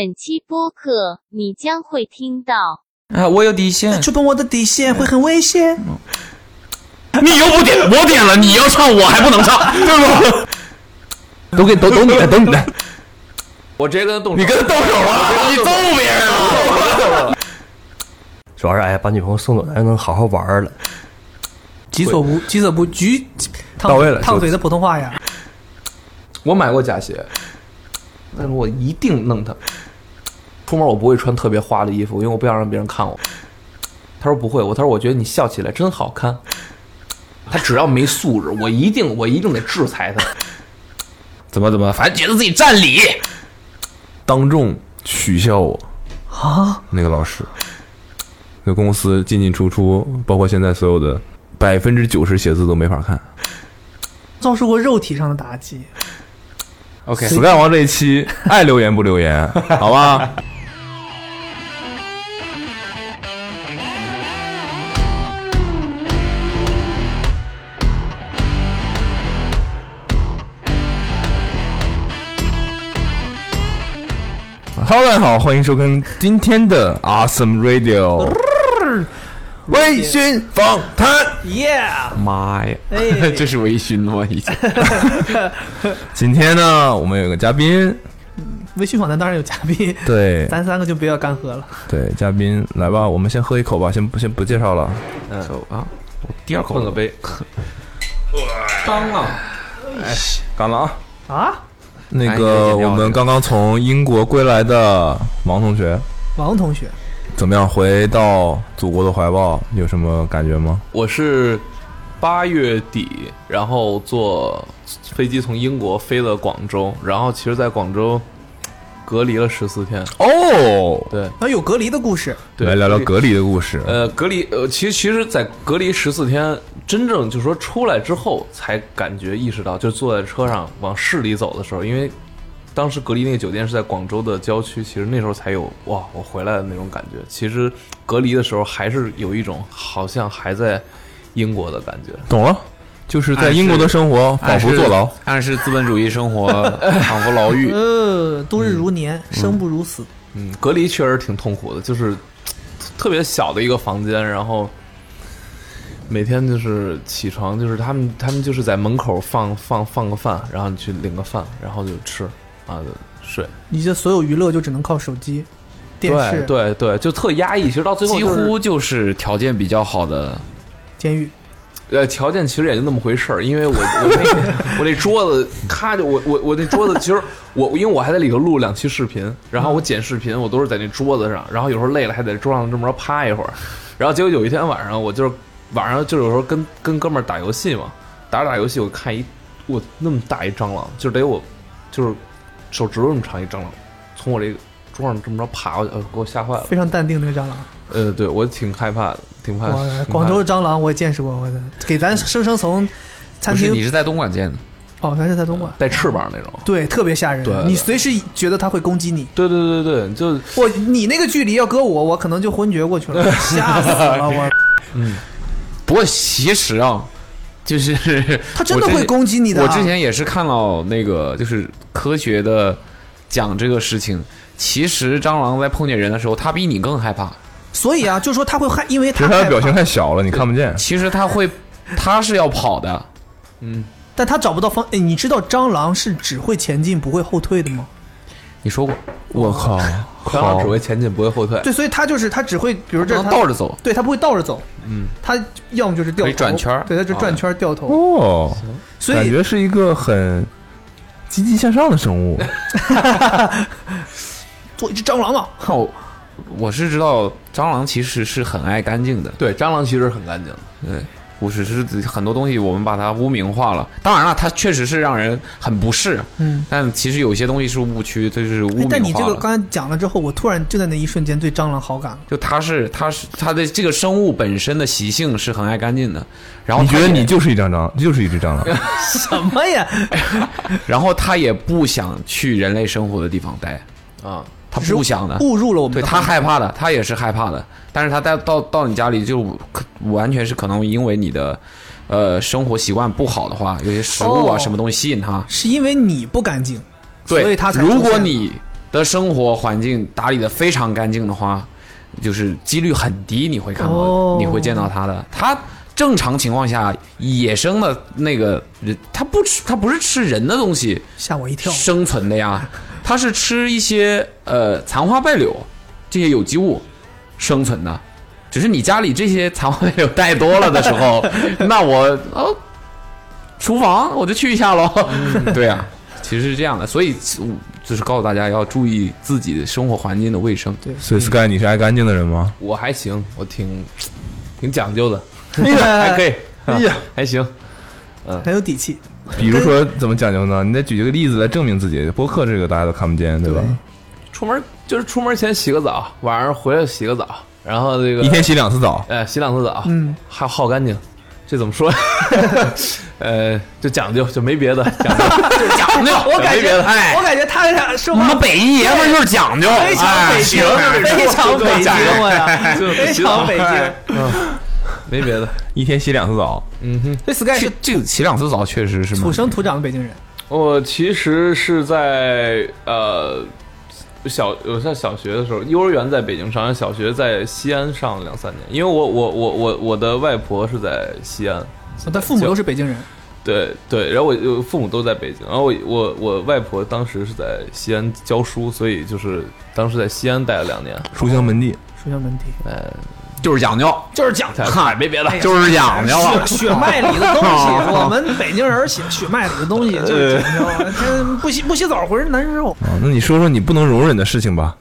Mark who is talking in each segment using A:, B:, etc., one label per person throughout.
A: 本期播客你将会听到。
B: 啊，我有底 线，
C: 触碰我的底线会很危险。
D: 你又不点，我点了，你要唱我还不能唱，对不？都给都都你的，都你的，
B: 我直接跟他动手。
D: 你跟他动手啊了，你揍别人了。
E: 主要是哎，把女朋友送走，咱就能好好玩儿了。
C: 己所不己所不举，烫
E: 到位了
C: 烫
E: 就
C: 嘴的普通话呀。
B: 我买过假鞋，但是我一定弄他。出门我不会穿特别花的衣服，因为我不想让别人看我。他说不会，我他说我觉得你笑起来真好看。他只要没素质，我一定我一定得制裁他。
D: 怎么怎么，反正觉得自己占理。
F: 当众取笑我
C: 啊，
F: 那个老师。那公司进进出出，包括现在所有的，百分之九十写字都没法看。
C: 遭受过肉体上的打击。
B: OK，
F: 死干王这一期爱留言不留言，好吧？Hello，大家好，欢迎收看今天的 Awesome Radio 微醺访谈。
C: Yeah，
D: 妈呀，
C: 哎
D: 这是微醺吗？已经。
F: 今天呢，我们有个嘉宾，
C: 微醺访谈当然有嘉宾，
F: 对
C: 咱三个就不要干喝了。
F: 对，嘉宾来吧，我们先喝一口吧，先不先不介绍了。
D: 走啊，我第二口
B: 嗯
D: 啊
B: 碰个杯，
F: 干了啊！
C: 啊，
F: 那个，我们刚刚从英国归来的王同学，
C: 王同学，
F: 怎么样？回到祖国的怀抱，有什么感觉吗？
B: 我是八月底，然后坐飞机从英国飞了广州，然后其实在广州隔离了十四天。
F: 哦，
B: 对
C: 然后啊有隔离的故事，
B: 对，
F: 来聊聊隔离的故事。
B: 呃，隔离呃，其实其实，在隔离十四天，真正就说出来之后，才感觉意识到，就坐在车上往市里走的时候，因为当时隔离那个酒店是在广州的郊区，其实那时候才有哇，我回来的那种感觉。其实隔离的时候，还是有一种好像还在英国的感觉。
F: 懂了，就是在英国的生活
B: 哎
F: 仿佛坐牢。
D: 暗示资本主义 生活仿佛牢狱。
C: 呃，度日如年，生不如死。
B: 嗯，隔离确实挺痛苦的，就是特别小的一个房间，然后每天就是起床，就是他们他们就是在门口放放放个饭，然后你去领个饭，然后就吃啊就睡，
C: 你这所有娱乐就只能靠手机、电视、
B: 对对对，就特压抑。其实到最后
D: 几
B: 就是
D: 乎就是条件比较好的，
C: 监狱。
B: 呃，条件其实也就那么回事儿，因为我我那我那桌子，咔就我我我那桌子，其实我因为我还在里头录两期视频，然后我剪视频，我都是在那桌子上，然后有时候累了还在桌上这么着趴一会儿，然后结果有一天晚上，我就是晚上就有时候跟跟哥们儿打游戏嘛，打着打游戏，我看一我那么大一蟑螂，就得我就是手指头那么长一蟑螂，从我这个桌上这么着爬过去，呃，给我吓坏了，
C: 非常淡定那个蟑螂，
B: 呃，对我挺害怕的，挺怕
C: 哇，。
B: 挺
C: 广
B: 怕
C: 州的蟑螂我也见识过，我的给咱生生从餐
D: 不是你
C: 厅
D: 是在东莞见的，
C: 哦，咱是在东莞，
B: 带翅膀那种。
C: 对，特别吓人
B: 对，
C: 你随时觉得它会攻击你，
B: 对对对对，就
C: 我你那个距离要搁我，我可能就昏厥过去了，吓死了 我！
D: 不过其实啊，就是
C: 它真的会攻击你的啊。
D: 我之前也是看到那个，就是科学的讲这个事情。其实蟑螂在碰见人的时候，它比你更害怕。
C: 所以啊，就说它会害，因为
F: 其实
C: 它
F: 他
C: 害
F: 的
C: 怕
F: 表情太小了，你看不见。
D: 其实它会，它是要跑的。
C: 但它找不到方。哎，你知道蟑螂是只会前进不会后退的吗？
D: 你说过，
F: 我靠，
B: 蟑螂只会前进不会后退。
C: 对，所以它就是它只会，比如
D: 不
C: 这
D: 能
C: 它
D: 倒着走。
C: 对，它不会倒着走，嗯，它要么就是掉
D: 可
C: 头
D: 以转圈儿啊
C: 对，它就转圈儿掉头。
F: 哦，
C: 所
F: 感
C: 以
F: 觉是一个很积极向上的生物。
C: 做一只蟑螂嘛，
D: 我我是知道蟑螂其实是很爱干净的。
B: 对，蟑螂其实很干净的。
D: 对，我只是很多东西我们把它污名化了。当然了，它确实是让人很不适。啊
C: 嗯。
D: 但其实有些东西是误区，它就是污名
C: 哎
D: 化了。
C: 但你这个刚才讲了之后，我突然就在那一瞬间对蟑螂好感 了。
D: 就它是它是它的这个生物本身的习性是很爱干净的，然后
F: 你觉得
D: 它也
F: 你就是一张蟑，就是一只蟑螂？
C: 什么呀？
D: 哎然后它也不想去人类生活的地方待，
B: 啊，
D: 它不想的，
C: 误入了我们
D: 对
C: 的
D: 它害怕的，它也是害怕的，但是它到到到你家里就可完全是可能因为你的呃生活习惯不好的话，有些食物啊、
C: 哦
D: 什么东西吸引它，
C: 是因为你不干净，
D: 对，
C: 所以它才
D: 如
C: 出
D: 果
C: 现
D: 你的生活环境打理的非常干净的话，就是几率很低，你会看到，
C: 哦
D: 你会见到它的。它正常情况下，野生的那个人，它不吃，它不是吃人的东西
C: 吓我一跳。
D: 生存的呀，它是吃一些呃残花败柳这些有机物生存的。只是你家里这些残花败柳带多了的时 候，那我哦，厨房我就去一下喽。
C: 嗯
D: 对啊，其实是这样的，所以就是告诉大家要注意自己的生活环境的卫生。对，
F: 所以 Sky，你是爱干净的人吗？
B: 我还行，我挺挺讲究的，还
C: 还
B: 可以，
C: 哎呀，
B: 还行。
C: 很有底气。
F: 比如说怎么讲究呢？你得举一个例子来证明自己。播客这个大家都看不见，对吧？
B: 出门就是出门前洗个澡，晚上回来洗个澡，然后这个
F: 一天洗两次澡，
B: 呃洗两次澡，嗯，还好干净。这怎么说？ 呃，就讲究，就没别的，讲究。
D: 讲究，
C: 我感
B: 没别
C: 觉，
B: 的
D: 哎
C: 我感觉他俩说
D: 我
C: 话
D: 们北京爷们儿就是讲究，
C: 非常北京，
D: 哎
C: 非常北
D: 讲究
C: 京我呀，
B: 就
C: 非
B: 洗澡
C: 常北京。
B: 没别的。
F: 一天洗两次澡，
C: 这 Sky
D: 这
C: 是
D: 这洗两次澡确实是
C: 土
D: 吗？
C: 生土长的北京人，
B: 我其实是在呃小我上小学的时候，幼儿园在北京上，然后小学在西安上了两三年，因为我我我我我的外婆是在西安，
C: 我的父母都是北京人。
B: 对对，然后我我父母都在北京，然后我我我外婆当时是在西安教书，所以就是当时在西安待了两年，
F: 书香门第。
C: 书香门第，
D: 就是讲究，啊
C: 就是讲
D: 嗨，没别的，就是讲究了。
C: 血血脉里的东西，我们北京人血血脉里的东西就是讲究，天不洗不洗澡浑身难受。
F: 啊，那你说说你不能容忍的事情吧？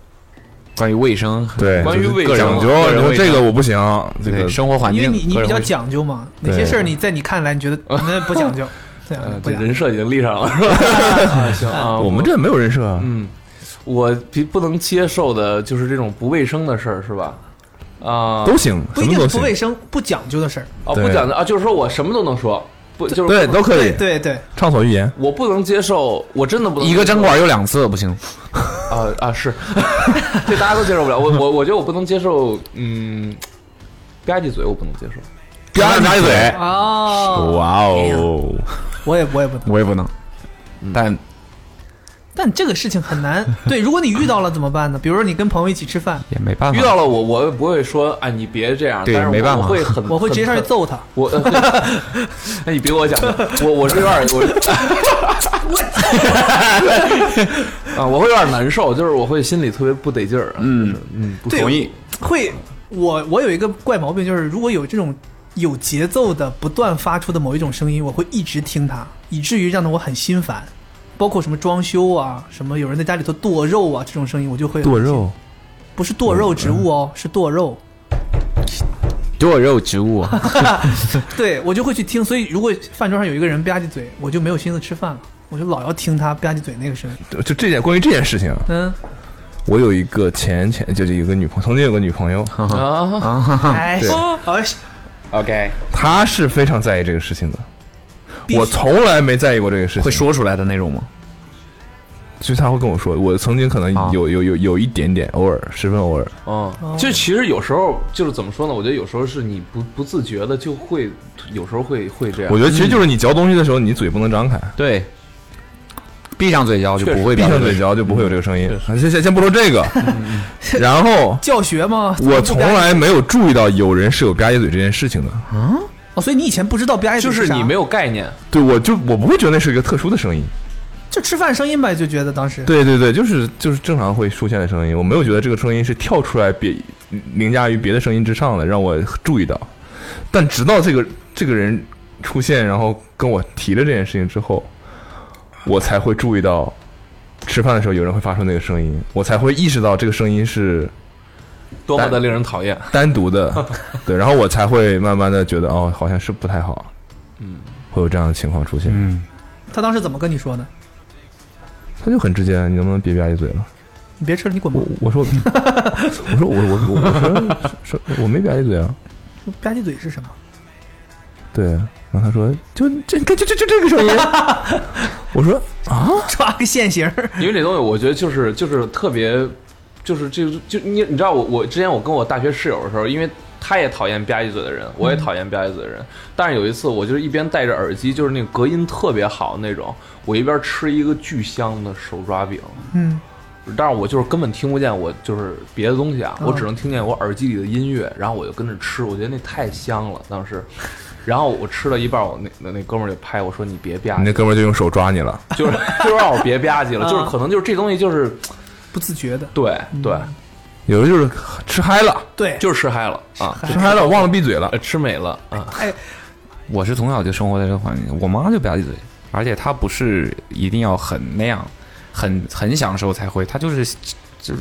D: 关于卫生，
F: 对
B: 关于
F: 就是
B: 卫
F: 个人
B: 生
F: 讲究，
B: 个人
F: 你说
B: 卫
F: 这个
B: 生
F: 我不行，这
D: 对
F: 个
D: 生活环
C: 因
D: 境，
C: 为你你比
D: 个人
C: 较
D: 会
C: 讲究嘛，哪些
F: 对
C: 事儿你在你看来你觉得嗯那不讲究，对啊
B: 呃，，
C: 不
B: 这
C: 讲究
B: 人。设已经立上了， 是吧？啊行啊，
F: 我们这没有人设啊。
B: 我比不能接受的就是这种不卫生的事儿，是吧？啊、
F: 都行，
C: 不
F: 什
C: 一
F: 么
C: 定
F: 都
C: 是不
F: 行，
C: 卫生、不讲究的事儿。
B: 哦，
F: 对
B: 不讲究啊，就是说我什么都能说，不就是
F: 对，都可以，
C: 对对，
F: 畅所欲言。
B: 我不能接受，我真的不能
D: 一个针管有两次不行，
B: 啊啊是， 这大家都接受不了。我我我觉得我不能接受，嗯，吧唧嘴我不能接受。
F: 吧唧嘴，
C: 哦，
F: 哇哦，
C: 我也我也不能。
D: 我也不能。但
C: 但这个事情很难。对，如果你遇到了怎么办呢？比如说你跟朋友一起吃饭，
D: 也没办法，
B: 遇到了我，我也不会说啊，你别这样，
D: 嗯对
B: 但是我
D: 没办
B: 我
D: 法
B: 会很，
C: 我会直接上去
B: 很。
C: 揍他。
B: 我， 呃对那你别跟我讲，我我是有点儿 我，啊，我会有点儿难受，就是我会心里特别不得劲儿。嗯嗯，不
C: 对
B: 同意。
C: 会，我我有一个怪毛病，就是如果有这种有节奏的不断发出的某一种声音，我会一直听它，以至于让得我很心烦。包括什么装修啊，什么有人在家里头剁肉啊，这种声音我就会
F: 剁，肉，嗯
C: 不是剁肉植物哦，是剁肉。
D: 多肉植物，啊
C: 对我就会去听，所以如果饭桌上有一个人吧唧嘴，我就没有心思吃饭了，我就老要听他吧唧嘴那个声音。
F: 就就这件关于这件事情，啊
C: 嗯，
F: 我有一个前前就是有个女朋友，曾经有个女朋友，
C: 哎
F: 对，
C: 好
D: OK，
F: 她是非常在意这个事情的。
C: 必须
F: 我从来没在意过这个事情，
D: 会，说出来的那种吗？
F: 就她会跟我说，我曾经可能
D: 啊
F: 有有有有一点点，偶尔，十分偶尔，
B: 嗯，
C: 哦
B: 就其实有时候就是怎么说呢？我觉得有时候是你不不自觉的就会，有时候会会这样。
F: 我觉得其实就是你嚼东西的时候，你嘴不能张开，
D: 对，闭上嘴角就不会
F: 闭
D: 表
F: 上
D: 示
F: 嘴。嚼就不会有这个声音。先 先先不说这个，然后
C: 教学吗？
F: 我
C: 不
F: 嗯 从
C: 吧唧
F: 来没有注意到有人是有吧唧嘴这件事情的。
C: 哦，所以你以前不知道吧唧嘴
B: 就是
C: 啥
B: 你没有概念，
F: 对，我就我不会觉得那是一个特殊的声音。
C: 就吃饭声音呗，就觉得当时
F: 对对对，就是就是正常会出现的声音，我没有觉得这个声音是跳出来别凌驾于别的声音之上的，让我注意到。但直到这个这个人出现，然后跟我提了这件事情之后，我才会注意到吃饭的时候有人会发出那个声音，我才会意识到这个声音是
B: 多么的令人讨厌。
F: 单独的，对，然后我才会慢慢的觉得哦，好像是不太好，嗯，会有这样的情况出现。
C: 他当时怎么跟你说的？
F: 他就很直接，你能不能别吧唧嘴了？
C: 你别吃了，你滚吧
F: 我！我说 我说我我我我说说我没吧唧嘴啊，
C: 吧唧嘴是什么？
F: 对，然后他说就这就就就就这个声音， 我说啊，
C: 抓个现行儿，
B: 因为这东西，我觉得就是就是特别，就是这个就你你知道我我之前我跟我大学室友的时候，因为他也讨厌吧唧嘴的人，我也讨厌吧唧嘴的人。但是有一次，我就是一边戴着耳机，就是那个隔音特别好那种，我一边吃一个巨香的手抓饼，
C: 嗯，
B: 但是我就是根本听不见我就是别的东西啊，
C: 嗯
B: 我只能听见我耳机里的音乐，然后我就跟着吃，我觉得那太香了当时。然后我吃了一半，我那那那哥们儿就拍我说你别吧
F: 你那
B: 唧，
F: 哥们儿就用手抓你了。
B: 就是就让我别吧 唧了，就是
C: 嗯
B: 可能就是这东西就是
C: 不自觉的，
B: 对对，
F: 有的就是吃嗨了，
C: 对，
B: 就是吃嗨了啊，
F: 吃嗨了忘了闭嘴了
B: 呃。吃美了啊，
C: 哎，
D: 我是从小就生活在这个环境，我妈就吧唧嘴，而且她不是一定要很那样，很很享受才会，她就是就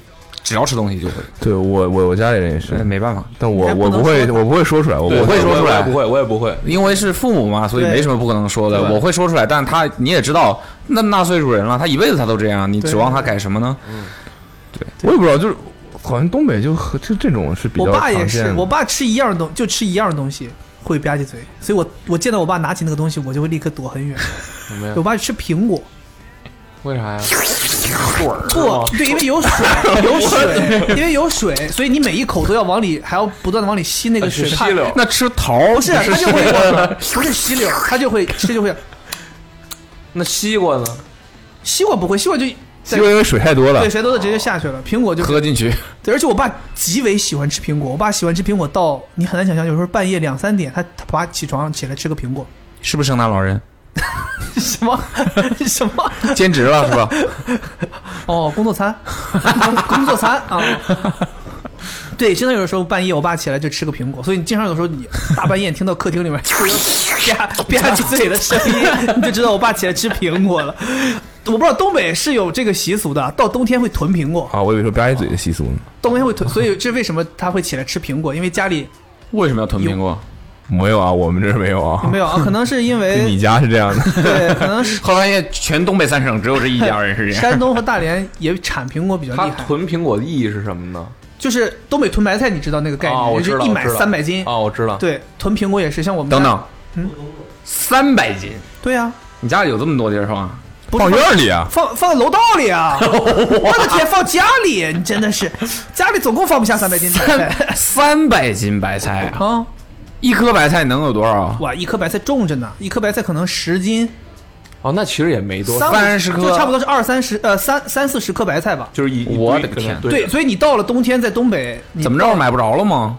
D: 只要吃东西就会，
F: 对我我我家里人也是
D: 这，没办法，
F: 哎但
C: 你还
F: 我
C: 不
F: 我
C: 能
F: 不会
C: 说
F: 我不会说出来，我
B: 对
F: 我会
B: 我
F: 说
B: 也
F: 出来
B: 不。会，我也不会，
D: 因为是父母嘛，所以
C: 对
D: 没什么不可能说的，
B: 对
D: 我会说出来。但她你也知道，那那岁数人了，她一辈子她都这样，你
C: 对哦
D: 指望她改什么呢？
F: 我也不知道，就是好像东北就和这这种是比
C: 我
F: 较
C: 爸也
F: 常见
C: 是，
F: 的。
C: 我爸吃一样东就吃一样东西会吧唧嘴，所以我我见到我爸拿起那个东西，我就会立刻躲很远。
B: 没
C: 我
B: 有，
C: 爸吃苹果，
B: 为啥呀？水儿是吗
C: 不，对，因为有水， 有水，因为有水，所以你每一口都要往里，还要不断的往里吸那个水，
B: 啊吸
C: 怕
B: 溜，
D: 那吃桃儿
C: 不是，他就会不是吸溜，他就会吃就会
B: 那西瓜呢？
C: 西瓜不会，西瓜就
F: 因为因为水太多了
C: 对，，谁都是直接下去了，苹果就
D: 喝进去，
C: 对，而且我爸极为喜欢吃苹果，我爸喜欢吃苹果到你很难想象，有时候半夜两三点，他他爸起床起来吃个苹果，
D: 是不是圣诞老人
C: 什么 什么
D: 兼职了是吧？
C: 哦，工作 餐，工作餐啊。 对，真的有时候半夜我爸起来就吃个苹果，所以你经常有时候你大半夜听到客厅里面 啪啪唧嘴的声音，你就知道我爸起来吃苹果了。我不知道东北是有这个习俗的，到冬天会囤苹果，
F: 啊，我以为说吧唧嘴的习俗呢，
C: 冬天会囤，所以这为什么他会起来吃苹果？因为家里
D: 为什么要囤苹果？
F: 没有啊，我们这儿没有啊
C: 没，有啊，可能是因
F: 你
C: 为
F: 家是这样的。
C: 对，可能是
D: 后来也全东北三省只有这一家 人是这样。
C: 山东和大连也产苹果比较
B: 他
C: 厉害，
B: 囤苹果的意义是什么呢？
C: 就是东北囤白菜，你哦知道那个概念，
B: 啊，我
C: 就
B: 知
C: 是
B: 道，
C: 一
B: 我
C: 买
B: 知道
C: 三百斤。
B: 啊，我知道。
C: 对，囤苹果也是，像我们家
D: 等等，
C: 嗯
D: 三百斤，
C: 对呀、
D: 你家里有这么多地儿是吧？
C: 不是
F: 放院儿里啊，
C: 放放在楼道里啊！我的天，放家里，你真的是，家里总共放不下三百斤白菜
D: 三 三百斤白菜啊，
C: 啊！
D: 一颗白菜能有多少？
C: 哇，一颗白菜重着呢，一颗白菜可能十斤，
B: 哦，那其实也没多，
C: 三
D: 30颗
C: 就差不多是二三十，呃，三三四十颗白菜吧。
B: 就是一一
D: 我
B: 堆
D: 的个天
B: 对
C: 对，所以你到了冬天，在东北，你
D: 怎么着买不着了
C: 嗯
D: 吗？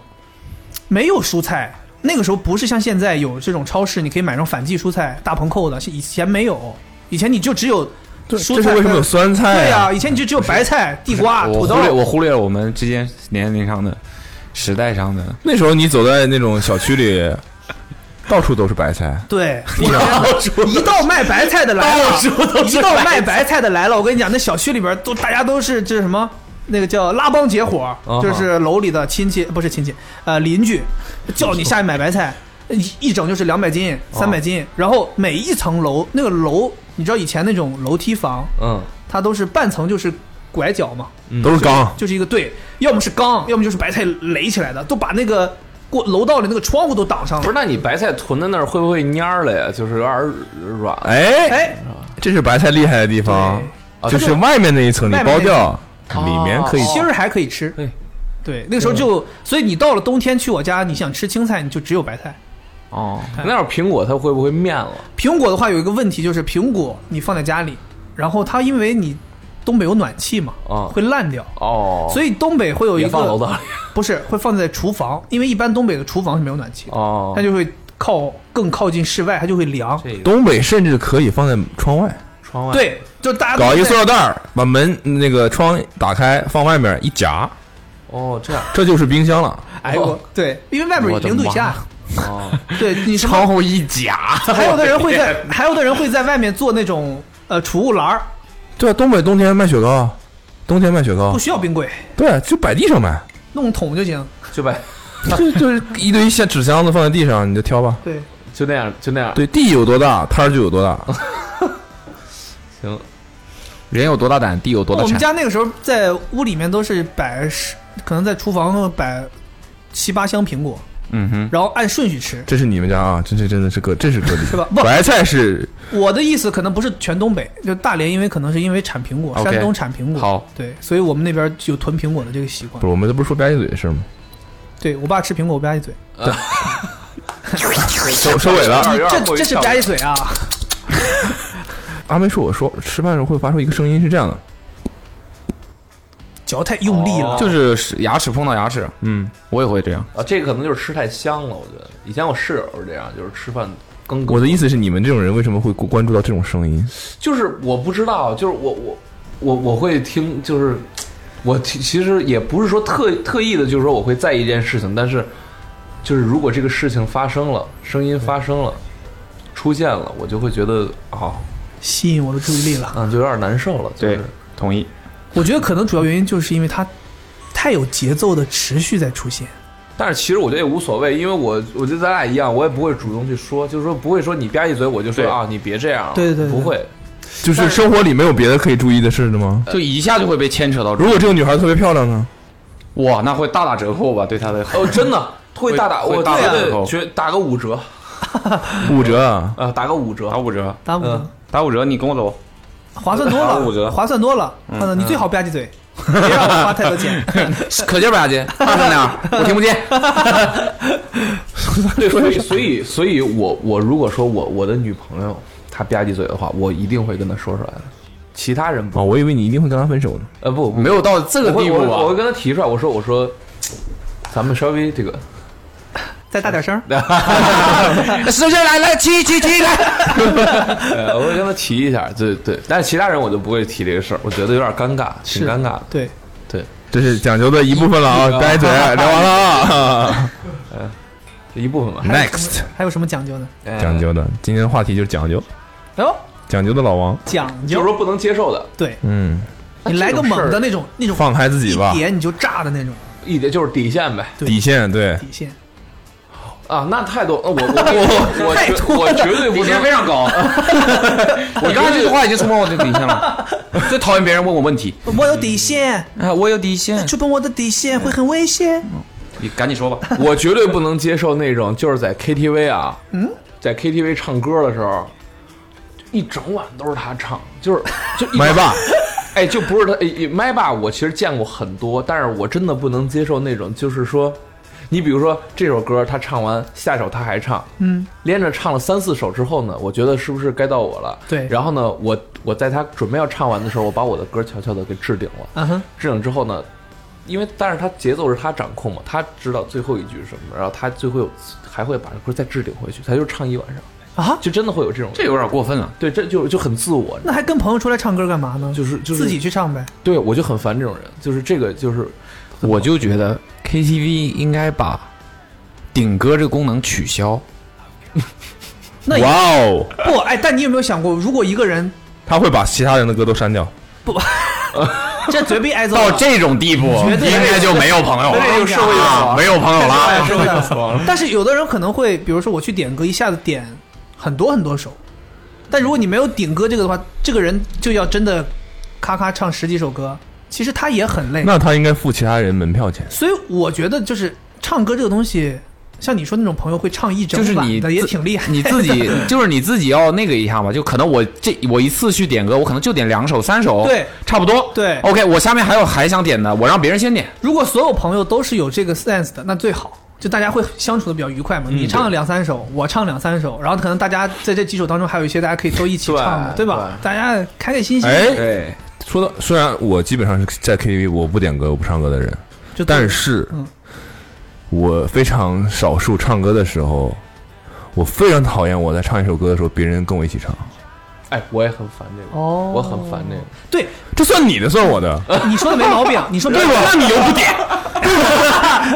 C: 没有蔬菜？那个时候不是像现在有这种超市，你可以买上反季蔬菜、大棚扣的，是以前没有，以前你就只有
F: 这
C: 蔬
F: 这
C: 菜
F: 是
C: 和。
F: 为什么有酸
C: 对啊
F: 菜啊
C: 呀、？以前你就只有白菜、地瓜、
D: 我
C: 土豆
D: 忽。略我忽略了我们之间年龄上的、时代上的。
F: 那时候你走在那种小区 里，到处都是白菜，
C: 对，一到卖白菜的来了，一 到卖白菜的来了，我跟你讲，那小区里边都大家都是这什么？那个叫拉帮结伙，
B: 啊
C: 就是楼里的亲戚，不是亲戚，呃，邻居，叫你下去买白菜，一一整就是两百斤、三百斤，然后每一层楼那个楼，你知道以前那种楼梯房，
B: 嗯，
C: 它都是半层就是拐角嘛，
F: 都嗯是缸。
C: 就是一个队，要么是缸，要么就是白菜垒起来的，都把那个过楼道里那个窗户都挡上
B: 不是，。
C: 了
B: 那你白菜囤在那儿会不会蔫儿了呀？就是有点儿软。
F: 哎，
C: 哎，
F: 这是白菜厉害的地方，
B: 对
F: 就是外面那一层你
C: 外面
F: 剥
C: 那
F: 掉，
B: 层
F: 里面可以
B: 哦
C: 芯儿还可以吃。
B: 对，
C: 对，那个时候就，所以你到了冬天去我家，你想吃青菜，你就只有白菜。
D: 哦，
B: 那要是苹果，它会不会面了？
C: 苹果的话有一个问题就是，苹果你放在家里，然后它因为你东北有暖气嘛，
B: 啊
C: 会烂掉。
B: 哦，
C: 所以东北会有一
B: 也
C: 个
B: 放楼道里。
C: 不是会放在厨房，因为一般东北的厨房是没有暖气的，
B: 哦
C: 它就会靠更靠近室外，它就会凉。
B: 这个
F: 东北甚至可以放在窗外，
B: 窗外，
C: 对，就大家都
F: 搞一
C: 在
F: 塑料袋儿，把门那个窗打开，放外面一夹，
B: 哦，这样
F: 这就是冰箱了。
C: 哎我对，因为外面
D: 我的
C: 零度以下，
B: 哦，
C: 对你什么
D: 窗户一夹，
C: 还有的人会 在，还有的人会在外面做那种呃储物篮儿，
F: 对啊，东北冬天卖雪糕，啊冬天卖雪糕
C: 不，需要冰柜，
F: 对啊，就摆地上 卖，
C: 弄桶就行。
B: 就摆
F: 就就是一堆像纸箱子放在地上，你就挑吧。
C: 对，
B: 就那样，就那样。
F: 对，地有多大，摊儿就有多大。
B: 行，
D: 人有多大胆，地有多大
C: 哦我们
D: 产。
C: 家那个时候在屋里面都是摆十，可能在厨房摆七八箱苹果，
D: 嗯哼，
C: 然后按顺序吃，
F: 这是你们家啊，这这真的是个，这是个例。
C: 是吧？不，
F: 白菜是
C: 我的意思可能不是全东北，就大连，因为可能是因为产苹果，
D: OK
C: 山东产苹果，
D: 好，
C: 对，所以我们那边有囤苹果的这个习惯
F: 不。是我们这不是说吧唧嘴的事吗？
C: 对我爸吃苹果，我吧唧嘴，
F: 收收尾了。
B: 二月二
C: 这
B: 会
C: 这是
B: 上
C: 吧唧嘴啊！
F: 阿妹说我说吃饭的时候会发出一个声音是这样的，
C: 嚼太用力
D: 哦
C: 了，
D: 就是牙齿碰到牙齿，
B: 嗯，
D: 我也会这样。
B: 啊，这个可能就是吃太香了，我觉得。以前我室友是这样，就是吃饭更
F: 我的意思是，你们这种人为什么会关注到这种声音？
B: 就是我不知道，就是我我我我会听，就是我其其实也不是说特特意的，就是说我会在意一件事情，但是就是如果这个事情发生了，声音发生了，出现了，我就会觉得啊，
C: 吸引我的注意力了。
B: 嗯，就有点难受了。就是
D: 对同意。
C: 我觉得可能主要原因就是因为它太有节奏的持续在出现。
B: 但是其实我觉得也无所谓，因为我我觉得咱俩一样，我也不会主动去说，就是说不会说你吧唧嘴我就说
D: 对
B: 啊你别这样了，
C: 对对对
B: 不会，
F: 就是生活里没有别的可以注意的事的吗？
D: 就一下就会被牵扯到这
F: 如
D: 种。
F: 果这个女孩特别漂亮呢？
D: 哇，那会大打折扣吧？对他的好
B: 哦，真的会大打，
D: 会
B: 我
D: 大打
B: 觉
D: 折
B: 得
D: 扣
B: 绝打个五折啊、
F: 五折啊！
B: 打个五折
D: 打，五折，
C: 打五折、
B: 嗯
D: 打五折，你跟我走。
C: 划算多
D: 打五折
C: 了，划算多了。嗯，你最好吧唧嘴，别让我花太多钱。
D: 可劲儿吧唧，大声点 儿，我听不见。
B: 对，所以所以所以我我如果说我我的女朋友她吧唧嘴的话，我一定会跟她说出来的，其他人不，
F: 哦，我以为你一定会跟她分手呢。
B: 呃不，
D: 没有到
B: 这
D: 这个地步啊
B: 我会
D: 吧？
B: 跟她提出来，我说我说，咱们稍微这个，
C: 再大点声儿，
D: 是是哎来来七七七 来，
B: 呃，我会跟她提一下，对对，但是其他人我就不会提这个事儿，我觉得有点尴尬，挺尴尬的，
C: 对，
B: 对，
F: 这是讲究的一部分了 啊！吧唧嘴聊完了啊
B: 这一部分吧，
F: ，next
C: 还有什么讲究呢？
D: 嗯
B: 哎
F: 讲究的，今天的话题就是讲究，
C: 哎呦，
F: 讲究的老王，
C: 讲
B: 就是
C: 究，
B: 说不能接受的，
C: 对
F: 嗯，
C: 你来个猛的那种，那种
F: 放开自己吧
C: 一，点你就炸的那种
B: 一点就是底线呗，
C: 对
F: 底线对，
C: 底线。
B: 啊，那太多，呃我我我我 绝我绝对不
D: 底线非
B: 能。
D: 常高。我刚才这句话已经触摸我的底线了， 最讨厌别人问我问 题。
C: 我有底线，
D: 啊，我有底线，
C: 触碰我的底线会很危险。
D: 你赶紧说吧。
B: 我绝对不能接受那种就是在 KTV 啊，在 KTV 唱歌的时候，一整晚都是他唱，就是就一
F: 麦霸，
B: 哎，就不是他哎哎麦霸，我其实见过很多，但是我真的不能接受那种就是说，你比如说这首歌他唱完，下一首他还唱，
C: 嗯，
B: 连着唱了三四首之后呢，我觉得是不是该到我了？
C: 对
B: 然后呢，我我在他准备要唱完的时候，我把我的歌悄悄的给置顶了。
C: 啊哈，
B: 置顶之后呢，因为但是他节奏是他掌控嘛，他知道最后一句是什么，然后他最后有还会把这歌再置顶回去，他就唱一晚上，
C: 啊，
B: 就真的会有这种，
D: 这有点过分啊了。
B: 对，这就就很自我，
C: 那还跟朋友出来唱歌干嘛呢？
B: 就是就是
C: 自己去唱呗。
B: 对我就很烦这种人，就是这个就是
D: 我就觉得 KTV 应该把顶歌这个功能取消。
C: 那也
F: 哇哦，
C: 不哎，但你有没有想过，如果一个人
F: 他会把其他人的歌都删掉，
C: 这绝逼挨揍
D: 到
C: 了，
D: 这种地步，
C: 绝对
D: 应该就没有朋友
C: 那这
D: 了，
C: 就是社会死
D: 啊，没有朋友了。
C: 真的。但是有的人可能会，比如说我去点歌，一下子点很多很多首，但如果你没有点歌这个的话，这个人就要真的咔咔唱十几首歌，其实他也很累。
F: 那他应该付其他人门票钱。
C: 所以我觉得就是唱歌这个东西，像你说那种朋友会唱一整
D: 就是
C: 晚
D: 你
C: 的，
D: 自
C: 也挺厉害。
D: 你自己就是你自己要那个一下嘛，就可能我这我一次去点歌，我可能就点两首三首，
C: 对，
D: 差不多。
C: 对
D: ，OK，我下面还有还想点的，我让别人先点。
C: 如果所有朋友都是有这个 sense 的，那最好，就大家会相处的比较愉快嘛。
D: 嗯
C: 你唱两三首，我唱两三首，然后可能大家在这几首当中还有一些大家可以都一起唱
D: 嗯
C: 的，
B: 对
C: 对吧？大家开开心心，
F: 哎，
D: 对，
F: 说到虽然我基本上是在 KTV 我不点歌我不唱歌的人，
C: 就
F: 但是
C: 嗯
F: 我非常少数唱歌的时候，我非常讨厌我在唱一首歌的时候别人跟我一起唱，
B: 哎，我也很烦这个，
C: 哦
B: 我很烦这个。
C: 对
F: 这算你的算 我的，
C: 你说的没毛 病，你说没毛病。
D: 那你又不点，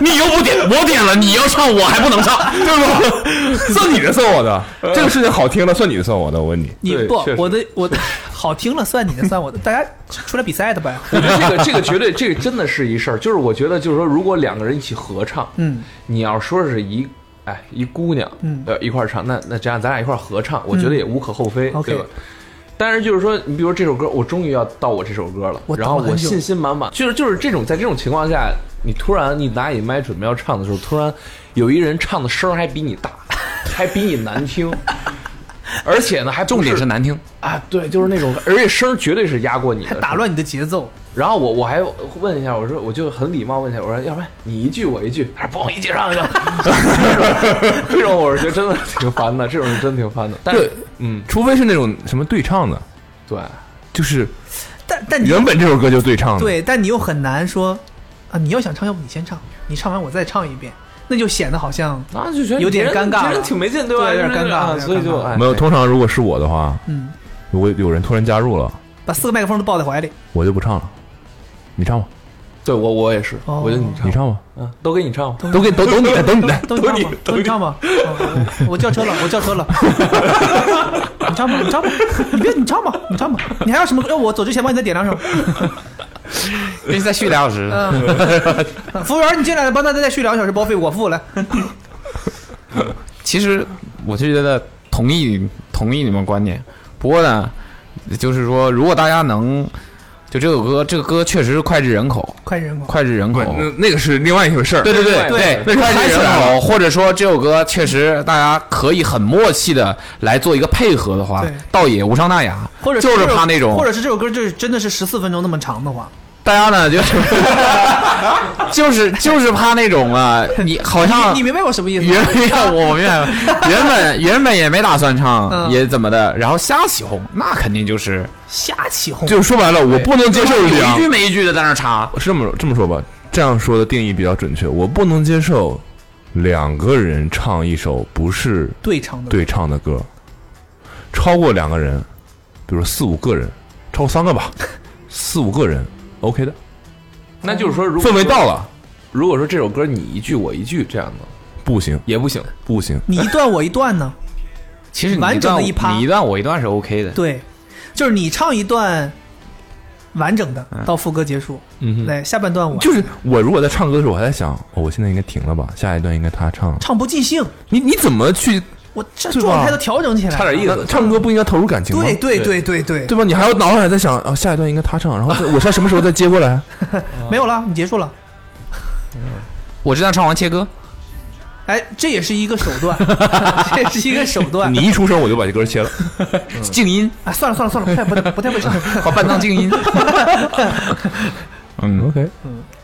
D: 你又不点，我点了，你要唱我还不能唱，
F: 对不？算你的算我的，这个事情好听了算你的算我的，我问你，
C: 你
B: 对
C: 不
B: 确，实
C: 我的我的 好听了算你的，算我的，大家出来比赛的呗。
B: 我觉得这个这个绝对这个真的是一事儿，就是我觉得就是说，如果两个人一起合唱，
C: 嗯，
B: 你要说是一哎一姑娘，
C: 嗯
B: 呃一块儿唱，那那这样咱俩一块儿合唱，我觉得也无可厚非，
C: OK
B: 对吧？但是就是说，你比如说这首歌，我终于要到我这首歌了
C: 我，等
B: 然后
C: 了很
B: 我
C: 久
B: 信心满满，就是就是这种在这种情况下，你突然你拿起麦准备要唱的时候，突然有一人唱的声儿还比你大，还比你难听，而且呢还不
D: 重点是难听。
B: 啊，对，就是那种，而且声儿绝对是压过你的，
C: 打乱你的节奏，
B: 然后我我还问一下，我说我就很礼貌问一下，我说要不然你一句我一句，他说不，我一起上去。这种我是觉得真的挺烦的，这种是真挺烦的。但
F: 对
B: 是，嗯，
F: 除非是那种什么对唱的，
B: 对，
F: 就是
C: 但但你
F: 原本这首歌就是对唱的，
C: 对，但你又很难说啊，你要想唱，要不你先唱，你唱完我再唱一遍，那就显得好像
B: 那就觉得
C: 有点
B: 别人
C: 尴尬
B: 别人挺没劲，对吧？
C: 对有点尴尬
B: 啊
C: 有点
B: 所以就
C: 尴尬
B: 哎
F: 没有。通常如果是我的话，
C: 嗯，
F: 如果有人突然加入了，
C: 把四个麦克风都抱在怀里。
F: 我就不唱了。你唱吧，
B: 对我我也是，
C: 哦
B: 我觉得你唱
F: 你唱吧，
B: 啊，都给你唱吧。
F: 都给都都你的，都你的。
C: 都你唱吧，都你唱吧，哦我我叫车了，我叫车了， 你唱吧，你唱吧，你别你唱吧，你唱吧，你还有什么？要我走之前帮你再点两首。
D: 必须再续俩小时。
C: 嗯 服务员，你进来了，帮大家再续两小时包费，我付了。
D: 其实我是觉得同意同意你们观点，不过呢，就是说如果大家能，就这首歌，这个歌确实是脍炙人口，
C: 快人口，
D: 脍炙人口。
F: 那那个是另外一回事儿。
D: 对对对
C: 对
D: 对，
F: 那
D: 脍
F: 嗨
D: 炙
F: 起
D: 人
F: 来
D: 口，或者说这首歌确实大家可以很默契的来做一个配合的话
C: 对，
D: 倒也无伤大雅。
C: 或者
D: 就是
C: 这首
D: 怕那种
C: 或者是这首歌就是真的是十四分钟那么长的话，
D: 大家呢，就是 就是就是怕那种啊，你好像
C: 你你明白我什么意思
D: 原
C: 吗？
D: 原我明白了，原本原本也没打算唱，
C: 嗯
D: 也怎么的，然后瞎起哄，那肯定就是
C: 瞎起哄，
F: 嗯就说白了，我不能接受
D: 有一
F: 两
D: 句没一句的在那插。
F: 我是这么这么说吧，这样说的定义比较准确。我不能接受两个人唱一首不是
C: 对唱的，
F: 对唱的歌，超过两个人，比如说四五个人，超过三个 吧，四五个人 OK 的，
B: 那就是说，如果
F: 氛围到，了
B: 如果说这首歌你一句我一句这样的
F: 不行
B: 也不行，
F: 不行，
C: 你一段我一段呢？
D: 其实你
C: 完
D: 一
C: 整
D: 段
C: 的一趴
D: 你一段我一段是 OK 的。
C: 对，就是你唱一段完整的，到副歌结束，
B: 嗯
C: 对，下半段我
F: 就是我如果在唱歌的时候，我还在想，哦，我现在应该停了吧，下一段应该他唱。
C: 唱不尽兴，
F: 你你怎么去？呃
C: 我这
F: 对吧
C: 状态都调整起来了，
B: 差点意思
F: 那唱歌不应该投入感情吗？
C: 对对对对对，
F: 对吧？你还要脑海在想，哦，下一段应该他唱，然后再我在什么时候再接过 来？
C: 没有了，你结束了。
D: 我这段唱完切歌，
C: 哎，这也是一个手段，这也是一个手段。
F: 你一出声我就把这歌切了。嗯
D: 静音，
C: 啊，算了算了算了，不太不太不太会唱。
D: 好伴奏 静音。嗯，
F: OK，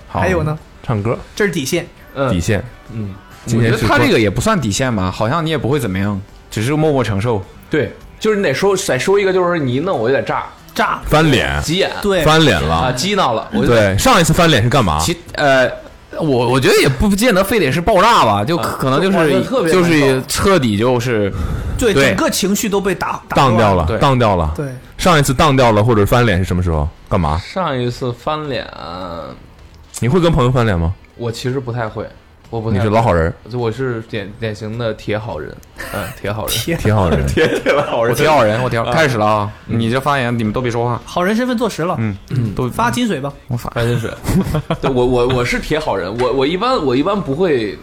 F: 好
C: 还有呢，
F: 唱歌
C: 这是底线，
B: 嗯
F: 底线，
B: 嗯，
F: 今
D: 我觉
F: 天
D: 得
F: 是
D: 他
F: 说
D: 这个也不算底线吧，好像你也不会怎么样，只是默默承受。
B: 对，就是你得说得说一个，就是你一弄我就得炸
C: 炸
F: 翻脸，
B: 急眼，
C: 对，
F: 翻脸
B: 啊，
F: 了。
B: 激闹了，我就
F: 对，上一次翻脸是干嘛？
D: 其呃，我我觉得也不见得非得是爆炸吧，就可
B: 啊
C: 嗯
D: 可能就
B: 我觉
D: 是
B: 得特别
D: 就
B: 难
D: 是
B: 受
D: 彻底就是
C: 对
D: 对
C: 整个情绪都被打打
F: 当
C: 乱
F: 掉了
B: 对，
F: 当掉了。
C: 对，
F: 上一次当掉了或者翻脸是什么时候？干嘛？
B: 上一次翻脸，
F: 你会跟朋友翻脸吗？
B: 我其实不太会，我不太
F: 你
B: 会
F: 是老好人，
B: 我是典典型的铁好人， 嗯，铁好人，
F: 挺好人。
D: 我挺好人，我挺好。开始了啊！你这发言，你们都别说话。
C: 好人身份坐实了，
D: 嗯，都
C: 发金水吧。
D: 我发
B: 翻 身水。对我我我是铁好人，我我一般我一般不会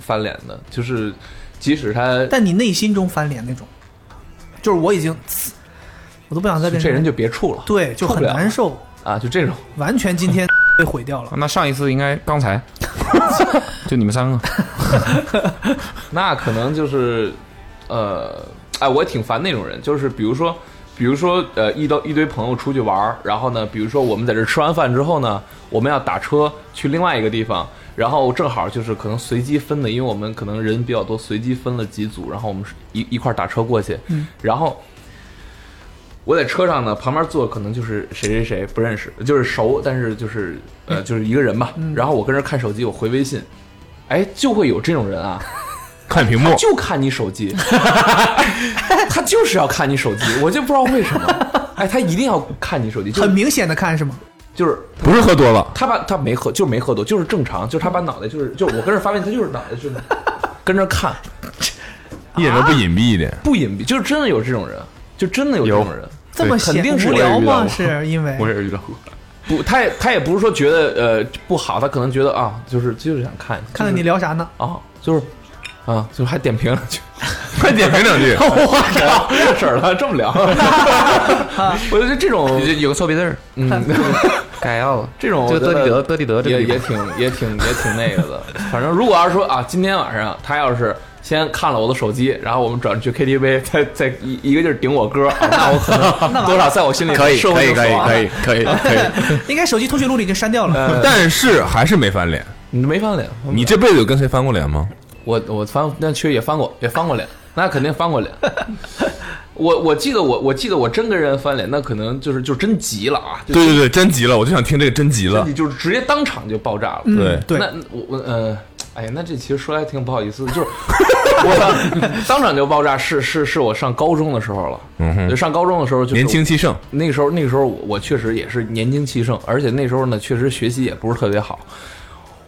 B: 翻脸的，就是即使他
C: 但你内心中翻脸那种，就是我已经，我都不想再跟
B: 这人就别处了，
C: 对，就
B: 处
C: 很
B: 不了
C: 难受，
B: 啊，就这种
C: 完全 今天被毁掉了。
D: 那上一次应该刚 才，就你们三个。
B: 那可能就是呃，哎，我也挺烦那种人，就是比如说。比如说，呃，一到一堆朋友出去玩儿然后呢，比如说我们在这吃完饭之后呢，我们要打车去另外一个地方，然后正好就是可能随机分的，因为我们可能人比较多，随机分了几组，然后我们是一一块儿打车过去，然后我在车上呢，旁边坐可能就是谁谁谁不认识，就是熟，但是就是呃，就是一个人吧。然后我跟这看手机，我回微信，哎，就会有这种人啊，
F: 看屏幕，
B: 就看你手机， 他就是要看你手机，我就不知道为什么，哎，他一定要看你手机，就
C: 很明显的看是吗？
B: 就是
F: 不是喝多了，
B: 他把他没喝，就是没喝多，就是正常，就是他把脑袋就是就是我跟这发微信，他就是脑袋就是跟着看，
F: 一点都不隐蔽一点。
B: 不隐蔽，就是真的有这种人，就真的有这种人。
C: 这么
B: 肯
C: 闲
B: 定是
C: 无
B: 我也
C: 聊
B: 遇到
C: 吗？
B: 过
C: 是因为
B: 也遇到过。不，他也他也不是说觉得呃不好，他可能觉得啊，就是就是想看
C: 看看你
B: 聊
C: 聊啥 呢？
B: 啊，就是啊，就是还点评两 句，
F: 快点评两 句，
B: 靠，这事儿了，这么 聊，我觉得这种
D: 有个错别字儿，
B: 嗯，
D: 改掉了。
B: 这种
D: 这
B: 我
D: 个
B: 觉
D: 得
B: 得
D: 地得得地得这个
B: 也
D: 地
B: 也
D: 方
B: 挺也挺也挺那个的。反正如果要是说啊，今天晚上他要是先看了我的手机，然后我们转去 KTV，再再一一个劲儿顶我歌，啊那我可 能多少在我心里
D: 可以
B: 社会
D: 可以
B: 就啊
D: 可以
B: 爽了
D: 可以，可以可以。
C: 应该手机通讯录里已经删掉
B: 嗯
C: 了。
F: 但是还是没翻脸。
B: 你没翻脸，
F: 你这辈子有跟谁翻过脸吗？
B: 我我翻那确实也翻过，也翻过脸，那肯定翻过脸。我我记得我我记得我真跟人翻脸，那可能就是就真急了啊，就
F: 对对对，真急了，我就想听这个真急
B: 身
F: 了
B: 体。就是直接当场就爆炸了。
C: 嗯
F: 对
C: 对
B: 那我我呃，哎呀，那这其实说来挺不好意思的，就是 我当场就爆炸，是是是我上高中的时候了，
F: 嗯哼
B: 就上高中的时候就是
F: 年轻气盛，
B: 那个时候，那个时候我我确实也是年轻气盛，而且那时候呢，确实学习也不是特别好。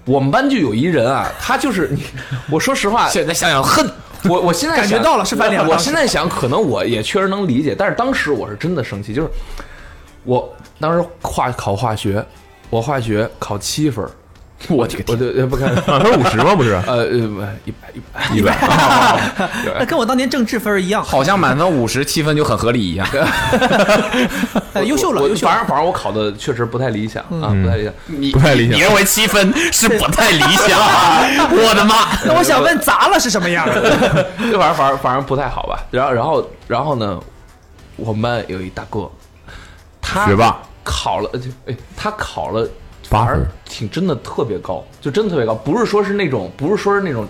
B: 我们班就有一人啊，他就是，你我说实话，
D: 现在想想恨，
B: 我我现在
C: 感觉
B: 想
C: 到了是翻脸了
B: 我我
C: 当时
B: 现在想，可能我也确实能理解，但是当时我是真的生气，就是我当时化考化学，我化学考七分儿，
D: 我这个
B: 我
D: 天，
B: 就呃不看，
F: 啊，他是五十吗？不是
B: 呃呃一百 一百，哦
F: 一百。
C: 那跟我当年政治分儿一样，
D: 好像满分五十七分就很合理一样。
C: 呃优秀了，
B: 我
C: 优秀
B: 反
C: 了。嗯
B: 正反正我考的确实不太理想啊，不太理想。
D: 你
F: 不太理想
D: 你认为七分是不太理想？啊 我的妈！
C: 那我想问，砸了是什 么样？
B: 就反正反正反正不太好吧。然后然后然后呢，我们班有一大哥，他
F: 学霸
B: 考了，呃就哎，他考了
F: 八
B: 反而
F: 分
B: 挺真的特别高，就真的特别高，不是说是那种，不是说是那种。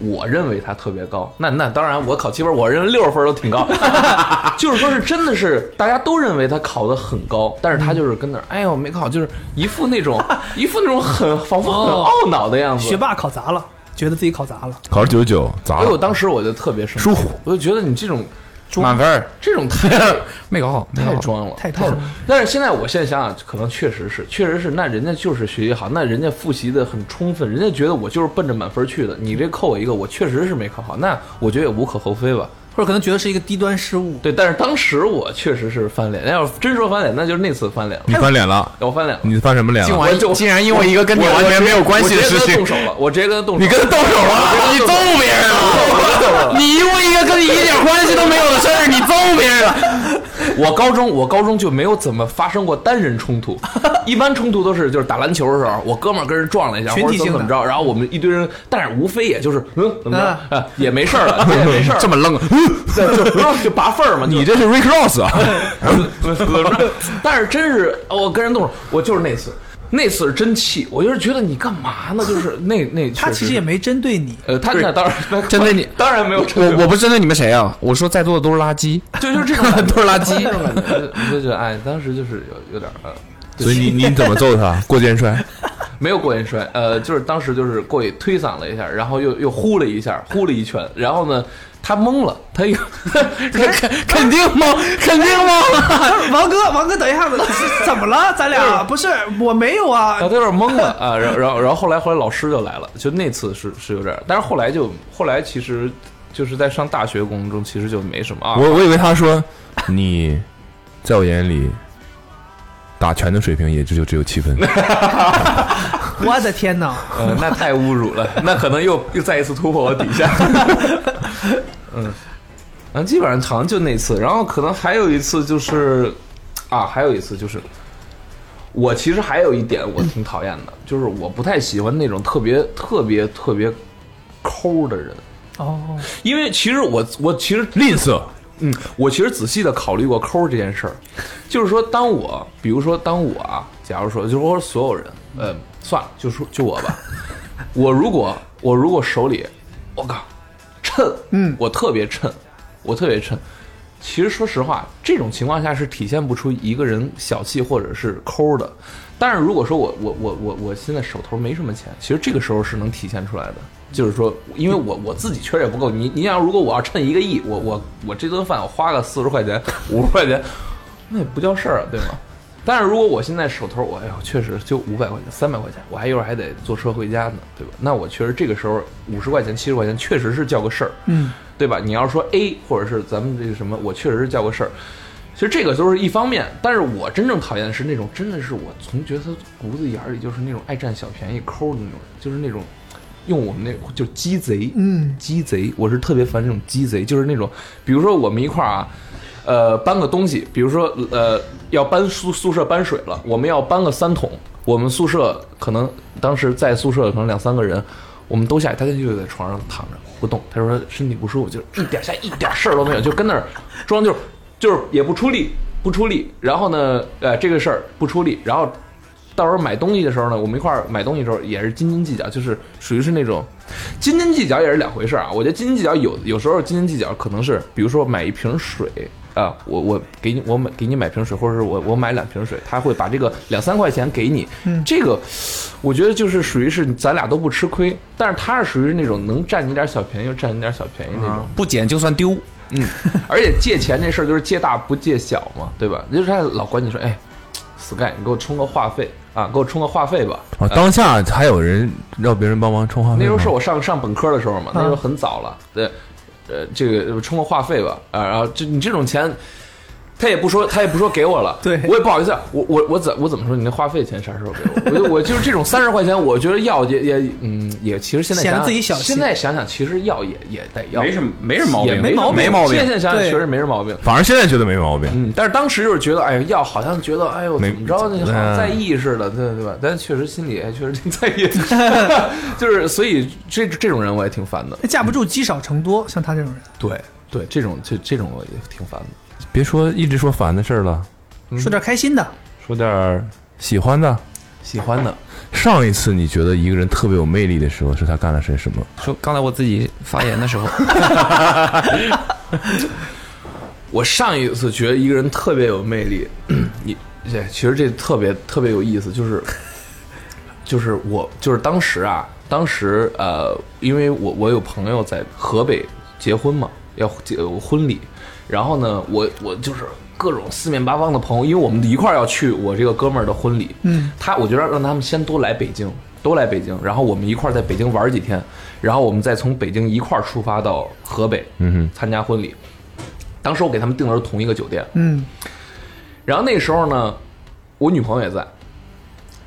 B: 我认为他特别高，那那当然，我考七分，我认为六十分都挺 高，就是说是真的是大家都认为他考得很高，但是他就是跟那儿，哎呦没考，就是一副那 种一副那种很仿佛很
C: 哦
B: 懊恼的样子。
C: 学霸考砸了，觉得自己考砸了，
F: 考了九十九，砸
B: 所以我
F: 了，
B: 当时我就特别生气
F: 疏忽，
B: 我就觉得你这种
D: 满分儿
B: 这种太
D: 没搞好，没搞
B: 太
D: 好
B: 装了，
C: 太
B: 太
C: 装了
B: 装。但是现在，我现在想想，可能确实是，确实是，那人家就是学习好，那人家复习的很充分，人家觉得我就是奔着满分去的。你这扣我一个，我确实是没考好，那我觉得也无可厚非吧。
C: 或者可能觉得是一个低端失误。
B: 对，但是当时我确实是翻脸，那要是真说翻脸，那就是那次翻脸
D: 嗯
B: 了，
F: 你翻脸了，
B: 我翻脸了，
F: 你翻什么脸
D: 竟
F: 了？
B: 我就
D: 然竟然因为一个跟你完全没有关系的事
B: 我直接跟他
D: 情
B: 动，手了，我直接跟他动手，
D: 你跟他动手了，你揍别人啊了，你因为一个跟你一点关系都没有的事儿，你揍别人了，
B: 我高中我高中就没有怎么发生过单人冲突，一般冲突都是就是打篮球的时候，我哥们儿跟人撞了一下，或
C: 群
B: 者
C: 体
B: 怎
C: 性
B: 么
C: 的
B: 怎么着，然后我们一堆人，但是无非也就是嗯怎么着
C: 啊，
B: 呃也没事儿了，也没事 儿了，
D: 这么愣，
B: 对就然后就拔份儿嘛，
F: 你
B: 就
F: 这是 Rick Ross 啊？
B: 怎么着？但是真是我跟人动手，我就是那次，那次是真气，我就是觉得你干嘛呢？就是那那
C: 他其实也
B: 没
C: 没针对你，
B: 呃，他那当然
D: 针对 你
B: 当然没有针对
D: 我我不是针对你们谁啊，我说在座的都是垃圾，
B: 就就是这种感觉
D: 都是垃圾
B: 这种 感觉，你就觉得哎，当时就是有有点儿呃。
F: 所以你你怎么揍他？过肩摔？
B: 没有过肩摔，呃，就是当时就是过去推搡了一下，然后又又呼了一下，呼了一拳，然后呢，他懵了，他又
D: 肯肯定懵，肯定懵了。
C: 王哥，王哥，等一下 子，是怎么了？咱俩不是我没有啊
B: 然后，他有点懵了啊，然后然后然后后来后来老师就来了，就那次是是有点儿，但是后来就后来其实就是在上大学过程中其实就没什么啊，
F: 我我以为他说你在我眼里打拳的水平也只有只有七 分。
C: 我的天哪！
B: 呃，那太侮辱了，那可能又又再一次突破我底线。 嗯，然后基本上好像就那次，然后可能还有一次就是，啊，还有一次就是，我其实还有一点我挺讨厌的，就是我不太喜欢那种特别特别特别抠的人，
C: 哦，
B: 因为其实我我其实
F: 吝啬，
B: 嗯，我其实仔细的考虑过抠这件事儿，就是说，当我比如说当我啊，假如说就是说所有人，呃，算了，就说就我吧，我如果我如果手里，我靠，称，
C: 嗯
B: 我特别称，我特别称。其实说实话，这种情况下是体现不出一个人小气或者是抠的。但是如果说我我我我我现在手头没什么钱，其实这个时候是能体现出来的。就是说，因为我我自己确实也不够。你你想，如果我要趁一个亿，我我我这顿饭我花个四十块钱、五十块钱，那也不叫事儿啊，对吗？但是如果我现在手头我哎呦，确实就五百块钱、三百块钱，我还一会儿还得坐车回家呢，对吧？那我确实这个时候五十块钱、七十块钱确实是叫个事儿，
C: 嗯，
B: 对吧？你要说 A 或者是咱们这个什么，我确实是叫个事儿。其实这个都是一方面，但是我真正讨厌的是那种真的是我从觉得他骨子眼儿里就是那种爱占小便宜、抠的那种，就是那种用我们那个就是鸡贼，
C: 嗯
B: 鸡贼，我是特别烦这种鸡贼，就是那种比如说我们一块儿啊。呃，搬个东西，比如说，呃，要搬宿宿舍搬水了，我们要搬个三桶。我们宿舍可能当时在宿舍可能两三个人，我们都下去，他就在床上躺着不动。他说身体不舒服，就是一点下一点事儿都没有，就跟那儿装就是就是也不出力，不出力。然后呢，呃，这个事儿不出力，然后到时候买东西的时候呢，我们一块儿买东西的时候也是斤斤计较，就是属于是那种斤斤计较也是两回事儿啊。我觉得斤斤计较有有时候斤斤计较可能是，比如说买一瓶水啊，我我给你我买给你买瓶水，或者是我我买两瓶水，他会把这个两三块钱给你，这个我觉得就是属于是咱俩都不吃亏，但是他是属于是那种能占你点小便宜就占你点小便宜那种。
D: 不捡就算丢。
B: 嗯，而且借钱这事儿就是借大不借小嘛，对吧？就是他老管你说，哎，Sky，你给我充个话费啊，给我充个话费吧。
F: 啊，当下还有人让别人帮忙充话费吗，
B: 那时候是我上上本科的时候嘛，那
C: 嗯
B: 时候很早了，对，呃，这个充个话费吧，啊，然后这你这种钱。他也不说，他也不说给我了，
C: 对
B: 我也不好意思，我我我怎我怎么说？你那话费钱啥时候给我？我就我就是这种三十块钱，我觉得要也也嗯也，其实现在
C: 显得
B: 想想
C: 自己小气
B: 现在想想，其实要也也得要，
D: 没什么，没什么毛
B: 也
D: 病，
B: 没
C: 毛病
D: 没毛
B: 现
D: 病。
B: 在想想
C: 对
B: 确实没什么毛病。
F: 反而现在觉得没毛病。
B: 嗯，但是当时就是觉得，哎呀，要好像觉得，哎呦，怎
F: 没
B: 么着呢，好像在意似的，对对吧？但确实心里还确实挺在意， 就是所以这这种人我也挺烦的。
C: 那架不住积少成多，像他这种人，
B: 对对，这种这这种我也挺烦的。
F: 别说一直说烦的事儿了，
C: 说点开 心的，
F: 说点儿喜欢的。
B: 喜欢的，
F: 上一次你觉得一个人特别有魅力的时候，是他干了些什么？
D: 说刚才我自己发言的时候，
B: 我上一次觉得一个人特别有魅力， 你这其实这特别特别有意思，就是就是我就是当时啊，当时呃，因为我我有朋友在河北结婚嘛，要结婚礼，然后呢，我我就是各种四面八方的朋友，因为我们一块儿要去我这个哥们儿的婚礼，嗯，他我就让让他们先都来北京，都来北京，然后我们一块儿在北京玩几天，然后我们再从北京一块儿出发到河北，嗯哼，参加婚礼。当时我给他们订的是同一个酒店，
C: 嗯，
B: 然后那时候呢，我女朋友也在，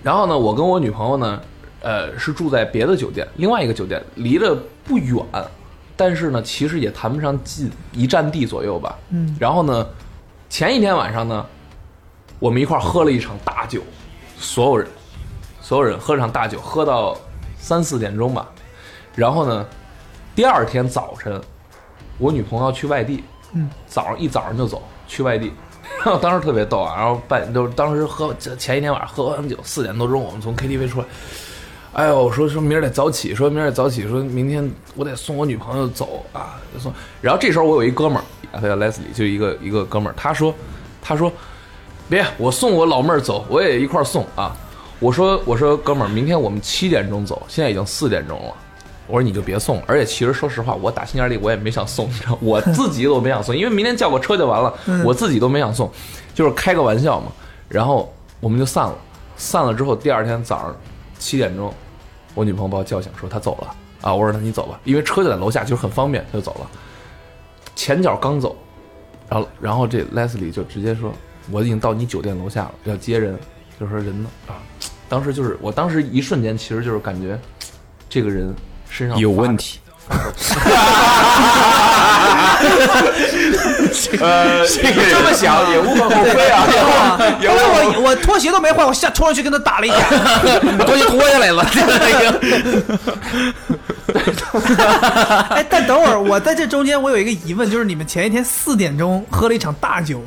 B: 然后呢，我跟我女朋友呢，呃，是住在别的酒店，另外一个酒店离着不远，但是呢，其实也谈不上近，一站地左右吧。嗯。然后呢，前一天晚上呢，我们一块儿喝了一场大酒，所有人，所有人喝了场大酒，喝到三四点钟吧。然后呢，第二天早晨，我女朋友要去外地，嗯，早上一早上就走去外地。 然后当时特别逗啊，然后半就是当时喝前一天晚上喝完酒，四点多钟我们从 KTV 出来，哎呦，说说明儿得早起，说明儿得早起，说明天我得送我女朋友走啊，就送。然后这时候我有一哥们儿，啊他叫 Leslie，就一个一个哥们儿，他说，他说，别，我送我老妹儿走，我也一块儿送啊。我说我说哥们儿，明天我们七点钟走，现在已经四点钟了。我说你就别送了，而且其实说实话，我打心眼里我也没想送，你知道，我自己都没想送，因为明天叫个车就完了，我自己都没想送，就是开个玩笑嘛。然后我们就散了，散了之后，第二天早上七点钟，我女朋友把我叫醒，说她走了啊。我说那你走吧，因为车就在楼下，就是很方便，她就走了。前脚刚走，然后然后这 Leslie 就直接说，我已经到你酒店楼下了，要接人，就说人呢啊。当时就是，我当时一瞬间其实就是感觉，这个人身上
D: 有
B: 发
D: 问 题。
B: 呃，这个这么想也无可厚非 啊。
C: 因为我我拖鞋都没换，我下冲上去跟他打了一架，
D: 东西脱下来了，
C: 哎，但等会儿我在这中间我有一个疑问，就是你们前一天四点钟喝了一场大酒，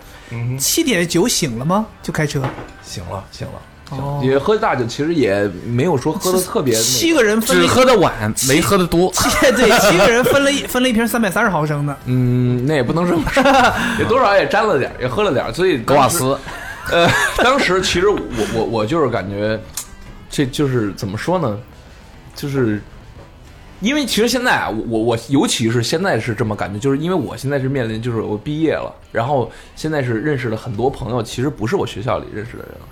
C: 七点酒醒了吗？就开车，
B: 行了，行了。
C: 哦
B: 也喝大酒，其实也没有说喝的特别那个
C: 七个人分
D: 只
C: 了一
D: 喝的晚，没喝的多。
C: 七 对 七个人分了一分了一瓶三百三十毫升的，
B: 嗯，那也不能这么 说，也多少也沾了点儿，也喝了点儿，所以
D: 格
B: 当
D: 瓦
B: 时
D: 斯，
B: 呃，当时其实我我我就是感觉，这就是怎么说呢，就是。因为其实现在啊，我我我尤其是现在是这么感觉，就是因为我现在是面临，就是我毕业了，然后现在是认识了很多朋友，其实不是我学校里认识的人了，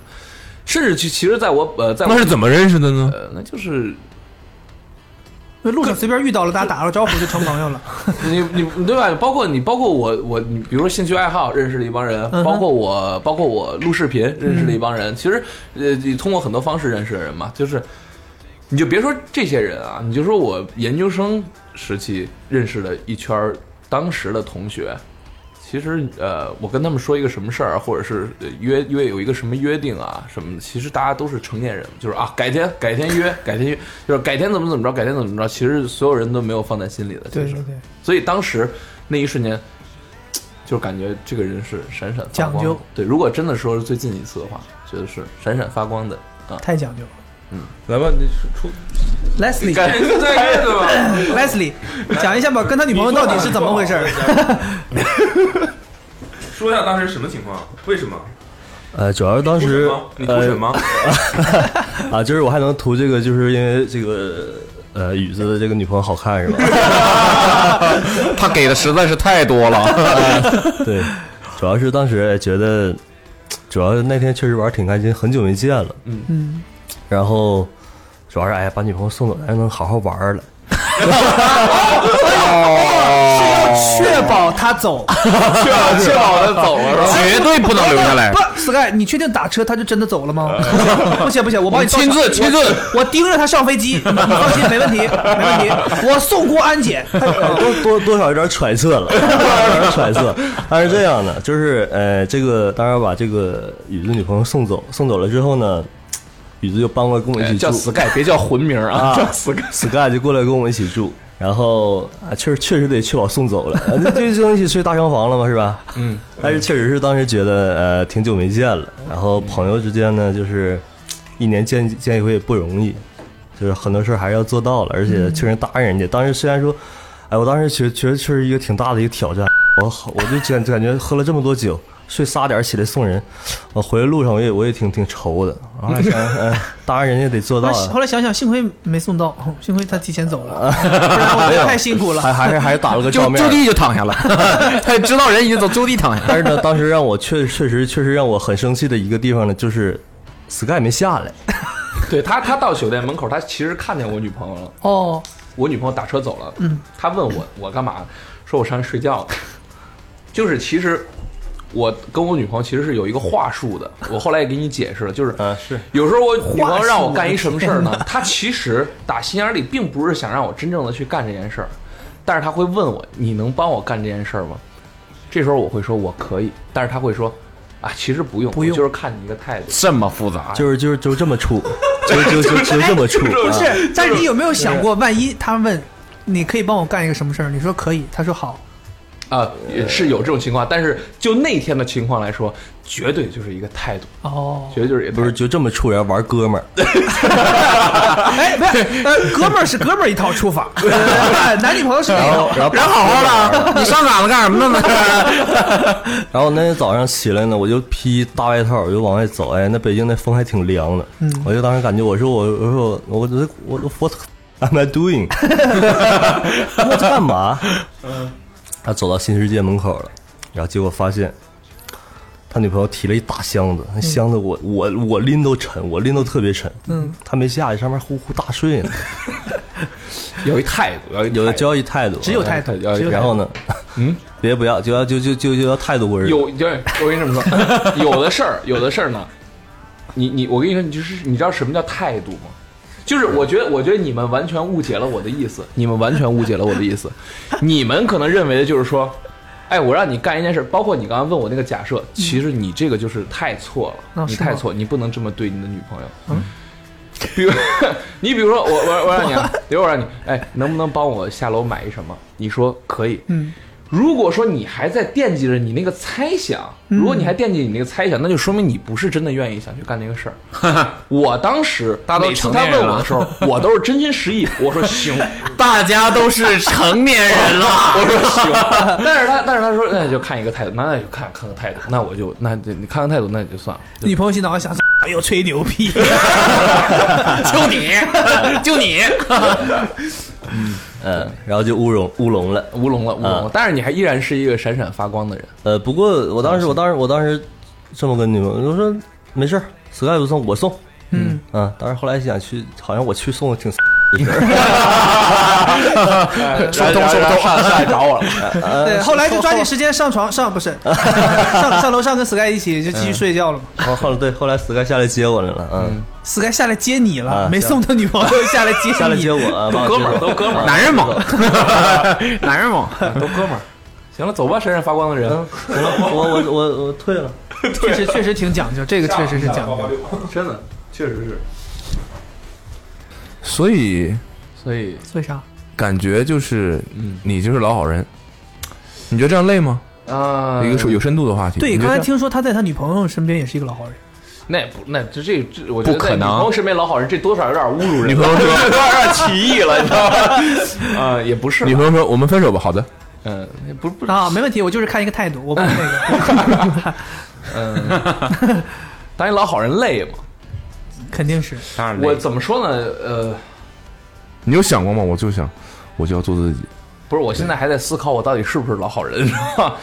B: 甚至其其实在我呃在我
F: 那是怎么认识的呢？
B: 呃那就是
C: 那路上随便遇到了，大家打了招呼就成朋友了。
B: 你你对吧？包括你，包括我，我你比如说兴趣爱好认识了一帮人，
C: 嗯哼嗯
B: 包括我，包括我录视频认识了一帮人。其实，呃，你通过很多方式认识的人嘛，就是你就别说这些人啊，你就说我研究生时期认识的一圈儿当时的同学，其实呃，我跟他们说一个什么事儿啊，或者是呃约约有一个什么约定啊什么的，其实大家都是成年人，就是啊，改天改天约，改天约，就是改天怎么怎么着，改天怎么怎么着，其实所有人都没有放在心里的，其
C: 对
B: 实
C: 对对，
B: 所以当时那一瞬间，就是感觉这个人是闪闪发光的
C: 讲究。
B: 对，如果真的说是最近一次的话，觉得是闪闪发光的
C: 太讲究了。
D: 嗯
F: 来吧，你出
C: Leslie，Leslie，
B: 对对吧？
C: 讲一下吧，跟他女朋友到底是怎么回事儿？
G: 说一下当时什么情况？为什么？
E: 呃，主要是当
G: 图什
E: 时
G: 么？你图
E: 呃
G: 什么？
E: 啊，就是我还能涂这个，就是因为这个呃雨子的这个女朋友好看 是吧？
D: 他给的实在是太多了。
E: 对，主要是当时哎觉得，主要是那天确实玩挺开心，很久没见了，嗯
C: 嗯，
E: 然后主要是哎呀把女朋友送走了，还能好好玩了。
F: 哦
D: 哦
C: 确保他走，
D: 确确保他 走了，绝对不能留下来。呃
C: 不，Sky，你确定打车他就真的走了吗？ 不行不行，我帮你
D: 亲自亲自，
C: 我盯着他上飞机， 你放心，没问题，没问题，我送过安 检。
E: 多多多少有点揣测了，有点揣测。他是这样的，就是呃，这个当然把这个雨子女朋友送走，送走了之后呢，雨子就搬过来跟我一起住，
B: 叫 Sky，别叫魂名哎啊，
E: 啊
B: 叫 Sky。
E: Sky 就过来跟我们一起住，然后啊，确实确实得确保送走了，啊那就就一起睡大床房了嘛，是吧？嗯，但是确实是当时觉得呃挺久没见了，然后朋友之间呢，就是一年见见一回也不容易，就是很多事儿还是要做到了，而且确实答应人家。当时虽然说，哎，我当时觉觉得确实一个挺大的一个挑战，我好我就感感觉喝了这么多酒。睡仨点儿起来送人，我回来路上我也我也挺挺愁的，然后还想，哎，答应人家得做到
C: 后
E: 啊。
C: 来后来想想，幸亏没送到，幸亏他提前走 了，不然我觉得太辛苦
E: 哦还
D: 哎
C: 了。
E: 还是还是打了个照
D: 就
E: 面
D: 就。地就躺 下了，他知道人已经走，就地躺下。
E: 但是呢，当时让我确确实确实让我很生气的一个地方呢，就是 Sky 没下来。
B: 对他，他到酒店门口，他其实看见我女朋友了。
C: 哦，
B: 我女朋友打车走了，嗯，她问我我干嘛，说我上去睡觉了。就是其实我跟我女朋友其实是有一个话术的，我后来也给你解释了，就是
E: 啊是
B: 有时候我女朋友让我干一什么事儿呢，她其实打心眼里并不是想让我真正的去干这件事儿，但是她会问我你能帮我干这件事儿吗？这时候我会说我可以，但是她会说啊其实不用，
C: 不用
B: 我就是看你一个态度。
D: 这么复杂，
E: 就是就是就这么处，就就就就这么 处。
D: 哎
C: 不
E: 啊
C: 是，但是你有没有想过，万一他问你可以帮我干一个什么事儿，你说可以，他说好，
B: 啊，也是有这种情况，但是就那天的情况来说，绝对就是一个态度，
C: 哦，
B: 绝对就是一个态
E: 不
B: 度
E: 是就这么处，然后玩哥们儿，
C: 哎，不是，呃，哥们儿是哥们儿一套处法，呃男女朋友是哪一套
E: 然后？然后
D: 人好好的，啊你上岗了干什么 呢？
E: 然后那天早上起来呢，我就披大外套，我就往外走。哎，那北京那风还挺凉的，我就当时感觉我说我我说我我我我 what am I doing？我在干嘛？他走到新世界门口了，然后结果发现他女朋友提了一大箱子，那箱子我、我我拎都沉，我拎都特别沉。嗯，他没下去，上面呼呼大睡呢，
B: 有一态度，有一
E: 有的
B: 态度
E: 交易态度，
C: 只有态度，
B: 有
C: 只有态
E: 然
C: 度
E: 后呢，嗯，别不要，就要就就就就要态度过日子。
B: 有对，我跟你这么说，有的事儿，有的事儿呢，你你我跟你说，你就是你知道什么叫态度吗？就是我觉得，我觉得你们完全误解了我的意思，你们完全误解了我的意思，你们可能认为的就是说，哎，我让你干一件事，包括你刚刚问我那个假设，其实你这个就是太错了，
C: 哦
B: 你
C: 是吗
B: 太错，你不能这么对你的女朋友。 比如，你比如说我我我让你啊，比如我让你，哎，能不能帮我下楼买一什么？你说可以。
C: 嗯，
B: 如果说你还在惦记着你那个猜想，如果你还惦记你那个猜想，那就说明你不是真的愿意想去干这个事 儿。我当时
D: 大家都
B: 每次
D: 成
B: 他
D: 年人
B: 问我
D: 了
B: 的时候，我都是真心实意，我说 行，
D: 大家都是成年人了，
B: 我说行，但是他但是他说那就看一个态度，那那就看看个态度，那我就那就你看个态度，那也就算了。
C: 女朋友心想想，哎呦，吹牛逼，
D: 就你， 就你，
E: 嗯，然后就乌龙乌龙了。
B: 乌龙了，乌龙了，但是你还依然是一个闪闪发光的人。
E: 呃，不过我当时，我当时，我当时这么跟你们，我说没事儿，Sky 不送我送，嗯啊，当时后来想去，好像我去送挺 的事儿，
B: 说通说通，上上来找我了。
C: 对，后来就抓紧时间上床上，不是上上楼上跟 Sky 一起就继续睡觉了嘛。
E: 后后来对，后来 Sky 下来接我来了，嗯，
C: Sky 下来接你了，
E: 啊
C: 没送他女朋友下来接你，
E: 下来接我，啊，把我
B: 哥
E: 接
B: 们儿
E: 走
B: 都哥们儿，
D: 男人猛， 男人猛，
B: 都哥们儿。嗯行了，走吧，闪闪发光的人，
E: 行了， 我我我我退了，
C: 确实确实挺讲究，这个确实是讲究。
B: 真的确实是。
F: 所以
B: 所以
C: 为啥？
F: 感觉就是
B: 嗯，
F: 你就是老好人，你觉得这样累吗？
B: 啊，
F: 一个有有深度的话题，
C: 对，
F: 你觉
C: 刚
F: 得
C: 才
F: 这样
C: 听说他在他女朋友身边也是一个老好人，
B: 那也不那这这这，我觉得
D: 不可能
B: 在女朋友身边老好人，这多少有点侮辱人。
F: 女朋友说
B: 有点歧义了，你知 道吗？啊，也不是，
F: 女朋友说我们分手吧，好的，
B: 嗯，也不是不是，
C: 啊，没问题，我就是看一个态度，我不是那个，
B: 当一老好人累嘛。
C: 肯定是
D: 当然
B: 我怎么说呢？呃，
F: 你有想过吗？我就想，我就要做自己。
B: 不是，我现在还在思考我到底是不是老好人，你知道吗？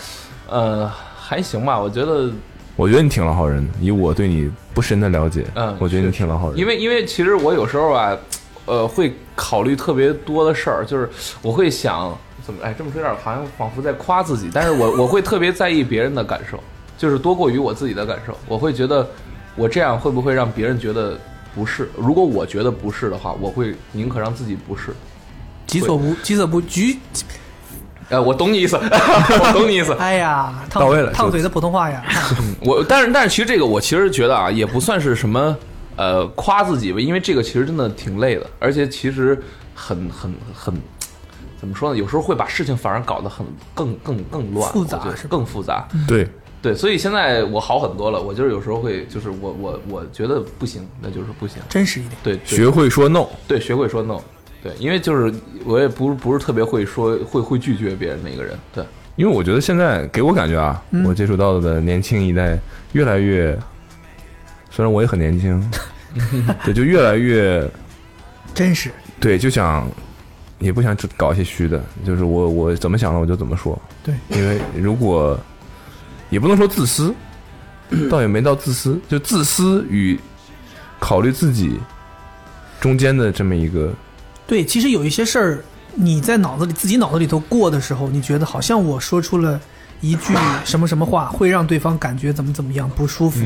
B: 呃，还行吧，我觉得，
F: 我觉得你挺老好人的，以我对你不深的了解，
B: 嗯
F: 我觉得你挺老好人。
B: 因为因为其实我有时候吧，呃，会考虑特别多的事儿，就是我会想怎么，哎，这么说有点好像仿佛在夸自己，但是我我会特别在意别人的感受，就是多过于我自己的感受，我会觉得我这样会不会让别人觉得不是？如果我觉得不是的话，我会宁可让自己不是。
C: 己所不己所不举。
B: 呃，我懂你意思， 我懂你意思，
C: 哎呀，烫
F: 到位了
C: 烫
F: 就
C: 嘴的普通话呀，
B: 我但是但是其实这个我其实觉得啊，也不算是什么呃夸自己吧，因为这个其实真的挺累的，而且其实很很很怎么说呢？有时候会把事情反而搞得很更更更乱，
C: 复杂
B: 我觉得
C: 是吧
B: 更复杂。
F: 对，
B: 对，所以现在我好很多了。我就是有时候会，就是我我我觉得不行，那就是不行。
C: 真实一点。
B: 对，对
F: 学会说 no，
B: 对学会说 no。对，因为就是我也不是不是特别会说会会拒绝别人的一个人。对，
F: 因为我觉得现在给我感觉啊，我接触到的年轻一代越来越，虽然我也很年轻，对，就越来越
C: 真实，
F: 对，就想也不想只搞一些虚的，就是我我怎么想了我就怎么说。
C: 对，
F: 因为如果也不能说自私，倒也没到自私，就自私与考虑自己中间的这么一个，
C: 对，其实有一些事儿，你在脑子里自己脑子里头过的时候，你觉得好像我说出了一句什么什么话，会让对方感觉怎么怎么样不舒服。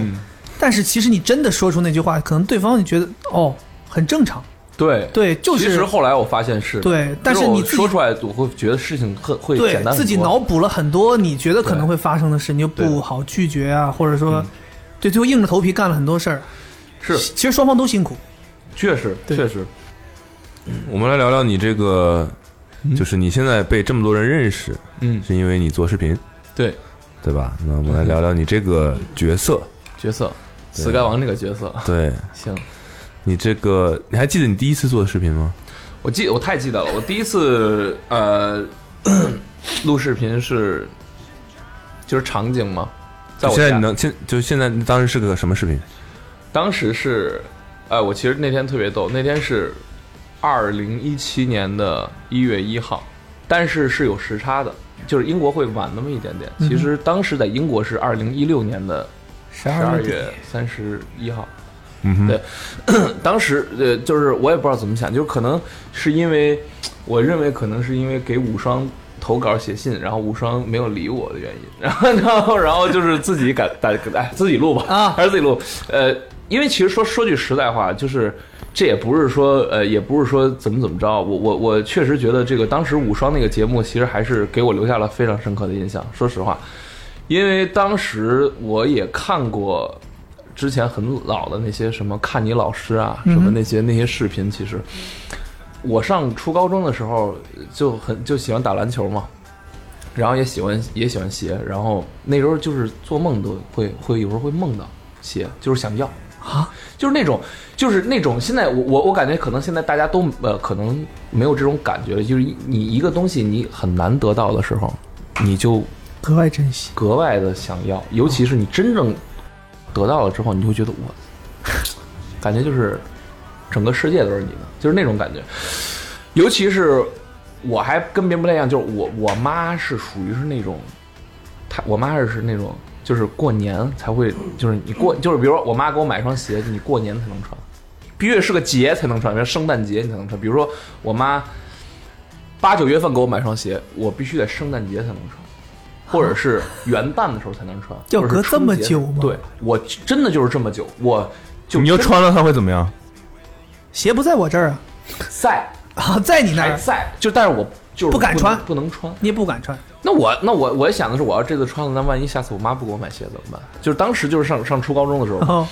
C: 但是其实你真的说出那句话，可能对方就觉得哦，很正常。
B: 对
C: 对，就
B: 其实
C: 是
B: 后来我发现是，
C: 对但是
B: 其实我
C: 你自己
B: 说出来，我会觉得事情会会简
C: 对
B: 单很多
C: 自己脑补了很多你觉得可能会发生的事，你就
B: 对嗯
C: 不好拒绝啊，或者说，对，最后硬着头皮干了很多事儿。
B: 是
C: 其实双方都辛苦。
B: 确实
C: 对
B: 确实，
F: 我们来聊聊你这个，就是你现在被这么多人认识，
B: 嗯，
F: 是因为你做视频，
B: 对
F: 对吧？那我们来聊聊你这个角色，
B: 角色死盖王这个角色，
F: 对
B: 行，
F: 你这个，你还记得你第一次做的视频吗？
B: 我记我太记得了，我第一次呃 录视频是就是场景嘛，在我
F: 现在
B: 家
F: 你能现就现在你当时是个什么视频？
B: 当时是，哎，我其实那天特别逗，那天是二零一七年的一月一号，但是是有时差的，就是英国会晚那么一点点。其实当时在英国是二零一六年的十二月三十一号，
F: 嗯哼，
B: 对 当时呃，就是我也不知道怎么想，就是可能是因为，我认为可能是因为给五双投稿写信，然后五双没有理我的原因，然后 然后然后就是自己改打哎自己录吧
C: 啊
B: 还是自己录，呃，因为其实说说句实在话，就是。这也不是说，呃，也不是说怎么怎么着，我我我确实觉得这个当时五双那个节目，其实还是给我留下了非常深刻的印象。说实话，因为当时我也看过之前很老的那些什么看你老师啊，什么那些那些视频，其实我上初高中的时候就很就喜欢打篮球嘛，然后也喜欢也喜欢鞋，然后那时候就是做梦都会会有时候会梦到鞋，就是想要啊，就是那种就是那种现在我我我感觉可能现在大家都呃可能没有这种感觉了，就是你一个东西你很难得到的时候，你就
C: 格外珍惜，
B: 格外的想要，尤其是你真正得到了之后，你会觉得我，感觉就是整个世界都是你的，就是那种感觉。尤其是我还跟别人不太一样，就是我我妈是属于是那种，她我妈是那种就是过年才会，就是你过就是比如说我妈给我买一双鞋，你过年才能穿，必须得是个节才能穿，比如圣诞节你才能穿。比如说我妈八九月份给我买双鞋，我必须得圣诞节才能穿。或者是元旦的时候才能穿，
C: 要
B: 或者是
C: 隔这么
B: 春节
C: 久吗
B: 对，我真的就是这么久，我就
F: 你要
B: 真
F: 穿了它会怎么样？
C: 鞋不在我这儿啊，
B: 在
C: 啊，在你那
B: 还
C: 儿，
B: 在，嗯就但是我就是
C: 不敢
B: 能
C: 穿
B: 不能穿。
C: 你也不敢穿。
B: 那我那我我想的是，我要这次穿了，那万一下次我妈不给我买鞋怎么办？就是当时就是上上初高中的时候
C: 然，后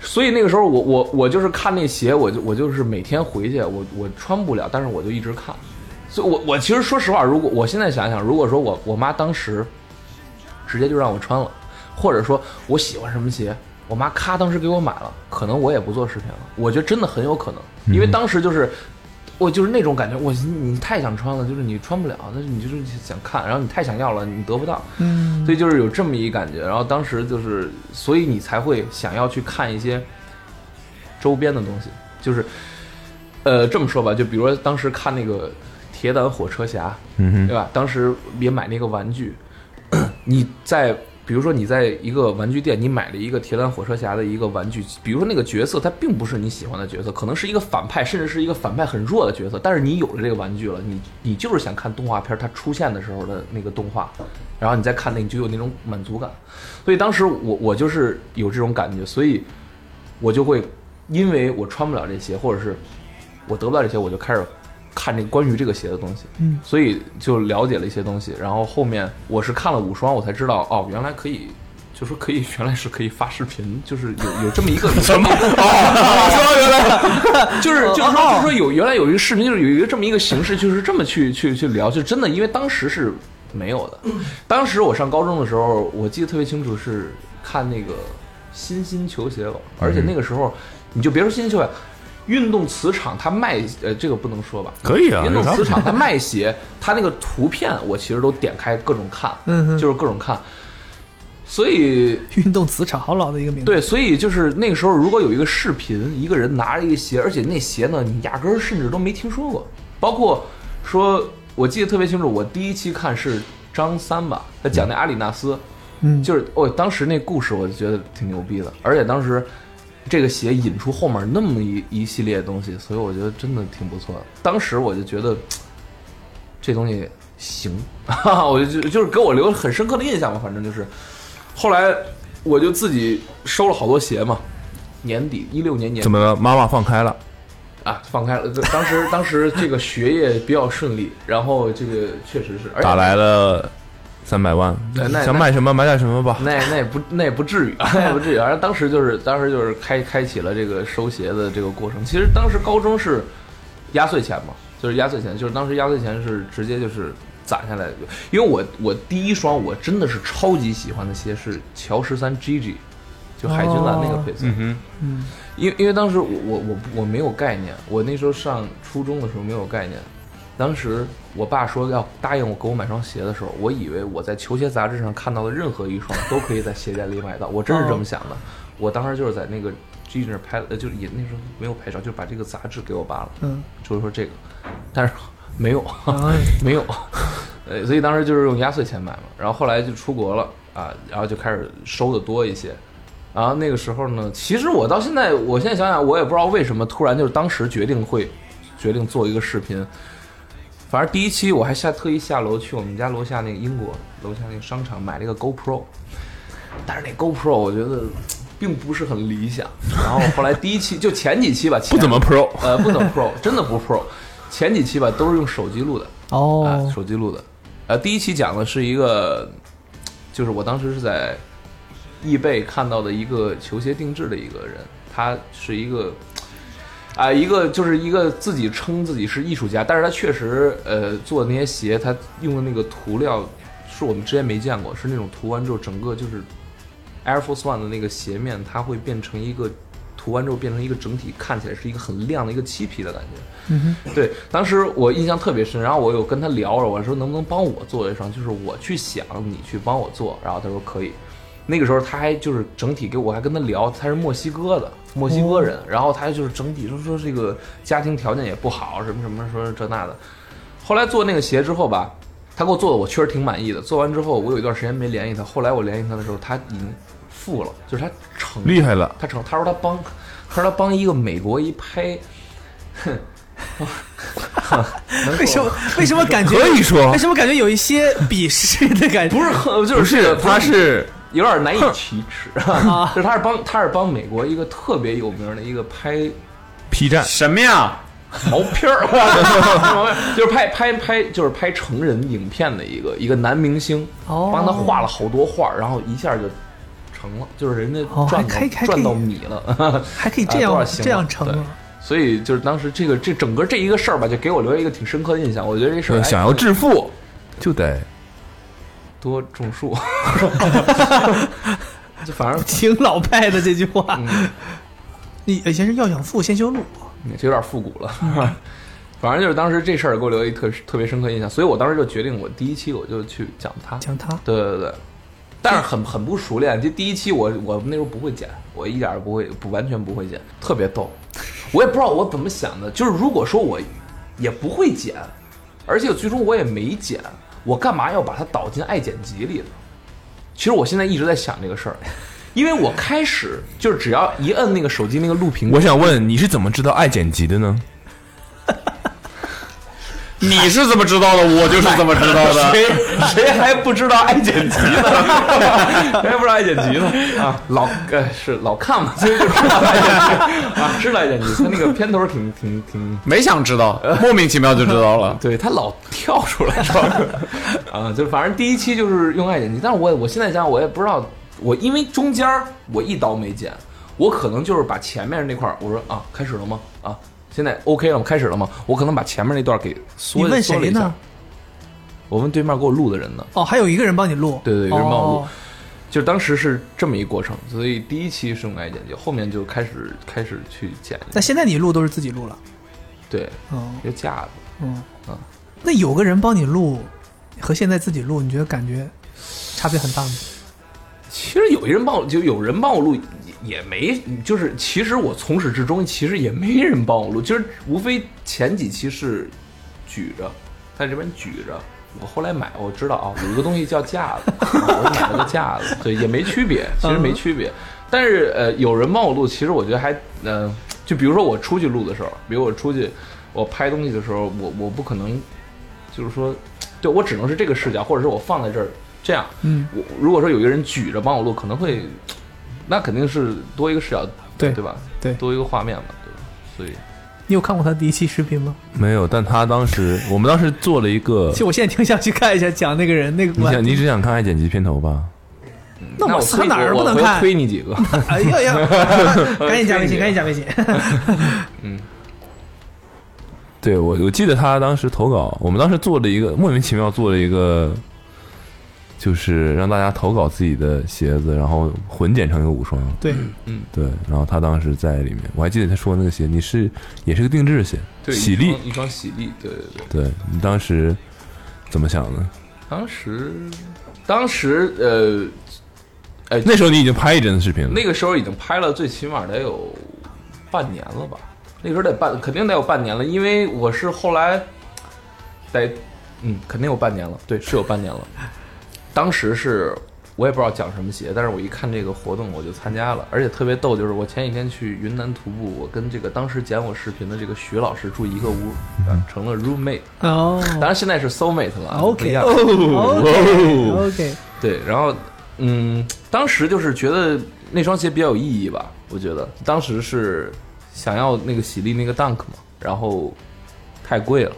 B: 所以那个时候我我我就是看那鞋，我就我就是每天回去，我我穿不了，但是我就一直看。所以我，我其实说实话，如果我现在想想，如果说我我妈当时直接就让我穿了，或者说我喜欢什么鞋，我妈咔当时给我买了，可能我也不做视频了，我觉得真的很有可能，
F: 嗯
B: 因为当时就是。我就是那种感觉，我你太想穿了，就是你穿不了，但是你就是想看，然后你太想要了，你得不到，
C: 嗯，
B: 所以就是有这么一感觉。然后当时就是，所以你才会想要去看一些周边的东西，就是，呃，这么说吧，就比如说当时看那个《铁胆火车侠》，
F: 嗯
B: 对
F: 哼，
B: 吧？当时也买那个玩具，你在比如说你在一个玩具店，你买了一个铁胆火车侠的一个玩具，比如说那个角色它并不是你喜欢的角色，可能是一个反派，甚至是一个反派很弱的角色，但是你有了这个玩具了，你你就是想看动画片它出现的时候的那个动画，然后你再看那，你就有那种满足感。所以当时我我就是有这种感觉，所以我就会因为我穿不了这鞋，或者是我得不到这些，我就开始看这关于这个鞋的东西，
C: 嗯，
B: 所以就了解了一些东西。然后后面我是看了五双，我才知道哦，原来可以。就是可以， 原来是可以发视频，就是有有这么一个什么哦就是就是说，就是说有原来有一个视频，就是有一个这么一个形式，就是这么去去去聊，就真的，因为当时是没有的。当时我上高中的时候，我记得特别清楚，是看那个新星球鞋网，而且那个时候你就别说新星球鞋，运动磁场它卖呃这个不能说吧，
F: 可以啊，
B: 运
F: 有
B: 动
F: 啥
B: 磁场它卖鞋，它那个图片我其实都点开各种看，
C: 嗯哼
B: 就是各种看，所以
C: 运动磁场好老的一个名字，，
B: 对，所以就是那个时候，如果有一个视频，一个人拿着一个鞋，而且那鞋呢，你压根儿甚至都没听说过。包括说，我记得特别清楚，我第一期看是张三吧，他讲那阿里纳斯，
C: 嗯，
B: 就是我、当时那故事，我就觉得挺牛逼的，而且当时。这个鞋引出后面那么一一系列的东西，所以我觉得真的挺不错的。当时我就觉得这东西行， 我就就是给我留了很深刻的印象吧，反正就是。后来我就自己收了好多鞋嘛，年底一六年年底
F: 怎么了？妈妈放开了，
B: 啊放开了。当时当时这个学业比较顺利，然后这个确实是而且
F: 打来了三百万
B: 对那，
F: 想买什么买点什么吧。
B: 那那也不那也不至于， 那也不至于。反正当时就是当时就是开开启了这个收鞋的这个过程。其实当时高中是压岁钱嘛，就是压岁钱，就是当时压岁钱是直接就是攒下来的。因为我我第一双我真的是超级喜欢的鞋是乔十三 GG，就海军蓝那个配色。
F: 哼，
C: 嗯，
B: 因为因为当时我我我我没有概念，我那时候上初中的时候没有概念。当时我爸说要答应我给我买双鞋的时候，我以为我在球鞋杂志上看到的任何一双都可以在鞋店里买到，我真是这么想的。我当时就是在那个 G 那儿拍，呃，就是也那时候没有拍照，就把这个杂志给我爸了，
C: 嗯，
B: 就是说这个，但是没有，
C: 哎，
B: 没有，呃，所以当时就是用压岁钱买嘛。然后后来就出国了啊，然后就开始收的多一些。然后那个时候呢，其实我到现在，我现在想想，我也不知道为什么突然就是当时决定会决定做一个视频。反正第一期我还下特意下楼去我们家楼下那个英国楼下那个商场买了一个 GoPro，但是那 GoPro 我觉得并不是很理想。然后后来第一期就前几期吧，前
F: 不怎么 pro，
B: 呃不怎么 Pro，真 的不 Pro。前几期吧都是用手机录的，啊，
C: 哦，
B: 手机录的。呃，第一期讲的是一个，就是我当时是在易贝看到的一个球鞋定制的一个人，他是一个。啊、一个就是一个自己称自己是艺术家，但是他确实，呃，做的那些鞋，他用的那个涂料是我们之前没见过，是那种涂完之后，整个就是 Air Force One 的那个鞋面，它会变成一个涂完之后变成一个整体，看起来是一个很亮的一个漆皮的感觉。
C: 嗯
B: 对，当时我印象特别深，然后我有跟他聊了，我说能不能帮我做一双，就是我去想，你去帮我做，然后他说可以。那个时候他还就是整体给我还跟他聊，他是墨西哥的墨西哥人，然后他就是整体就说这个家庭条件也不好，什么什么说这那的。后来做那个鞋之后吧，他给我做的我确实挺满意的。做完之后我有一段时间没联系他，后来我联系他的时候他已经富了，就是他成
F: 厉害了，
B: 他成，他说他帮，他说他帮一个美国一 拍，哼，能
C: 哼，为什么为什么感觉
F: 可以说
C: 为什么感觉有一些鄙视的感觉？
B: 不是很就
F: 不
B: 是这
F: 是
B: 个，
F: 他是
B: 有点难以启 齿，啊
C: 啊
B: 就是他是帮他是帮美国一个特别有名的一个拍
F: P 站，
D: 什么呀？
B: 毛片 儿， 就是拍拍拍就是拍成人影片的一个一个男明星，
C: 哦
B: 帮他画了好多画儿，然后一下就成了，就是人家
C: 哦
B: 赚
C: 还
B: 到、
C: 可以还可以
B: 赚到米了。
C: 还可以这
B: 啊
C: 样、
B: 多少行了
C: 这样成
B: 对
C: 啊？
B: 所以就是当时这个这整个这一个事儿吧，就给我留下一个挺深刻的印象。我觉得这事儿
F: 呃
B: 哎
F: 想要致富就得
B: 多种树，就反正
C: 挺老派的这句话。
B: 嗯
C: 你以前是要想富，先修路。
B: 这有点复古了。反正就是当时这事儿给我留一特特别深刻印象，所以我当时就决定，我第一期我就去讲它。
C: 讲他
B: 对对对，但是很很不熟练。就第一期我我那时候不会剪，我一点儿不会，不完全不会剪，特别逗。我也不知道我怎么想的，就是如果说我也不会剪，而且最终我也没剪，我干嘛要把它导进爱剪辑里呢？其实我现在一直在想这个事儿，因为我开始就是只要一摁那个手机那个录屏，
F: 我想问你是怎么知道爱剪辑的呢？
D: 你是怎么知道的？我就是怎么知道的。
B: 谁 谁还不知道爱剪辑 呢？谁还不知道爱剪辑呢？ 啊，老呃是老看嘛，所以就知道爱剪辑啊，知道爱剪辑。他那个片头挺挺挺，
D: 没想知道，莫名其妙就知道了。
B: 对他老跳出来是吧？ 啊，就反正第一期就是用爱剪辑，但是我我现在想我也不知道，我因为中间儿我一刀没剪，我可能就是把前面那块儿我说啊开始了吗啊。现在 OK 了吗？开始了吗？我可能把前面那段给缩
C: 你问
B: 缩了
C: 谁
B: 一下
C: 呢？
B: 我问对面给我录的人呢。
C: 哦，还有一个人帮你录。
B: 对对有人帮我录
C: 哦
B: 就当时是这么一过程，所以第一期是用爱剪辑，后面就开始开始去剪，
C: 那现在你录都是自己录了。
B: 对，
C: 哦，
B: 有架子。
C: 嗯
B: 嗯
C: 那有个人帮你录，和现在自己录，你觉得感觉差别很大吗？
B: 其实有一人帮我，就有人帮我录，也也没，就是其实我从始至终其实也没人帮我录，就是无非前几期是举着，在这边举着。我后来买，我知道啊、有一个东西叫架子， 我买了个架子，对，也没区别，其实没区别。但是呃，有人帮我录，其实我觉得还呃，就比如说我出去录的时候，比如我出去我拍东西的时候，我我不可能就是说，对我只能是这个视角，或者是我放在这儿这样。
C: 嗯，
B: 我如果说有一个人举着帮我录，可能会，那肯定是多一个视角，
C: 对
B: 对吧？
C: 对
B: 多一个画面嘛，对吧？所以
C: 你有看过他第一期视频吗？
F: 没有，但他当时我们当时做了一个
C: 其，实我现在挺想去看一下，讲那个人那个
F: 你想你只想看爱剪辑片头吧？
C: 那
B: 我
C: 我
B: 推
C: 上哪儿
B: 我
C: 不能
B: 我
C: 看？
B: 推你几个，
C: 哎呀呀！赶紧加
B: 推
C: 微信，
B: 你
C: 赶紧加微信。
F: 对我我记得他当时投稿，我们当时做了一个莫名其妙做了一个，就是让大家投稿自己的鞋子，然后混剪成一个五双。
C: 对，
F: 对，然后他当时在里面，我还记得他说那个鞋，你是也是个定制鞋，
B: 对，
F: 喜
B: 一
F: 力
B: 双，一双喜力，对对对。
F: 对你当时怎么想的？
B: 当时，当时呃，
F: 那时候你已经拍一帧视频了，
B: 那个时候已经拍了，最起码得有半年了吧？那个时候得半，肯定得有半年了，因为我是后来得，嗯，肯定有半年了，对，是有半年了。当时是我也不知道讲什么鞋，但是我一看这个活动我就参加了，而且特别逗，就是我前几天去云南徒步，我跟这个当时剪我视频的这个徐老师住一个屋，啊成了 roommate，
C: 哦
B: 当然现在是 soul mate 了啊不一
C: ，OK，
B: 样
C: 哦，OK，
B: 对，然后，嗯，当时就是觉得那双鞋比较有意义吧，我觉得当时是想要那个喜力那个 Dunk 嘛，然后太贵了，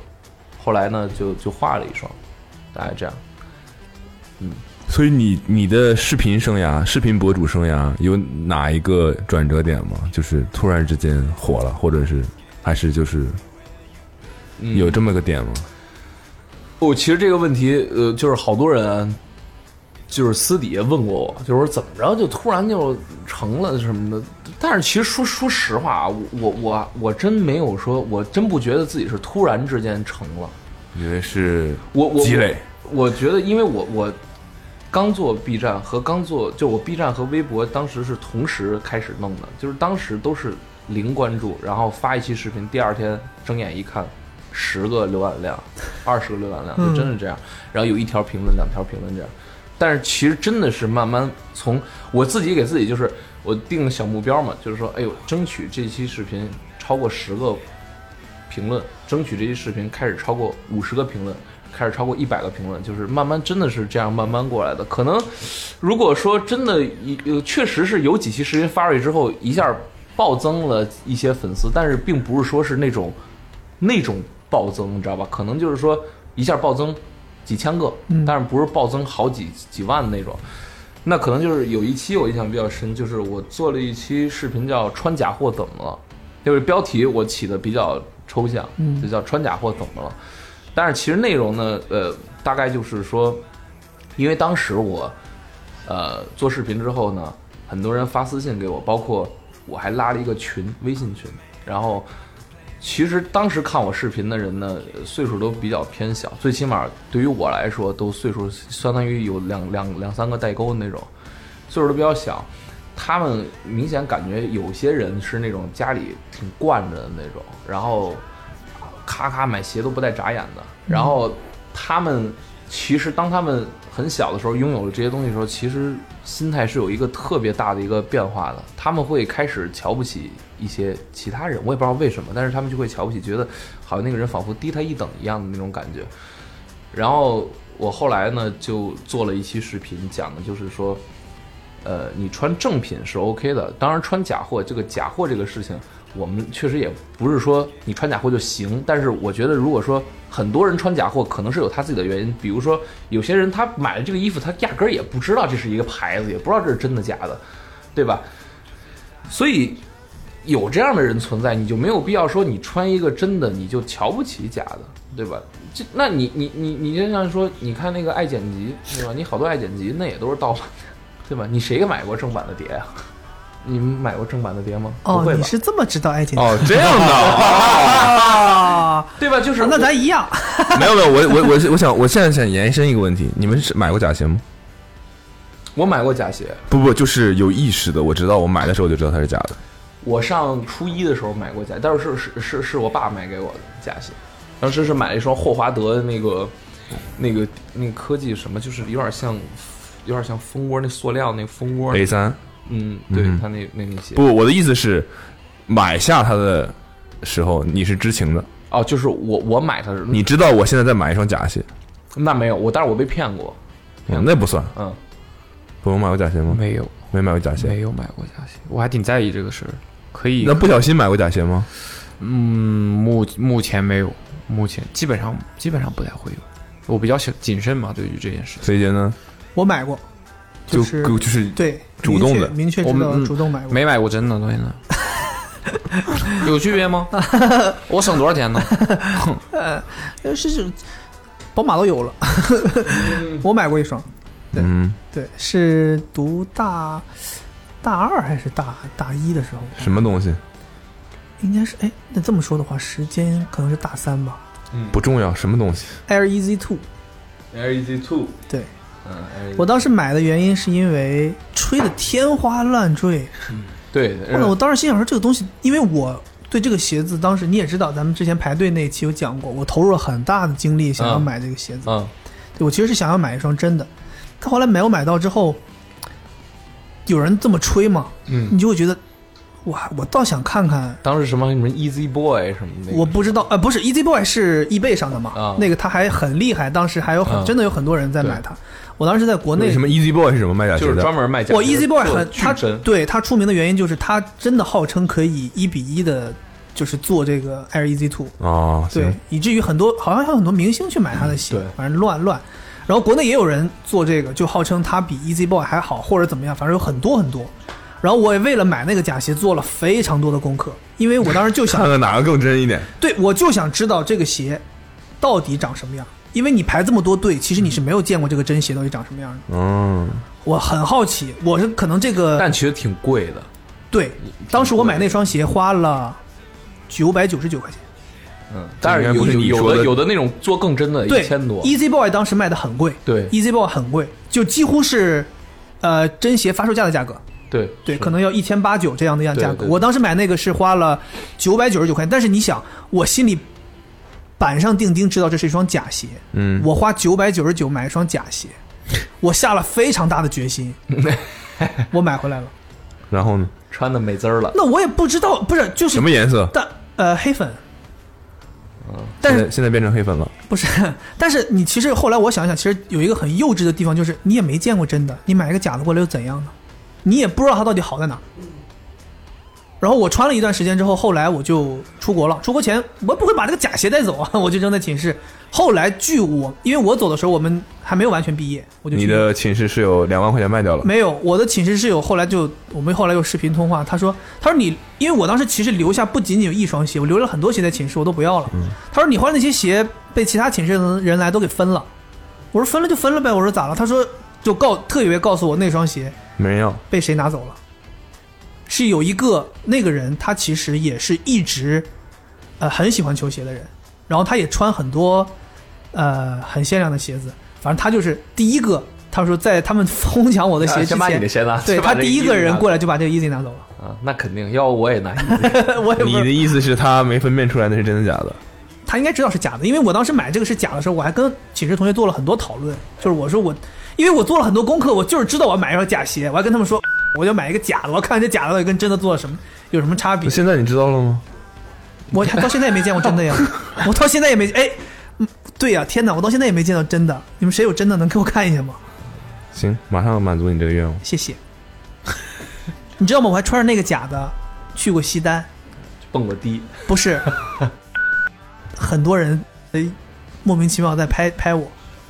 B: 后来呢就就画了一双，大概这样。
F: 所以你你的视频生涯、视频博主生涯有哪一个转折点吗？就是突然之间火了，或者是还是就是
B: 嗯
F: 有这么个点吗？
B: 哦，其实这个问题，呃，就是好多人就是私底下问过我，就是说怎么着就突然就成了什么的。但是其实说说实话啊，我我我我真没有说，我真不觉得自己是突然之间成了。
F: 因为是
B: 我我
F: 积累
B: 我，我觉得因为我我刚做 B 站和刚做就我 B 站和微博当时是同时开始弄的，就是当时都是零关注，然后发一期视频，第二天睁眼一看。十个浏览量，二十个浏览量，就真是这样。然后有一条评论，两条评论这样。但是其实真的是慢慢从我自己给自己就是我定小目标嘛，就是说，哎呦，争取这期视频超过十个评论，争取这期视频开始超过五十个评论，开始超过一百个评论，就是慢慢真的是这样慢慢过来的。可能如果说真的，一呃确实是有几期视频发出去之后一下暴增了一些粉丝，但是并不是说是那种那种暴增，你知道吧？可能就是说一下暴增几千个，但是不是暴增好几几万那种。那可能就是有一期我印象比较深，就是我做了一期视频叫“穿假货怎么了”，就是标题我起的比较抽象，就叫“穿假货怎么了”。但是其实内容呢，呃，呃大概就是说，因为当时我呃做视频之后呢，很多人发私信给我，包括我还拉了一个群，微信群。然后，其实当时看我视频的人呢，呃岁数都比较偏小，最起码对于我来说，都岁数相当于有两两两三个代沟的那种，岁数都比较小。他们明显感觉有些人是那种家里挺惯着的那种，然后咔咔买鞋都不带眨眼的。然后他们其实当他们很小的时候拥有了这些东西的时候，其实心态是有一个特别大的一个变化的。他们会开始瞧不起一些其他人，我也不知道为什么，但是他们就会瞧不起，觉得好像那个人仿佛低他一等一样的那种感觉。然后我后来呢，就做了一期视频，讲的就是说，呃，你穿正品是 OK 的，当然穿假货，这个假货这个事情，我们确实也不是说你穿假货就行。但是我觉得，如果说很多人穿假货，可能是有他自己的原因，比如说有些人他买了这个衣服，他压根儿也不知道这是一个牌子，也不知道这是真的假的，对吧？所以有这样的人存在，你就没有必要说你穿一个真的你就瞧不起假的，对吧？这那你你你你就像说，你看那个爱剪辑，对吧？你好多爱剪辑那也都是盗版的，对吧？你谁买过正版的碟呀、你们买过正版的碟吗？不
C: 哦，
B: 会
C: 你
B: 吧？
C: 是这么知道爱情
F: 哦，这样的 啊，
C: 啊？
B: 对吧？就是
C: 那
B: 我
C: 咱一样，
F: 没有没有，我我我是我想我现在想延伸一个问题，你们是买过假鞋吗？
B: 我买过假鞋，
F: 不不，就是有意识的，我知道我买的时候就知道它是假的。
B: 我上初一的时候买过假，但是是是是是我爸买给我的假鞋，当时是买了一双霍华德的那个那个那个科技什么，就是有点像有点像蜂窝那塑料那蜂窝，
D: 哎
F: A 三
B: 嗯，对
F: 嗯
B: 他那那那鞋，
F: 不，我的意思是，买下它的时候你是知情的，
B: 哦，就是我我买它的时候，
F: 你知道我现在在买一双假鞋，
B: 那没有我，但是我被骗过，
F: 嗯那不算。
B: 嗯，
F: 不，我买过假鞋吗？
D: 没有
F: 没买过假鞋。
D: 没有买过假鞋，我还挺在意这个事儿。 可以
F: 那，不小心买过假鞋吗？
D: 嗯，目目前没有，目前基本上基本上不太会有。我比较小谨慎嘛，对于这件事情，
F: 飞姐呢？
C: 我买过，
F: 就是就是
C: 对
F: 主动的
C: 明确明确
D: 我
C: 知
D: 们
C: 道
D: 嗯
C: 主动买过，
D: 没买过真的东西 呢。有区别吗？我省多少钱呢？
C: 呃是是宝马都有了，我买过一双，对
F: 嗯，
C: 对，是读大大二还是大大一的时候，
F: 什么东西
C: 应该是哎，那这么说的话，时间可能是大三吧
F: 不重要，什么东西？
C: ，Air Easy Two。
B: ，LEG E Two，
C: 对
B: 嗯，
C: 我当时买的原因是因为吹得天花乱坠，
B: 对，
C: 或者我当时心想说这个东西，因为我对这个鞋子，当时你也知道，咱们之前排队那一期有讲过，我投入了很大的精力想要
B: 嗯
C: 买这个鞋子，
B: 嗯，
C: 对我其实是想要买一双真的，但后来没有买到之后，有人这么吹嘛，
B: 嗯哎
C: 你就会觉得，哇，我倒想看看，
B: 当时什么什么 Easy Boy 什么的，
C: 我不知道，呃，不是 Easy Boy 是易贝上的嘛，
B: 啊
C: 那个它还很厉害，当时还有很、
B: 啊
C: 真的有很多人在买它，我当时在国内
F: 什么 Easy Boy 是什么卖假
B: 就
F: 鞋
B: 是专
F: 的？
B: 门卖假鞋，
C: 我 Easy Boy 很
B: 巨
C: 他
B: 真，
C: 对他出名的原因就是他真的号称可以一比一的，就是做这个 Air Easy Two，
F: 哦，
C: 对
F: 行，，
C: 以至于很多好像还有很多明星去买他的鞋，
B: 对
C: 反正乱乱。然后国内也有人做这个，就号称他比 Easy Boy 还好，或者怎么样，反正有很多很多。然后我也为了买那个假鞋做了非常多的功课，因为我当时就 想
F: 看看哪个更真一点。
C: 对，我就想知道这个鞋到底长什么样，因为你排这么多队，其实你是没有见过这个真鞋到底长什么样的。
F: 嗯，
C: 我很好奇，我是可能这个
B: 但其实挺贵的，
C: 对，当时我买那双鞋花了九百九十九块钱。
B: 嗯，但是
F: 应该
B: 有
F: 不是你
B: 有
F: 说
B: 的
F: 的
B: 有的那种做更真的，
C: 对，
B: 一千多，
C: Easy Boy 当时卖的很贵，
B: 对
C: ，Easy Boy 很贵，就几乎是呃真鞋发售价的价格。
B: 对
C: 对，
B: 是
C: 可能要一千八九这样的样
B: 对
C: 价格。
B: 对对
C: 我当时买那个是花了九百九十九块钱，但是你想，我心里板上钉钉知道这是一双假鞋，
F: 嗯，
C: 我花九百九十九买一双假鞋，我下了非常大的 决心，我买回来了。
F: 然后呢？
B: 穿的美滋儿了，
C: 那我也不知道，不是就是
F: 什么颜色？
C: 但呃黑粉，但
F: 现
C: 是
F: 在现在变成黑粉了。
C: 不是， 但是你其实后来我想想，其实有一个很幼稚的地方，就是你也没见过真的，你买一个假的过来又怎样呢？你也不知道它到底好在哪儿。然后我穿了一段时间之后，后来我就出国了。出国前我不会把这个假鞋带走啊， 我就扔在寝室。后来据我，因为我走的时候我们还没有完全毕业，我就去
F: 你的寝室室友两万块钱卖掉了。
C: 没有，我的寝室室友后来就我们后来又视频通话，他说他说你，因为我当时其实留下不仅仅有一双鞋，我留了很多鞋在寝室，我都不要了。
F: 嗯
C: 他说你花那些鞋被其他寝室的人来都给分了，我说分了就分了呗，我说咋了？他说就告特意告诉我那双鞋
F: 没人要，
C: 被谁拿走了？是有一个那个人，他其实也是一直呃很喜欢球鞋的人，然后他也穿很多呃很限量的鞋子，反正他就是第一个。他说，在他们哄抢我的鞋之
B: 先把你
C: 前
B: 的，鞋拿，
C: 对
B: 先把
C: 他
B: 这
C: 第一个人过来就把这个 Easy 拿走了。
B: 来啊，那肯定，要不我也拿。
C: 我也不
F: 你
C: 知道
F: 的意思是他没分辨出来那是真的假的？
C: 他应该知道是假的，因为我当时买这个是假的时候，我还跟寝室同学做了很多讨论，就是我说我，因为我做了很多功课，我就是知道我要买一双假鞋，我还跟他们说，我要买一个假的，我要看看这假的到底跟真的做了什么有什么差别。
F: 现在你知道了吗？
C: 我还到现在也没见过真的 呀，我到现在也没哎，嗯对呀、天哪，我到现在也没见到真的，你们谁有真的能给我看一下吗？
F: 行，马上满足你这个愿望。
C: 谢谢。你知道吗？我还穿着那个假的去过西单，
B: 蹦过迪，
C: 不 是，很多人呃莫名其妙在拍拍我，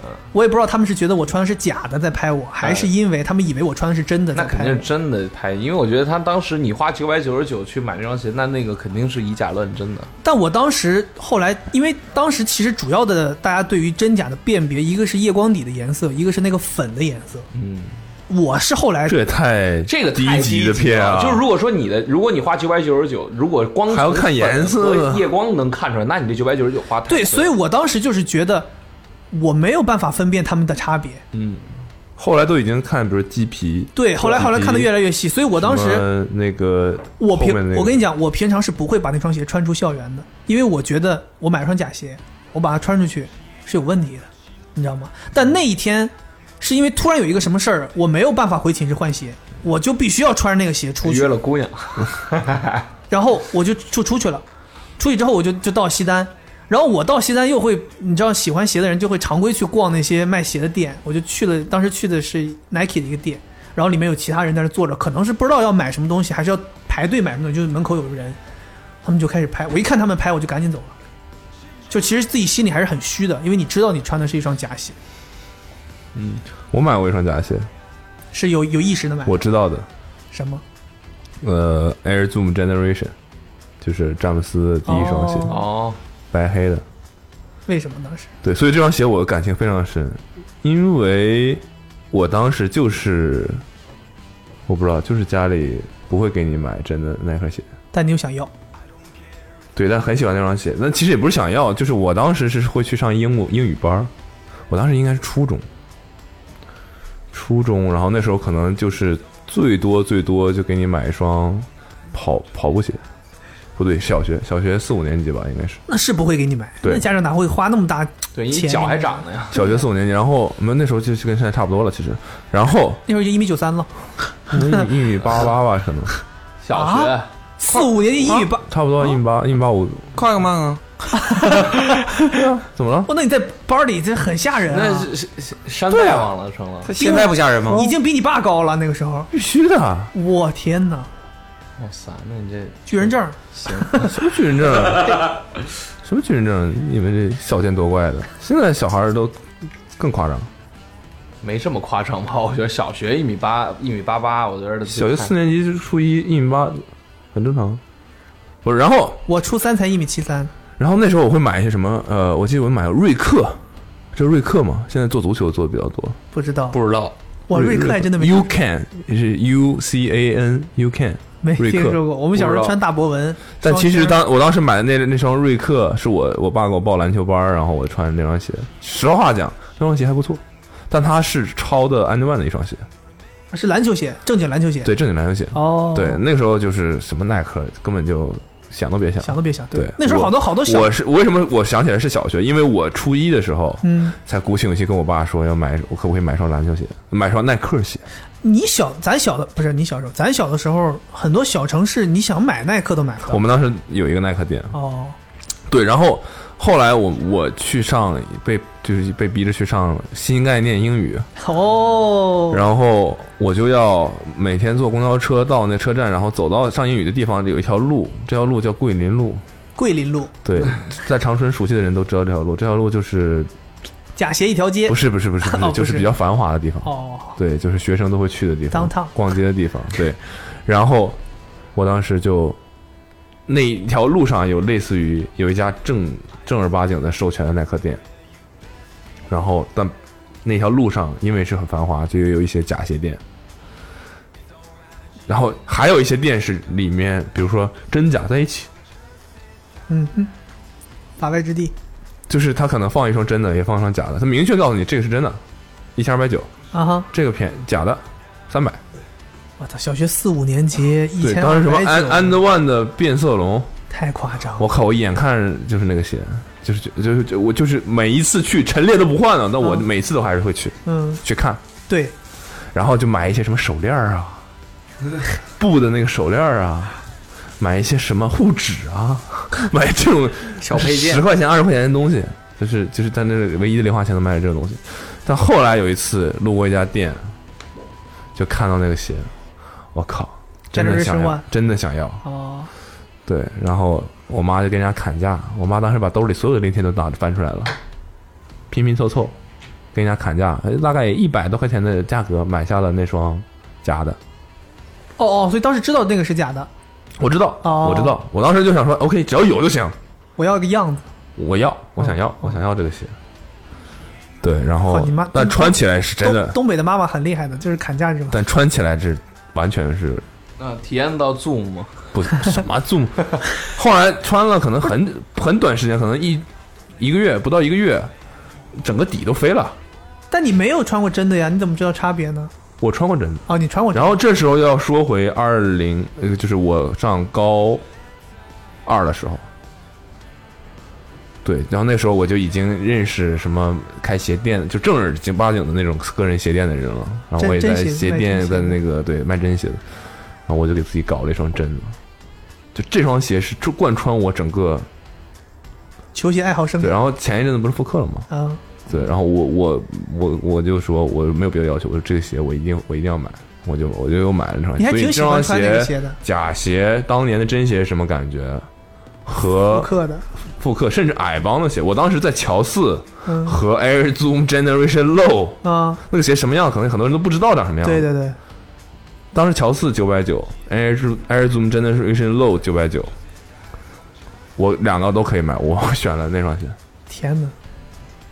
B: 嗯
C: 我也不知道他们是觉得我穿的是假的在拍我，还是因为他们以为我穿的是真的在
B: 哎那肯
C: 拍
B: 定
C: 我
B: 是。真的拍，因为我觉得他当时你花九百九十九去买那双鞋，那那个肯定是以假乱真的。
C: 但我当时后来，因为当时其实主要的大家对于真假的辨别，一个是夜光底的颜色，一个是那个粉的颜色。
B: 嗯，
C: 我是后来
F: 这也太
B: 这个
F: 低
B: 太
F: 级的片
B: 了
F: 啊！
B: 就是如果说你的，如果你花九百九十九，如果光
F: 还要
B: 从
F: 看
B: 粉
F: 颜色
B: 和夜光能看出来，那你这九百九十九花太
C: 对，
B: 贵
C: 所以
B: 了
C: 我当时就是觉得我没有办法分辨他们的差别。
B: 嗯，
F: 后来都已经看，比如鸡皮，
C: 对，后来后来看的越来越细，所以我当时
F: 什么那个
C: 我平
F: 后面那个
C: 我跟你讲，我平常是不会把那双鞋穿出校园的，因为我觉得我买双假鞋，我把它穿出去是有问题的，你知道吗？但那一天是因为突然有一个什么事儿，我没有办法回寝室换鞋，我就必须要穿着那个鞋出去
B: 约，了姑娘，
C: 然后我就就出去了。出去之后我就就到西单，然后我到西单又会，你知道喜欢鞋的人就会常规去逛那些卖鞋的店，我就去了，当时去的是 Nike 的一个店，然后里面有其他人在那坐着，可能是不知道要买什么东西，还是要排队买什么东西，就是门口有人，他们就开始拍，我一看他们拍我就赶紧走了，就其实自己心里还是很虚的，因为你知道你穿的是一双假鞋，
F: 我买过一双假鞋，
C: 是有有意识的买
F: 我知道的，
C: 什么，
F: 呃，Air Zoom Generation，就是詹姆斯的第一双鞋，
C: 哦
B: 哦，
F: 白黑的。
C: 为什么当时？
F: 对，所以这双鞋我感情非常深，因为我当时就是我不知道，就是家里不会给你买真的耐克鞋，
C: 但你又想要，
F: 对，但很喜欢那双鞋。但其实也不是想要，就是我当时是会去上英语英语班儿，我当时应该是初中，初中，然后那时候可能就是最多最多就给你买一双跑跑步鞋，不对，小学小学四五年级吧，应该是
C: 那是不会给你买，
F: 对
C: 那家长哪会花那么大？
B: 对，你
C: 前
B: 脚
C: 面
B: 还长呢呀，
F: 小学四五年级。然后我们那时候就是跟现在差不多了，其实，然 后
C: 那会儿就一米九三了，
F: 可能一一米八八吧，可能
B: 小
C: 啊
B: 学
C: 四五年级一米八，
F: 差不多一米八一米八五。
D: 快个慢啊！
F: 怎么了？
C: 哇，那你在班里这很吓人
B: 那
C: 啊！
B: 是是是山大王了成了，
D: 他现在不吓人吗？
C: 已经比你爸高了，那个时候，
F: 必须的啊，
C: 我天哪！
B: 哇塞，那你这
C: 巨人证，
B: 行，
F: 什么巨人症啊？ 什么巨人症？你们这小见多怪的！现在小孩儿都更夸张，
B: 没这么夸张吧？我觉得小学一米八一米八八，我觉得
F: 小学四年级就初一一米八，很正常。不是，然后
C: 我初三才一米七三，
F: 然后那时候我会买一些什么？呃，我记得我买过瑞克，这瑞克嘛，现在做足球做的比较多。
C: 不知道。
B: 不知道，
C: 我瑞克还真的没
F: You can 也是 U C A N You can。
C: 没
F: 瑞克
C: 听说过。我们小时
B: 不知
C: 候
B: 道
C: 穿大博文，
F: 但其实
C: 双肩
F: 当我当时买的那那双瑞克是我我爸给我报篮球班儿，然后我穿那双鞋。实话讲，那双鞋还不错，但它是抄的 And One 的一双鞋，
C: 是篮球鞋，正经篮球鞋。
F: 对正经篮球鞋。
C: 哦，
F: 对，，那个时候就是什么耐克，根本就想都别想。
C: 想都别想。
F: 对
C: 那时候
F: 我
C: 好多好多小，
F: 我是为什么我想起来是小学，因为我初一的时候
C: 嗯，
F: 才鼓起勇气跟我爸说要买，我可不可以买双篮球鞋，买双耐克鞋？
C: 你小咱小的不是你小时候，咱小的时候很多小城市，你想买耐克都买不到。
F: 我们当时有一个耐克店，
C: 哦，
F: 对，然后后来我我去上被就是被逼着去上新概念英语，
C: 哦，
F: 然后我就要每天坐公交车到那车站，然后走到上英语的地方有一条路，这条路叫桂林路。
C: 桂林路
F: 对，在长春熟悉的人都知道这条路，这条路就是
C: 假鞋一条街
F: 不。是不是不是 不
C: 哦
F: 是，
C: 不
F: 就是
C: 是
F: 比较繁华的地方。
C: 哦，
F: 对，就是学生都会去的地方
C: Downtown，
F: 逛街的地方。对，然后我当时就那一条路上有类似于有一家正正儿八经的授权的耐克店，然后但那条路上因为是很繁华，就有一些假鞋店。然后还有一些店是里面，比如说真假在一起，
C: 嗯哼，法外之地，
F: 就是他可能放一双真的，也放一双假的，他明确告诉你这个是真的，一千二百九，
C: 啊哈！
F: 这个便宜假的三百。
C: 我操，小学四五年级一
F: 对，
C: 千
F: 当时
C: 二
F: 什么
C: 百
F: 安安德
C: 九，
F: 万的变色龙，
C: 太夸张了
F: 我。靠，我一眼看就是那个鞋，就是就就是就我就是每一次去陈列都不换了，但我
C: 嗯
F: 每次都还是会去
C: 嗯，
F: 去看，
C: 对，
F: 然后就买一些什么手链儿啊，布的那个手链儿啊，买一些什么护指啊， 买这种
D: 小配件
F: 十块钱、二十块钱的东西，就是就是在那里唯一的零花钱能买点这种东西。但后来有一次路过一家店，就看到那个鞋，我靠，真的想
C: 战略
F: 要
C: 万，
F: 真的想要。
C: 哦，
F: 对，然后我妈就跟人家砍价，我妈当时把兜里所有的零钱都拿翻出来了，拼拼凑凑跟人家砍价，呃大概一百多块钱的价格买下了那双假的。
C: 哦哦，所以当时知道那个是假的，
F: 我知道，
C: 哦
F: 我知道，我当时就想说，OK，只要有就行，
C: 我要个样子。
F: 我要，我想要，我想要这个鞋。对，然后
C: 嗯靠你妈
F: 但穿起来是真
C: 东
F: 的，
C: 东北的妈妈很厉害的，就是砍价这种。
F: 但穿起来是完全是
B: 那体验到 Zoom 吗？
F: 不什么 Zoom。后 来穿了可能很很短时间，可能一一个月不到一个月，整个底都飞了。
C: 但你没有穿过真的呀，你怎么知道差别呢？
F: 我穿过真的。
C: 哦，你穿过真
F: 然后这时候要说回二零，呃，就是我上高二的时候，对，然后那时候我就已经认识什么开鞋店，就正儿经八经的那种个人鞋店的人了。然后我也
C: 真
F: 在
C: 真鞋
F: 鞋
C: 卖
F: 店，
C: 真
F: 在
C: 鞋
F: 那个对卖真鞋的，然后我就给自己搞了一双真的，就这双鞋是贯穿我整个。
C: 球鞋爱好生
F: 对，
C: 涯
F: 然后前一阵子不是复刻了吗？
C: 啊，
F: 对，然后我我我我就说我没有别的要求，我说这个鞋我一定我一定要买，我就我就又买了这双
C: 你
F: 鞋。
C: 还
F: 所以
C: 挺
F: 这
C: 喜欢
F: 双
C: 穿那
F: 鞋
C: 个鞋的，
F: 假鞋当年的真鞋是什么感觉？
C: 复
F: 和
C: 刻的，
F: 复刻甚至矮帮的鞋，我当时在乔四
C: 嗯
F: 和 Air Zoom Generation Low
C: 啊，
F: 那个鞋什么样，可能很多人都不知道长什么样。
C: 对，对对，
F: 当时乔四九百九，Air Zoom- Air Zoom Generation Low 九百九，我两个都可以买，我 选了那双鞋。
C: 天哪！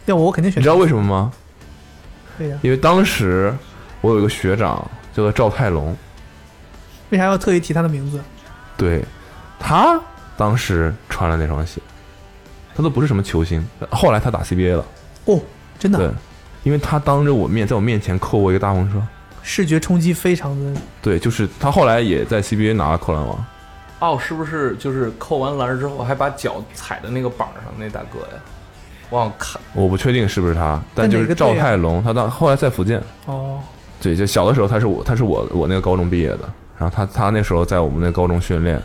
C: 要我我肯定
F: 你
C: 选
F: 知道为什么吗？
C: 对呀，
F: 因为当时我有一个学长叫做赵泰龙，
C: 为啥要特意提他的名字？
F: 对他当时穿了那双鞋，他都不是什么球星，后来他打 CBA 了。
C: 哦，真
F: 对
C: 的，，
F: 因为他当着我面，在我面前扣我一个大红车。
C: 视觉冲击非常的，
F: 对，就是他后来也在 CBA 拿了扣篮王。
B: 哦，是不是就是扣完篮儿之后还把脚踩在那个板儿上那大哥呀？我好像看
F: 我不确定是不是他，但
C: 在
F: 就
C: 哪
F: 是
C: 个
F: 赵
C: 队啊
F: 泰龙，他当后来在福建。
C: 哦，
F: 对，就小的时候他是我，他是我我那个高中毕业的，然后他他那时候在我们那高中训练，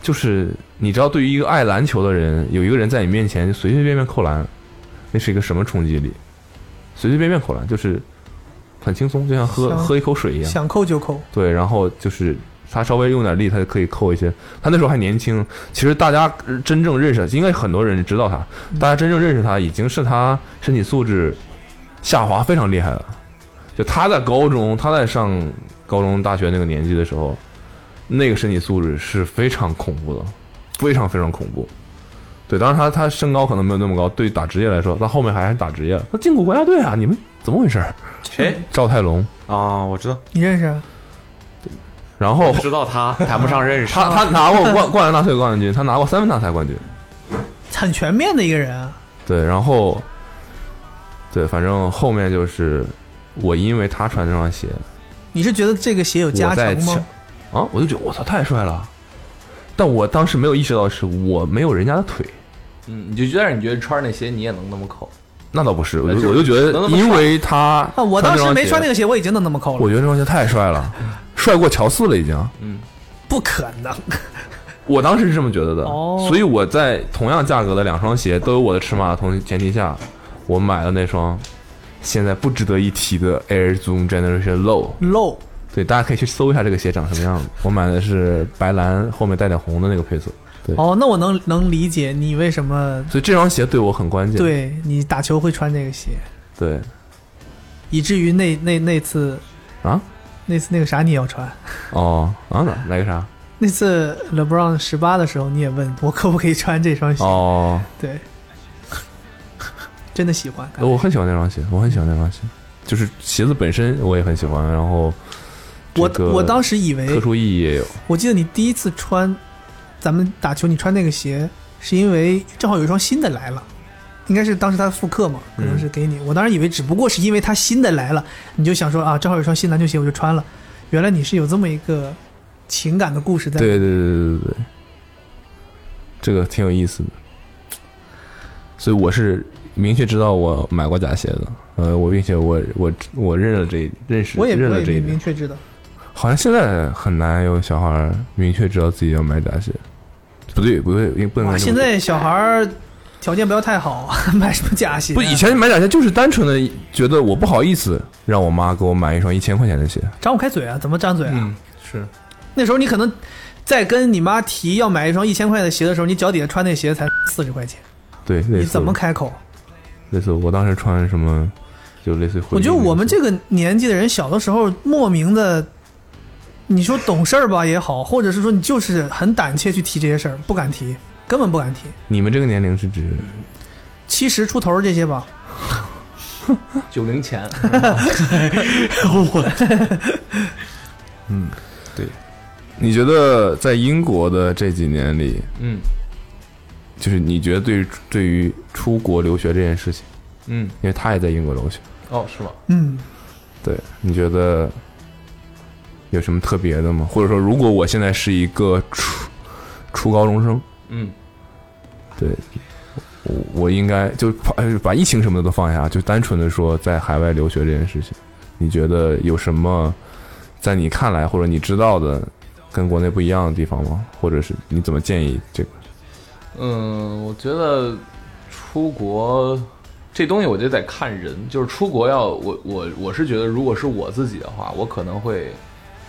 F: 就是你知道，对于一个爱篮球的人，有一个人在你面前就随随便便扣篮，那是一个什么冲击力？随随便便扣篮就是很轻松，就像喝
C: 像
F: 喝一口水一样。
C: 想扣就扣，
F: 对，然后就是他稍微用点力，他就可以扣一些。他那时候还年轻，其实大家呃真正认识，应该很多人知道他，大家真正认识他已经是他身体素质下滑非常厉害了。就他在高中，他在上高中、大学那个年纪的时候，那个身体素质是非常恐怖的，非常非常恐怖。对，当然他他身高可能没有那么高，对于打职业来说，他后面还是打职业了。他进过国家队啊，你们怎么回事？
G: 谁
F: 赵泰龙，
G: 啊？我知道，
C: 你认识啊？
F: 然后
D: 知道他谈不上认识，
F: 他
C: 哦
F: 他拿过 灌灌篮大赛冠军，他拿过三分大赛冠军。
C: 很全面的一个人啊，
F: 对，然后，对，反正后面就是我因为他穿这双鞋
C: 你是觉得这个鞋有加
F: 我在
C: 成吗
F: 抢？啊，我就觉得我操太帅了，但我当时没有意识到是我没有人家的腿，
B: 嗯，你就但是你觉得穿着那鞋你也能那么扣？
F: 那倒不是，我
B: 那
F: 就
B: 就
F: 我就觉
B: 能
F: 得
B: 那么
F: 因为他
C: 啊，我当时没穿那
F: 个，
C: 个鞋，我已经能那么扣了，
F: 我觉得这双鞋太帅了，帅过乔四了已经。
C: 不可能。
F: 我当时是这么觉得的，
C: 哦
F: 所以我在同样价格的两双鞋都有我的尺码的同前提下，我买了那双现在不值得一提的 Air Zoom Generation Low。
C: low
F: 对，大家可以去搜一下这个鞋长什么样子。我买的是白蓝，后面带点红的那个配色。对，
C: 哦，那我能能理解你为什么
F: 所以这双鞋对我很关键。
C: 对你打球会穿这个鞋，
F: 对
C: 以至于那那那次
F: 啊，
C: 那次那个啥你也要穿，
F: 哦啊，哪来个啥？
C: 那次 LeBron 十八的时候你也问我可不可以穿这双鞋，
F: 哦，
C: 对，真的喜欢，
F: 哦
C: 感觉
F: 我很喜欢那双鞋，我很喜欢那双鞋，就是鞋子本身我也很喜欢，然后
C: 我
F: 这个
C: 我当时以为
F: 特，殊意义也有。
C: 我记得你第一次穿，咱们打球你穿那个鞋，是因为正好有一双新的来了，应该是当时他的复刻嘛，
F: 嗯
C: 可能是给你。我当时以为只不过是因为他新的来了，你就想说啊，正好有一双新篮球鞋我就穿了。原来你是有这么一个情感的故事在。
F: 对对对对对对，这个挺有意思的。所以我是明确知道我买过假鞋的，呃，我并且我我我认了这一认识
C: 我也
F: 认
C: 我
F: 了
C: 也
F: 这一
C: 明
F: 点
C: 明。确知道，
F: 好像现在很难有小孩儿明确知道自己要买假鞋。不对，不对，也不能
C: 哇，
F: 这么
C: 现
F: 说
C: 在小孩儿条件不要太好， 买什么假鞋啊？
F: 不以前买假鞋就是单纯的觉得我不好意思让我妈给我买一双一千块钱的鞋，
C: 张不开嘴啊，怎么张嘴啊？
B: 嗯，是
C: 那时候你可能在跟你妈提要买一双一千块的鞋的时候，你脚底下穿那鞋才四十块钱，
F: 对，类
C: 你
F: 似
C: 怎么开口？
F: 类似我当时穿什么，就类似于回
C: 我觉得
F: 忆那
C: 我们
F: 种
C: 这个年纪的人，小的时候莫名的，你说懂事儿吧也好，或者是说你就是很胆怯去提这些事儿，不敢提，根本不敢提。
F: 你们这个年龄是指
C: 七十出头这些吧，
B: 九零前，
F: 你觉得在英国的这几年里，
B: 嗯
F: 就是你觉得对于对于出国留学这件事情，
B: 嗯，
F: 因为他也在英国留学，
B: 哦，是吗？
C: 嗯，
F: 对你觉得有什么特别的吗？或者说，如果我现在是一个初初高中生，
B: 嗯，
F: 对我我应该就把呃把疫情什么的都放下，就单纯的说在海外留学这件事情，你觉得有什么在你看来或者你知道的跟国内不一样的地方吗？或者是你怎么建议这个？
B: 嗯，我觉得出国这东西，我觉得得看人。就是出国要我我我是觉得，如果是我自己的话，我可能会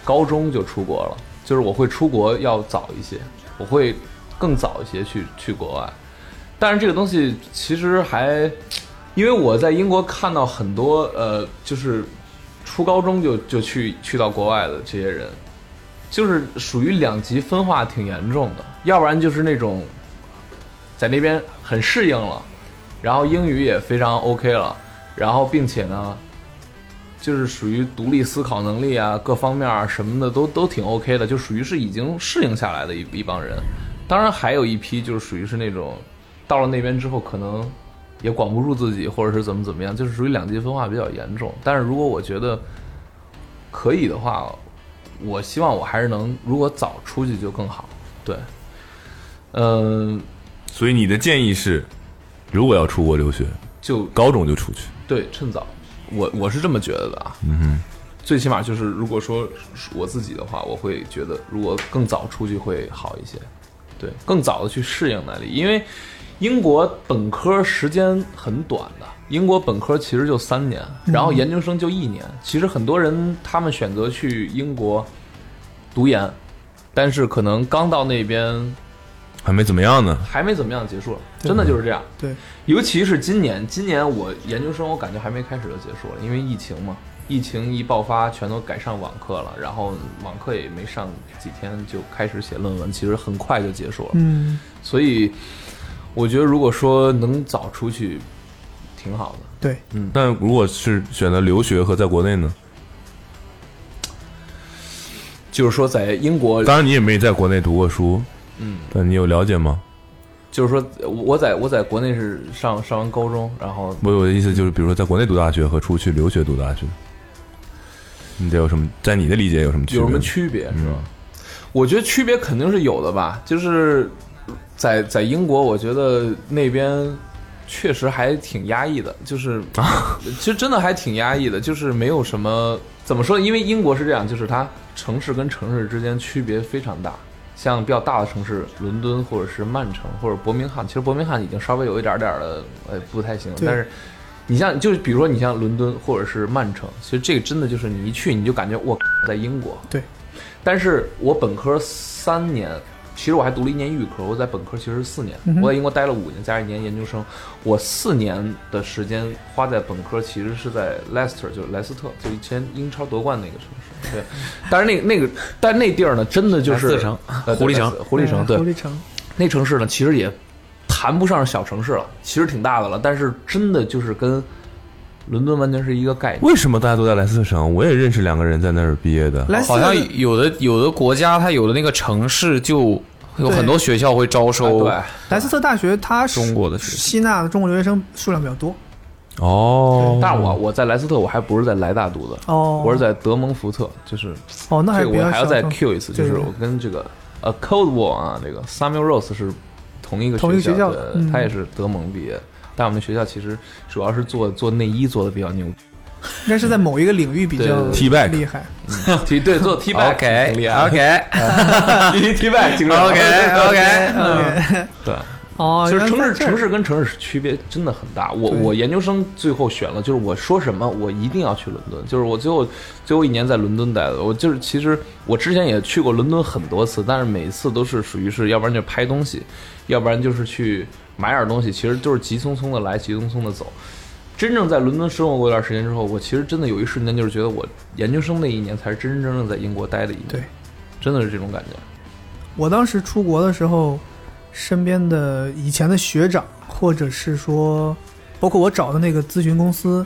B: 高中就出国了，就是我会出国要早一些，我会更早一些去去国外。但是这个东西其实还，因为我在英国看到很多呃，就是初高中就就去去到国外的这些人，就是属于两极分化挺严重的，要不然就是那种在那边很适应了，然后英语也非常 OK 了，然后并且呢，就是属于独立思考能力啊，各方面啊什么的都都挺 OK 的，就属于是已经适应下来的一一帮人。当然还有一批就是属于是那种到了那边之后可能也管不住自己，或者是怎么怎么样，就是属于两极分化比较严重。但是如果我觉得可以的话，我希望我还是能如果早出去就更好。对，嗯、
F: 所以你的建议是，如果要出国留学，
B: 就
F: 高中就出去。
B: 对，趁早，我我是这么觉得的啊。嗯最起码就是，如果说是我自己的话，我会觉得如果更早出去会好一些，对，更早的去适应那里，因为英国本科时间很短的，英国本科其实就三年，然后研究生就一年。其实很多人他们选择去英国读研，但是可能刚到那边
F: 还没怎么样呢，
B: 还没怎么样结束，真的就是这样。
C: 对，
B: 尤其是今年，今年我研究生我感觉还没开始就结束了，因为疫情嘛，疫情一爆发，全都改上网课了，然后网课也没上几天就开始写论文，其实很快就结束了。
C: 嗯，
B: 所以我觉得，如果说能早出去，挺好的。
C: 对，
F: 嗯但如果是选择留学和在国内呢？
B: 就是说，在英国，
F: 当然你也没在国内读过书，
B: 嗯，
F: 但你有了解吗？
B: 就是说我我在我在国内是上上完高中，然后
F: 我我的意思就是，比如说在国内读大学和出去留学读大学，你得有什么？在你的理解有什么区别？嗯
B: 有什么区别是吧？我觉得区别肯定是有的吧，就是在在英国，我觉得那边确实还挺压抑的，就是 其实真的还挺压抑的，就是没有什么怎么说呢？因为英国是这样，就是它城市跟城市之间区别非常大。像比较大的城市，伦敦或者是曼城或者伯明翰，其实伯明翰已经稍微有一点点儿的，呃、不太行。
C: 对
B: 但是你像，就是比如说你像伦敦或者是曼城，其实这个真的就是你一去你就感觉我在英国。
C: 对。
B: 但是我本科三年，其实我还读了一年预科，我在本科其实是四年，
C: 嗯哼
B: 我在英国待了五年，加上一年研究生，我四年的时间花在本科，其实是在 Leicester，就是莱斯特，就以前英超夺冠那个城市。对， 但是那个那个，但是那地儿呢，真的就是
D: 莱斯特城
B: 呃对
D: 狐狸城
B: 莱斯狐狸城，对
C: 狐，狸城，
B: 那城市呢，其实也谈不上是小城市了，其实挺大的了，但是真的就是跟伦敦完全是一个概念。
F: 为什么大家都在莱斯特城？我也认识两个人在那儿毕业
B: 哎
F: 的。
C: 莱斯
D: 好像
C: 特
D: 有的有的国家，它有的那个城市就有
C: 对
D: 很多学校会招
C: 哦
D: 收
B: 啊
C: 莱斯特大学它是
D: 中国的学生。
C: 吸纳的中国留学生数量比较多
F: 哦，
B: 但是我我在莱斯特，我还不是在莱大读的，
C: 哦，
B: 我是在德蒙福特，就是
C: 哦，那还
B: 这
C: 是
B: 个
C: 比
B: 我
C: 较
B: 还要
C: 小
B: 再
C: 众。
B: Q 一次，就是
C: 对
B: 我跟这个 A Cold War 啊，这个 Samuel Rose 是同一个
C: 同一个学校
B: 的
C: 的，嗯
B: 他也是德蒙毕业。但我们学校其实主要是做做内衣做的比较牛，
C: 应该是在某一个领域比较
B: 对
F: T-back
C: 厉害。
B: 对 对，做 T back
D: OK
B: 挺厉害嗯
D: OK
B: ，T T back 挺厉害
D: OK OK，
B: 对，
C: 呃 哦，
B: 嗯其实城
C: 原来
B: 市
C: 在这儿
B: 城市跟城市区别真的很大。我
C: 对
B: 我研究生最后选了，就是我说什么我一定要去伦敦，就是我最后最后一年在伦敦待的。我就是其实我之前也去过伦敦很多次，但是每次都是属于是要不然就拍东西，要不然就是去买点东西，其实就是急匆匆的来，急匆匆的走。真正在伦敦生活过一段时间之后，我其实真的有一瞬间就是觉得我研究生那一年才是真真正正在英国待的一年，
C: 对，
B: 真的是这种感觉。
C: 我当时出国的时候，身边的以前的学长，或者是说，包括我找的那个咨询公司，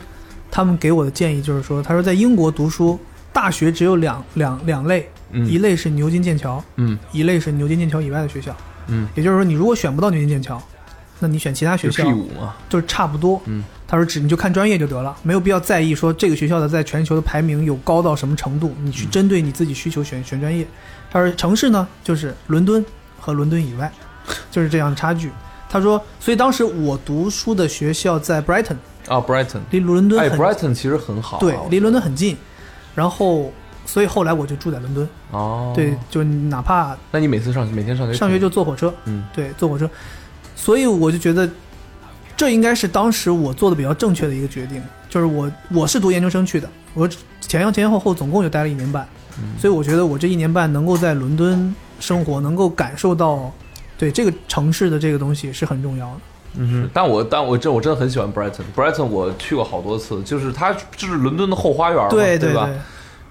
C: 他们给我的建议就是说，他说在英国读书，大学只有两两两类，
B: 嗯
C: 一类是牛津剑桥，
B: 嗯，
C: 一类是牛津剑桥以外的学校。
B: 嗯，
C: 也就是说，你如果选不到牛津剑桥，那你选其他学
B: 就
C: 校
B: P 五嘛，
C: 就是差不多。
B: 嗯，
C: 他说只你就看专业就得了，没有必要在意说这个学校的在全球的排名有高到什么程度，
B: 嗯
C: 你去针对你自己需求选选专业。他说城市呢就是伦敦和伦敦 以外，就是这样的差距。他说，所以当时我读书的学校在 Brighton，
B: 啊，Brighton，
C: 离伦敦
B: 哎
C: 很、
B: ，Brighton 其实很好啊，
C: 对
B: 我，
C: 离伦敦很近。然后，所以后来我就住在伦敦，
B: 哦，
C: 对，就哪怕
B: 那你每次上学，每天上学，
C: 上学就坐火车，
B: 嗯，
C: 对，坐火车，所以我就觉得这应该是当时我做的比较正确的一个决定，就是我我是读研究生去的，我前前前后后总共就待了一年半，
B: 嗯
C: 所以我觉得我这一年半能够在伦敦生活，能够感受到对这个城市的这个东西是很重要的。
B: 嗯但我但我真我真的很喜欢 Brighton。Brighton 我去过好多次，就是它就是伦敦的后花园嘛，
C: 对
B: 对
C: 对
B: 吧？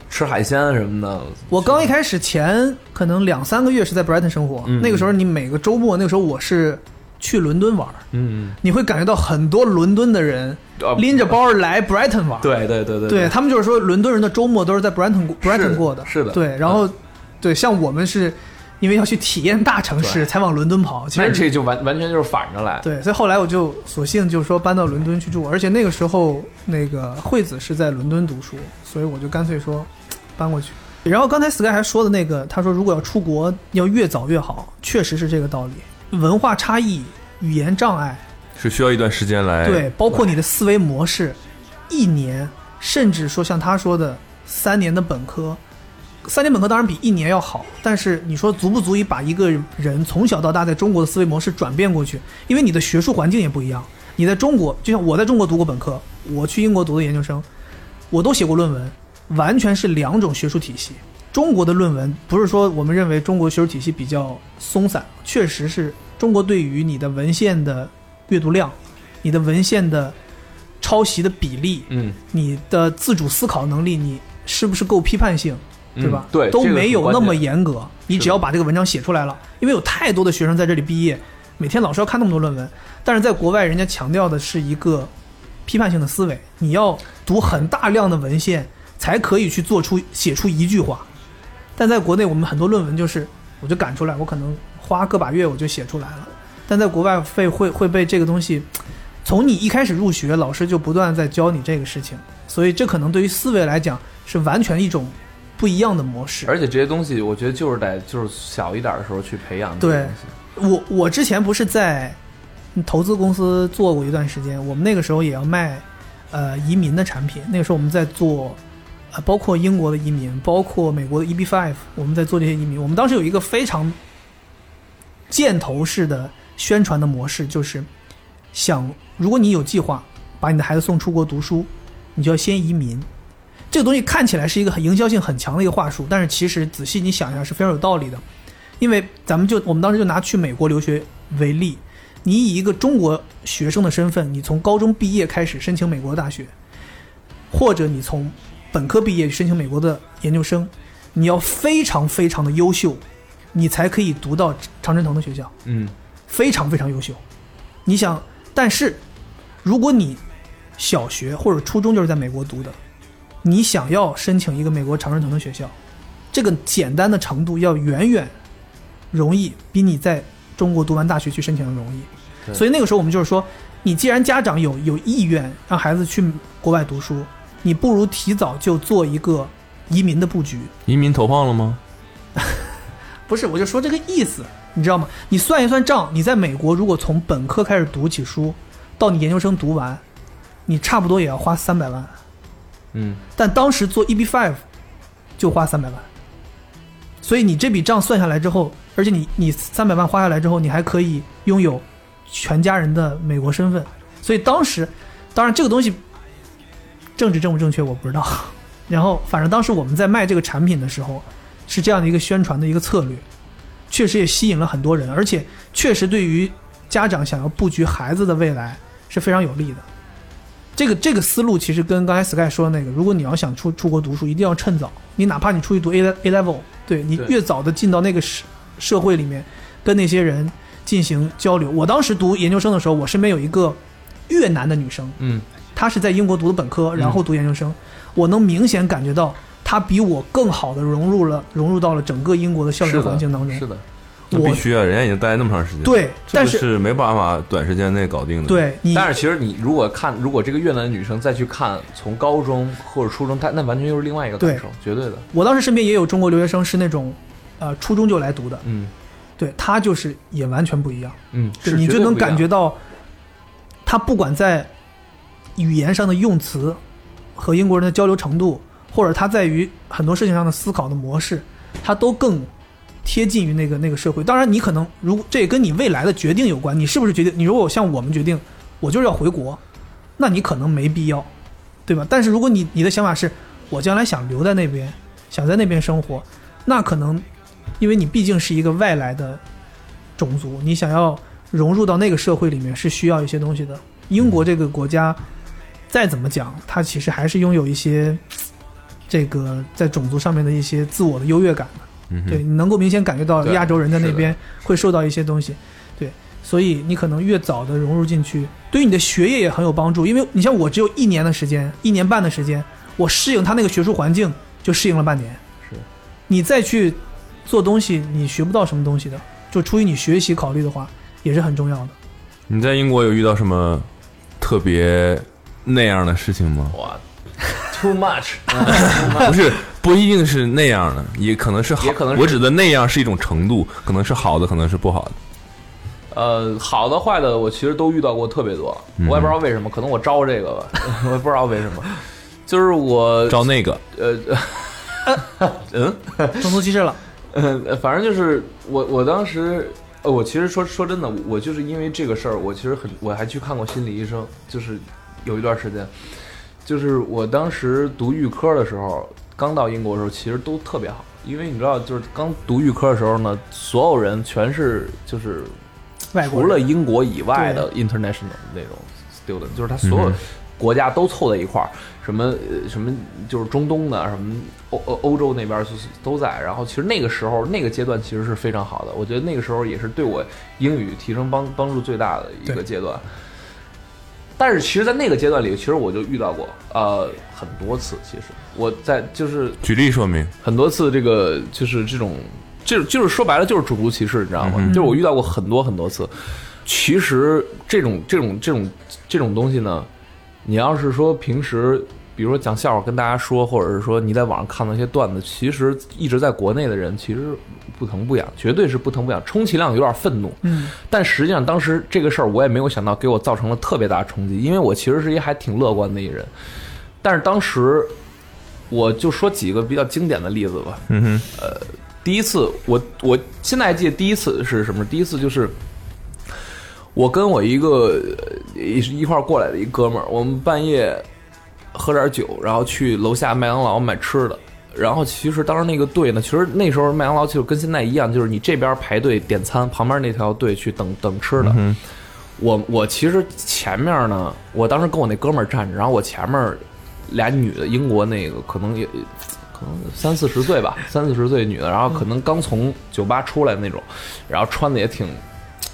B: 吃海鲜啊什么的，
C: 我刚一开始前可能两三个月是在 Brighton 生活，
B: 嗯
C: 那个时候你每个周末，那个时候我是去伦敦玩儿，
B: 嗯，
C: 你会感觉到很多伦敦的人
B: 啊
C: 拎着包儿来 Brighton 玩儿。
B: 对对对对
C: 对，他们就是说，伦敦人的周末都是在 Brighton 过 Brighton 过的，
B: 是的嗯
C: 对，然后，对，像我们是因为要去体验大城市，才往伦敦跑。其
B: 那
C: 实
B: 这就完完全就是反着来，
C: 对，所以后来我就索性就是说搬到伦敦去住，而且那个时候那个惠子是在伦敦读书，所以我就干脆说搬过去。然后刚才 Sky 还说的那个，他说如果要出国，要越早越好，确实是这个道理。文化差异、语言障碍，
F: 是需要一段时间来
C: 对，包括你的思维模式，一年，甚至说像他说的三年的本科，三年本科当然比一年要好，但是你说足不足以把一个人从小到大在中国的思维模式转变过去？因为你的学术环境也不一样，你在中国，就像我在中国读过本科，我去英国读的研究生，我都写过论文，完全是两种学术体系。中国的论文不是说我们认为中国学术体系比较松散，确实是中国对于你的文献的阅读量、你的文献的抄袭的比例、
B: 嗯，
C: 你的自主思考能力，你是不是够批判性，
B: 嗯
C: 对吧？
B: 对
C: 都
B: 这个
C: 没
B: 很
C: 有
B: 关
C: 那么
B: 键
C: 严格。你只要把这个文章写出来了，因为有太多的学生在这里毕业，每天老师要看那么多论文，但是在国外人家强调的是一个批判性的思维，你要读很大量的文献才可以去做出写出一句话。但在国内，我们很多论文就是我就赶出来，我可能花个把月我就写出来了。但在国外会会会被这个东西，从你一开始入学，老师就不断在教你这个事情，所以这可能对于思维来讲是完全一种不一样的模式。
B: 而且这些东西我觉得就是得就是小一点的时候去培养这些
C: 对
B: 东西，
C: 我我之前不是在投资公司做过一段时间，我们那个时候也要卖呃移民的产品，那个时候我们在做。呃，包括英国的移民，包括美国的 EB Five，我们在做这些移民。我们当时有一个非常箭头式的宣传的模式，就是想，如果你有计划把你的孩子送出国读书，你就要先移民。这个东西看起来是一个很营销性很强的一个话术，但是其实仔细你想一下是非常有道理的。因为咱们就我们当时就拿去美国留学为例，你以一个中国学生的身份，你从高中毕业开始申请美国的大学，或者你从本科毕业申请美国的研究生，你要非常非常的优秀，你才可以读到常春藤的学校。
B: 嗯，
C: 非常非常优秀。你想，但是如果你小学或者初中就是在美国读的，你想要申请一个美国常春藤的学校，这个简单的程度要远远容易比你在中国读完大学去申请的容易。所以那个时候我们就是说，你既然家长有有意愿让孩子去国外读书，你不如提早就做一个移民的布局。
F: 移民投放了吗？
C: 不是，我就说这个意思，你知道吗？你算一算账，你在美国如果从本科开始读起书，到你研究生读完，你差不多也要花三百万。
B: 嗯，
C: 但当时做 EB five 就花三百万，所以你这笔账算下来之后，而且你你三百万花下来之后，你还可以拥有全家人的美国身份。所以当时，当然这个东西政治正不正确我不知道。 然后，反正当时我们在卖这个产品的时候，是这样的一个宣传的一个策略，确实也吸引了很多人，而且确实对于家长想要布局孩子的未来是非常有利的。这个这个思路其实跟刚才 Sky 说的那个，如果你要想出出国读书，一定要趁早。你哪怕你出去读 A A level，对你
B: 对
C: 越早的进到那个社社会里面，跟那些人进行交流。我当时读研究生的时候，我身边有一个越南的女生，
B: 嗯，
C: 她是在英国读的本科，然后读研究生，我能明显感觉到她比我更好的融入了融入到了整个英国的校园
B: 是
C: 环
B: 的
C: 境当，中。
B: 是的，
F: 那
C: 我
F: 必须啊，人家已经待那么长时间，，
C: 对，但
F: 是
C: 是
F: 没办法短时间内搞定的。，
C: 对你
B: 但是其实你如果看，如果这个越南的女生再去看从高中或者初中，她那完全又是另外一个感受，绝对的。
C: 我当时身边也有中国留学生是那种，呃，初中就来读的，
B: 嗯
C: 对他就是也完全不一样，
B: 嗯，
C: 对
B: 是
C: 你
B: 绝
C: 就
B: 对
C: 能
B: 不一样
C: 感觉到，他不管在语言上的用词和英国人的交流程度，或者他在于很多事情上的思考的模式，他都更贴近于那个那个社会。当然，你可能如这也跟你未来的决定有关，你是不是决定？你如果像我们决定，我就是要回国，那你可能没必要，对吧？但是如果你你的想法是我将来想留在那边，想在那边生活，那可能因为你毕竟是一个外来的种族，你想要融入到那个社会里面是需要一些东西的。英国这个国家再怎么讲，它其实还是拥有一些这个在种族上面的一些自我的优越感的。
F: 嗯哼
C: 对，你能够明显感觉到
B: 对
C: 亚洲人在那
B: 是的
C: 边会受到一些东西，对，所以你可能越早的融入进去，对你的学业也很有帮助。因为你像我只有一年的时间，一年半的时间，我适应他那个学术环境就适应了半年。
B: 是，
C: 你再去做东西，你学不到什么东西的。就出于你学习考虑的话，也是很重要的。
F: 你在英国有遇到什么特别那样的事情吗？
B: 哇，too much，嗯
F: 不是，不一定是那样的，也可能是好，
B: 也可能是
F: 我指的那样是一种程度，可能是好的，可能是不好的。
B: 呃，好的坏的我其实都遇到过特别多，我也不知道为什么，可能我招这个吧， 我也不知道为什么，就是我
F: 招那个，
B: 呃
C: 种族歧视了，
B: 呃， 反正就是我我当时。呃，我其实说说真的，我就是因为这个事儿，我其实很，我还去看过心理医生，就是有一段时间，就是我当时读预科的时候，刚到英国的时候，其实都特别好，因为你知道，就是刚读预科的时候呢，所有人全是就是
C: 外国
B: 除
C: 人
B: 了英国以外的 international 那种 student，就是他所有国家都凑在一块儿，什么呃什么就是中东的，什么欧欧欧洲那边就是都在。然后其实那个时候那个阶段其实是非常好的，我觉得那个时候也是对我英语提升帮帮助最大的一个
C: 对
B: 阶段。但是其实，在那个阶段里，其实我就遇到过呃很多次。其实我在就是
F: 举例说明。
B: 很多次这个就是这种，这就是说白了就是种族歧视，你知道吗？就是我遇到过很多很多次。其实这种这种这种这种东西呢，你要是说平时，比如说讲笑话跟大家说，或者是说你在网上看到一些段子，其实一直在国内的人其实不疼不痒，绝对是不疼不痒，充其量有点愤怒。
C: 嗯，
B: 但实际上当时这个事儿我也没有想到给我造成了特别大的冲击，因为我其实是一还挺乐观的一人，但是当时我就说几个比较经典的例子吧。呃
F: 嗯哼，
B: 第一次，我我现在还记得第一次是什么？第一次就是我跟我一个呃也是一块儿过来的一哥们儿，我们半夜喝点酒，然后去楼下麦当劳买吃的。然后其实当时那个队呢，其实那时候麦当劳就跟现在一样，就是你这边排队点餐，旁边那条队去等等吃的。
F: 嗯
B: 我我其实前面呢，我当时跟我那哥们儿站着，然后我前面俩女的，英国那个可能也可能三四十岁吧，三四十岁女的，然后可能刚从酒吧出来那种，然后穿的也挺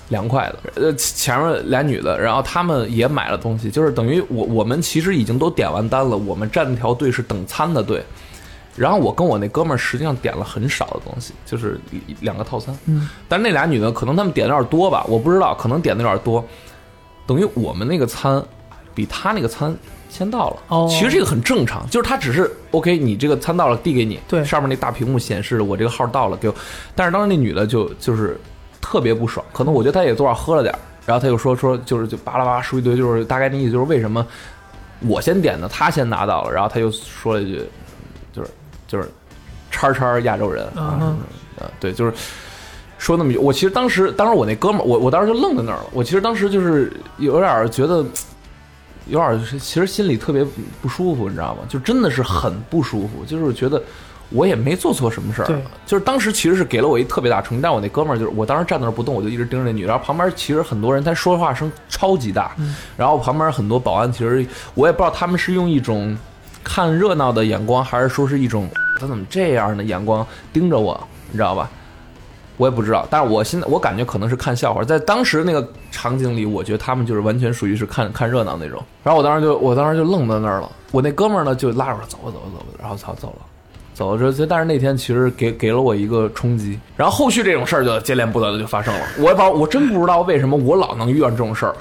B: 凉快的。呃，前面俩女的，然后她们也买了东西，就是等于我我们其实已经都点完单了，我们站那条队是等餐的队。然后我跟我那哥们儿实际上点了很少的东西，就是一两个套餐。嗯，但是那俩女的可能她们点的有点多吧，我不知道，可能点的有点多，等于我们那个餐比她那个餐先到了。
C: 哦
B: 其实这个很正常，就是她只是 OK，你这个餐到了递给你，
C: 对
B: 上面那大屏幕显示我这个号到了给我，但是当时那女的就就是特别不爽，可能我觉得她也多少喝了点儿，然后她就说说就是就巴拉巴拉说一堆，就是大概那意思就是为什么我先点的，她先拿到了，然后她又说了一句，就是就是叉叉亚洲人啊
C: 嗯哼，
B: 呃对，就是说那么一句我其实当时当时我那哥们儿，我我当时就愣在那儿了，我其实当时就是有点儿觉得。有点儿，其实心里特别不舒服，你知道吗？就真的是很不舒服，就是觉得我也没做错什么事儿
C: 对，
B: 就是当时其实是给了我一特别大冲击，但我那哥们儿就是，我当时站那儿不动，我就一直盯着那女，然后旁边其实很多人，他说话声超级大，然后旁边很多保安，其实我也不知道他们是用一种看热闹的眼光，还是说是一种他怎么这样的眼光盯着我，你知道吧？我也不知道，但是我现在我感觉可能是看笑话，在当时那个场景里，我觉得他们就是完全属于是看看热闹那种。然后我当时就我当时就愣在那儿了，我那哥们儿呢就拉着我走吧走吧走吧，然后操走了。走了之后，但是那天其实给给了我一个冲击，然后后续这种事儿就接连不断的就发生了。 我也不知道，我真不知道为什么我老能遇到这种事儿。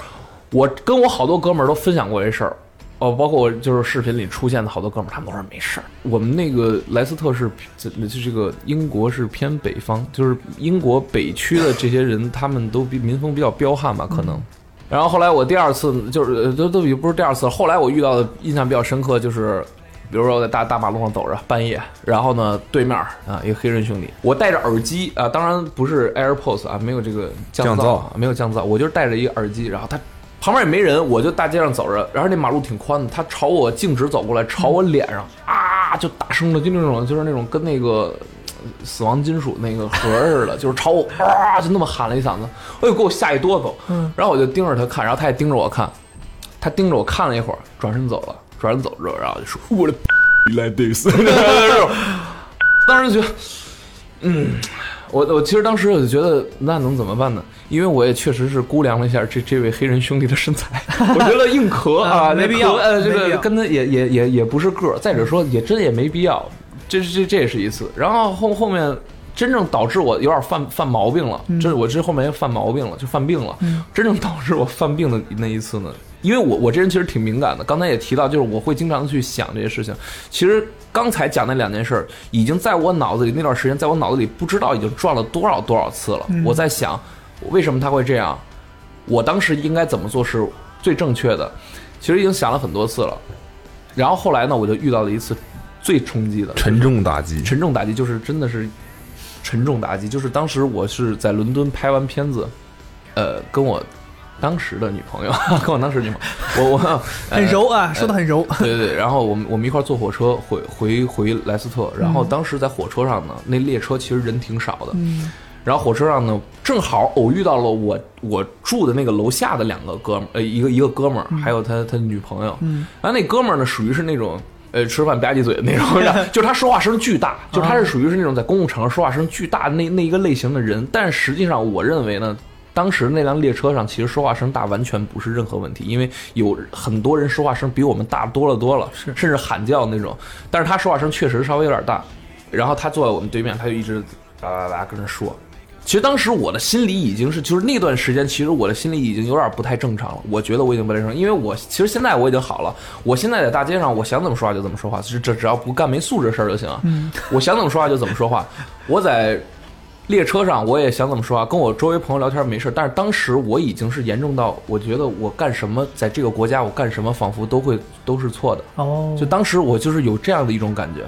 B: 我跟我好多哥们儿都分享过这事儿，哦，包括我就是视频里出现的好多哥们儿，他们都说没事儿。我们那个莱斯特是这这这个英国是偏北方，就是英国北区的这些人，他们都比民风比较彪悍吧，可能。然后后来我第二次就是呃都都也不是第二次，后来我遇到的印象比较深刻就是，比如说我在大大马路上走着半夜，然后呢对面儿啊一个黑人兄弟，我戴着耳机啊，当然不是 AirPods 啊，没有这个降噪
F: 降噪
B: 没有降噪，我就是戴着一个耳机，然后他旁边也没人，我就大街上走着，然后那马路挺宽的，他朝我径直走过来，朝我脸上啊就大声的，就那种就是那种跟那个呃死亡金属那个盒儿似的，就是朝我啊就那么喊了一嗓子，哎呦给我吓一哆嗦，
C: 嗯，
B: 然后我就盯着他看，然后他也盯着我看，他盯着我看了一会儿，转身走了，转身走之后，然后就说我的 like this，当时就觉得，嗯。我我其实当时我就觉得那能怎么办呢？因为我也确实是估量了一下这这位黑人兄弟的身材， 我觉得硬壳啊，
C: 啊没
B: 那
C: 必
B: 壳
C: 要
B: 呃，这
C: 没必
B: 个
C: 要
B: 跟他也也也也不是个儿。再者说，也真也没必要，这是这这也是一次。然后后后面真正导致我有点犯犯毛病了，这我这后面又犯毛病了，就犯病了。真正导致我犯病的那一次呢，因为我我这人其实挺敏感的，刚才也提到，就是我会经常去想这些事情。其实刚才讲那两件事儿，已经在我脑子里那段时间，在我脑子里不知道已经转了多少多少次了。我在想，为什么他会这样？我当时应该怎么做是最正确的？其实已经想了很多次了。然后后来呢，我就遇到了一次最冲击的，
F: 沉重打击。
B: 沉重打击，就是真的是沉重打击。就是当时我是在伦敦拍完片子，呃，跟我当时的女朋友， 跟我当时的女朋友，我我
C: 很柔
B: 哎
C: 啊，说的很柔。
B: 对对对，然后我们我们一块儿坐火车回回回莱斯特，然后当时在火车上呢，那列车其实人挺少的，然后火车上呢正好偶遇到了我我住的那个楼下的两个哥们儿，呃一个一个哥们儿，还有他他女朋友，然后那哥们儿呢属于是那种。呃，吃饭吧唧嘴的那种，然后就是他说话声巨大，就是他是属于是那种在公共场合说话声巨大的那那一个类型的人。但实际上，我认为呢，当时那辆列车上，其实说话声大完全不是任何问题，因为有很多人说话声比我们大多了多了，甚至喊叫那种。但是他说话声确实稍微有点大，然后他坐在我们对面，他就一直叭叭叭跟那说。其实当时我的心里已经是，就是那段时间，其实我的心里已经有点不太正常了。我觉得我已经不太正常，因为我其实现在我已经好了。我现在在大街上，我想怎么说话就怎么说话，只只只要不干没素质事儿就行啊。 我想怎么说话就怎么说话。我在列车上我也想怎么说啊，跟我周围朋友聊天没事，但是当时我已经是严重到，我觉得我干什么，在这个国家我干什么，仿佛都会都是错的。
C: 哦，
B: 就当时我就是有这样的一种感觉，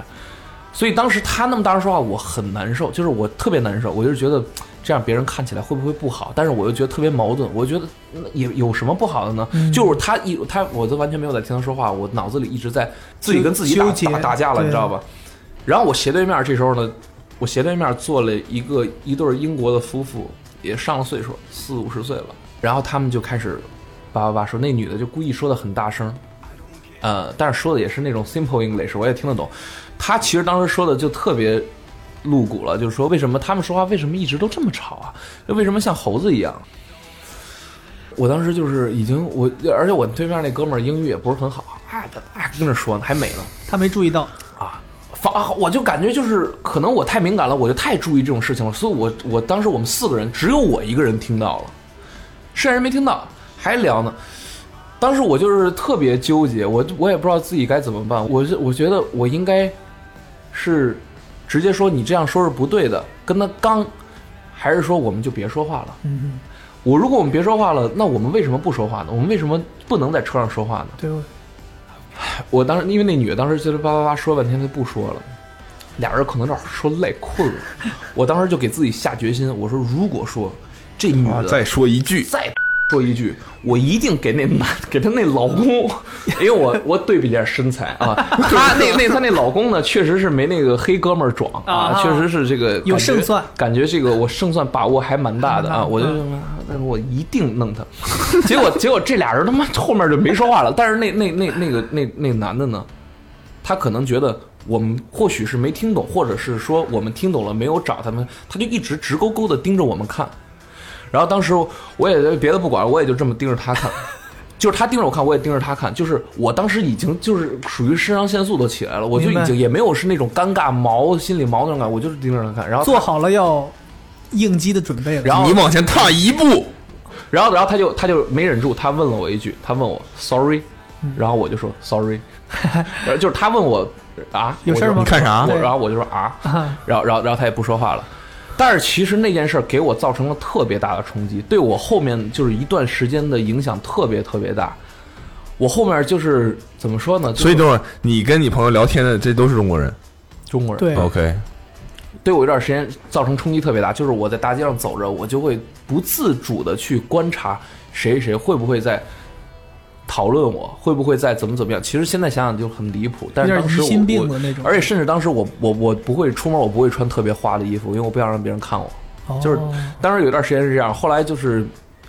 B: 所以当时他那么大声说话，我很难受，就是我特别难受，我就是觉得嘖这样别人看起来会不会不好？但是我又觉得特别矛盾，我觉得嗯也有什么不好的呢？
C: 嗯
B: 就是他一他我都完全没有在听他说话，我脑子里一直在自己跟自己打
C: 纠结
B: 打打架了，
C: 对
B: 你知道吧？然后我斜对面这时候呢，我斜对面坐了一个一对儿英国的夫妇，也上了岁数，四五十岁了，然后他们就开始叭叭叭说，那女的就故意说的很大声，呃，但是说的也是那种 simple English，我也听得懂。他其实当时说的就特别露骨了，就是说为什么他们说话为什么一直都这么吵啊？就为什么像猴子一样？我当时就是已经我，而且我对面那哥们儿英语也不是很好，啊，啊跟那说呢，还美呢。
C: 他没注意到，
B: 反啊我就感觉就是可能我太敏感了，我就太注意这种事情了，所以我我当时我们四个人只有我一个人听到了，剩下人没听到，还聊呢。当时我就是特别纠结，我我也不知道自己该怎么办。我是我觉得我应该是直接说你这样说是不对的，跟他刚，还是说我们就别说话了。
C: 嗯，
B: 我如果我们别说话了，那我们为什么不说话呢？我们为什么不能在车上说话呢？
C: 对，我
B: 我当时因为那女的当时就是叭叭叭说半天，她不说了。俩人可能有点说累困了，我当时就给自己下决心，我说如果说这女
F: 啊
B: 的
F: 再说一句，
B: 再说一句，我一定给那男给她那老公，因为 我我对比一下身材啊，她那那她那老公呢，确实是没那个黑哥们儿壮啊，
C: 啊
B: 确实是这个
C: 有
B: 感觉
C: 胜算，
B: 感觉这个我胜算把握还蛮大的啊，
C: 嗯
B: 我就但是我一定弄他， 结果结果这俩人他妈后面就没说话了，但是那那那那个那那男的呢，他可能觉得。我们或许是没听懂，或者是说我们听懂了没有找他们，他就一直直勾勾的盯着我们看，然后当时我也别的不管，我也就这么盯着他看，就是他盯着我看，我也盯着他看，就是我当时已经就是属于肾上腺素都起来了，我就
C: 明白
B: 已经也没有是那种尴尬毛心里毛那种感觉，我就是盯着他看，然后他
C: 做好了要应激的准备了。
B: 然后
F: 你往前踏一步，
B: 然后然后他就他就没忍住，他问了我一句，他问我 sorry，然
C: 嗯
B: 后我就说 sorry，然 后就是他问我啊
C: 有事儿吗
B: 我就
F: 你看啥
B: 我
C: 对
B: 然后我就说啊，
C: 啊
B: 然后然后然后他也不说话了。但是其实那件事儿给我造成了特别大的冲击，对我后面就是一段时间的影响特别特别大。我后面就是怎么说呢？就是
F: 所以等会儿你跟你朋友聊天的，这都是中国人。
B: 中国人
C: 对，
F: OK，
B: 对我有段时间造成冲击特别大，就是我在大街上走着，我就会不自主的去观察谁谁会不会在讨论我，会不会在怎么怎么样。其实现在想想就很离谱，但是
C: 有
B: 当
C: 点
B: 时
C: 疑
B: 我
C: 心病
B: 我
C: 的那种
B: 而且甚至当时我我我不会出门，我不会穿特别花的衣服，因为我不想让别人看我。
C: 哦
B: 就是当时有一段时间是这样，后来就是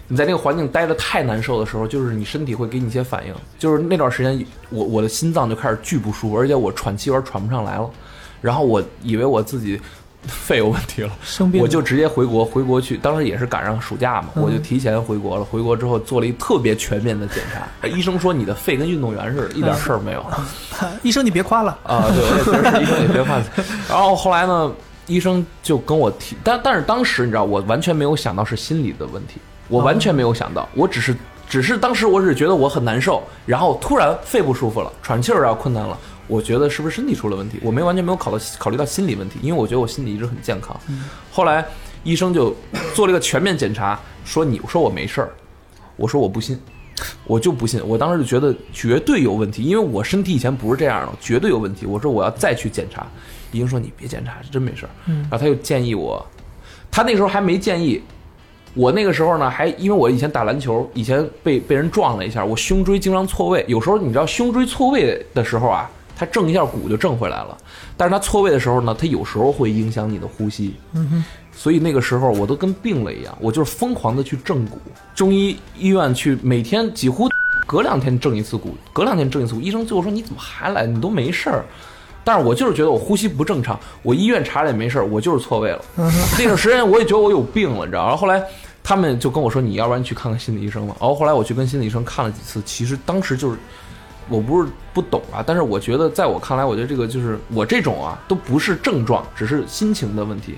B: 你在那个环境待的太难受的时候，就是你身体会给你一些反应。就是那段时间，我我的心脏就开始巨不舒服，而且我喘气有点喘不上来了。然后我以为我自己 肺有问题了，
C: 生病了，
B: 我就直接回国，回国去。当时也是赶上暑假嘛，
C: 嗯
B: 我就提前回国了。回国之后做了一特别全面的检查，哎医生说你的肺跟运动员似的，一
C: 嗯
B: 点事儿没有。
C: 医生，你别夸了，
B: 啊，对，我也觉得是医生也别怕。然后后来呢，医生就跟我提，但但是当时你知道，我完全没有想到是心理的问题，我完全没有想到，我只是只是当时我只是觉得我很难受，然后突然肺不舒服了，喘气儿有点困难了。我觉得是不是身体出了问题？我没完全没有考到考虑到心理问题，因为我觉得我心理一直很健康。后来医生就做了一个全面检查，说你说我没事儿，我说我不信，我就不信，我当时就觉得绝对有问题，因为我身体以前不是这样的，绝对有问题。我说我要再去检查，医生说你别检查，真没事儿。然后他又建议我，他那时候还没建议，我那个时候呢还因为我以前打篮球，以前被被人撞了一下，我胸椎经常错位，有时候你知道胸椎错位的时候啊，它正一下骨就正回来了，但是它错位的时候呢，它有时候会影响你的呼吸。所以那个时候我都跟病了一样，我就是疯狂的去正骨，中医医院去每天几乎隔两天正一次骨，隔两天正一次骨。医生最后说你怎么还来？你都没事儿。但是我就是觉得我呼吸不正常，我医院查了也没事儿，我就是错位了。那段时间我也觉得我有病了，你知道吗？然后后来他们就跟我说，你要不然去看看心理医生吧。然后后来我去跟心理医生看了几次，其实当时就是我不是不懂啊，但是我觉得在我看来，我觉得这个就是我这种啊都不是症状，只是心情的问题。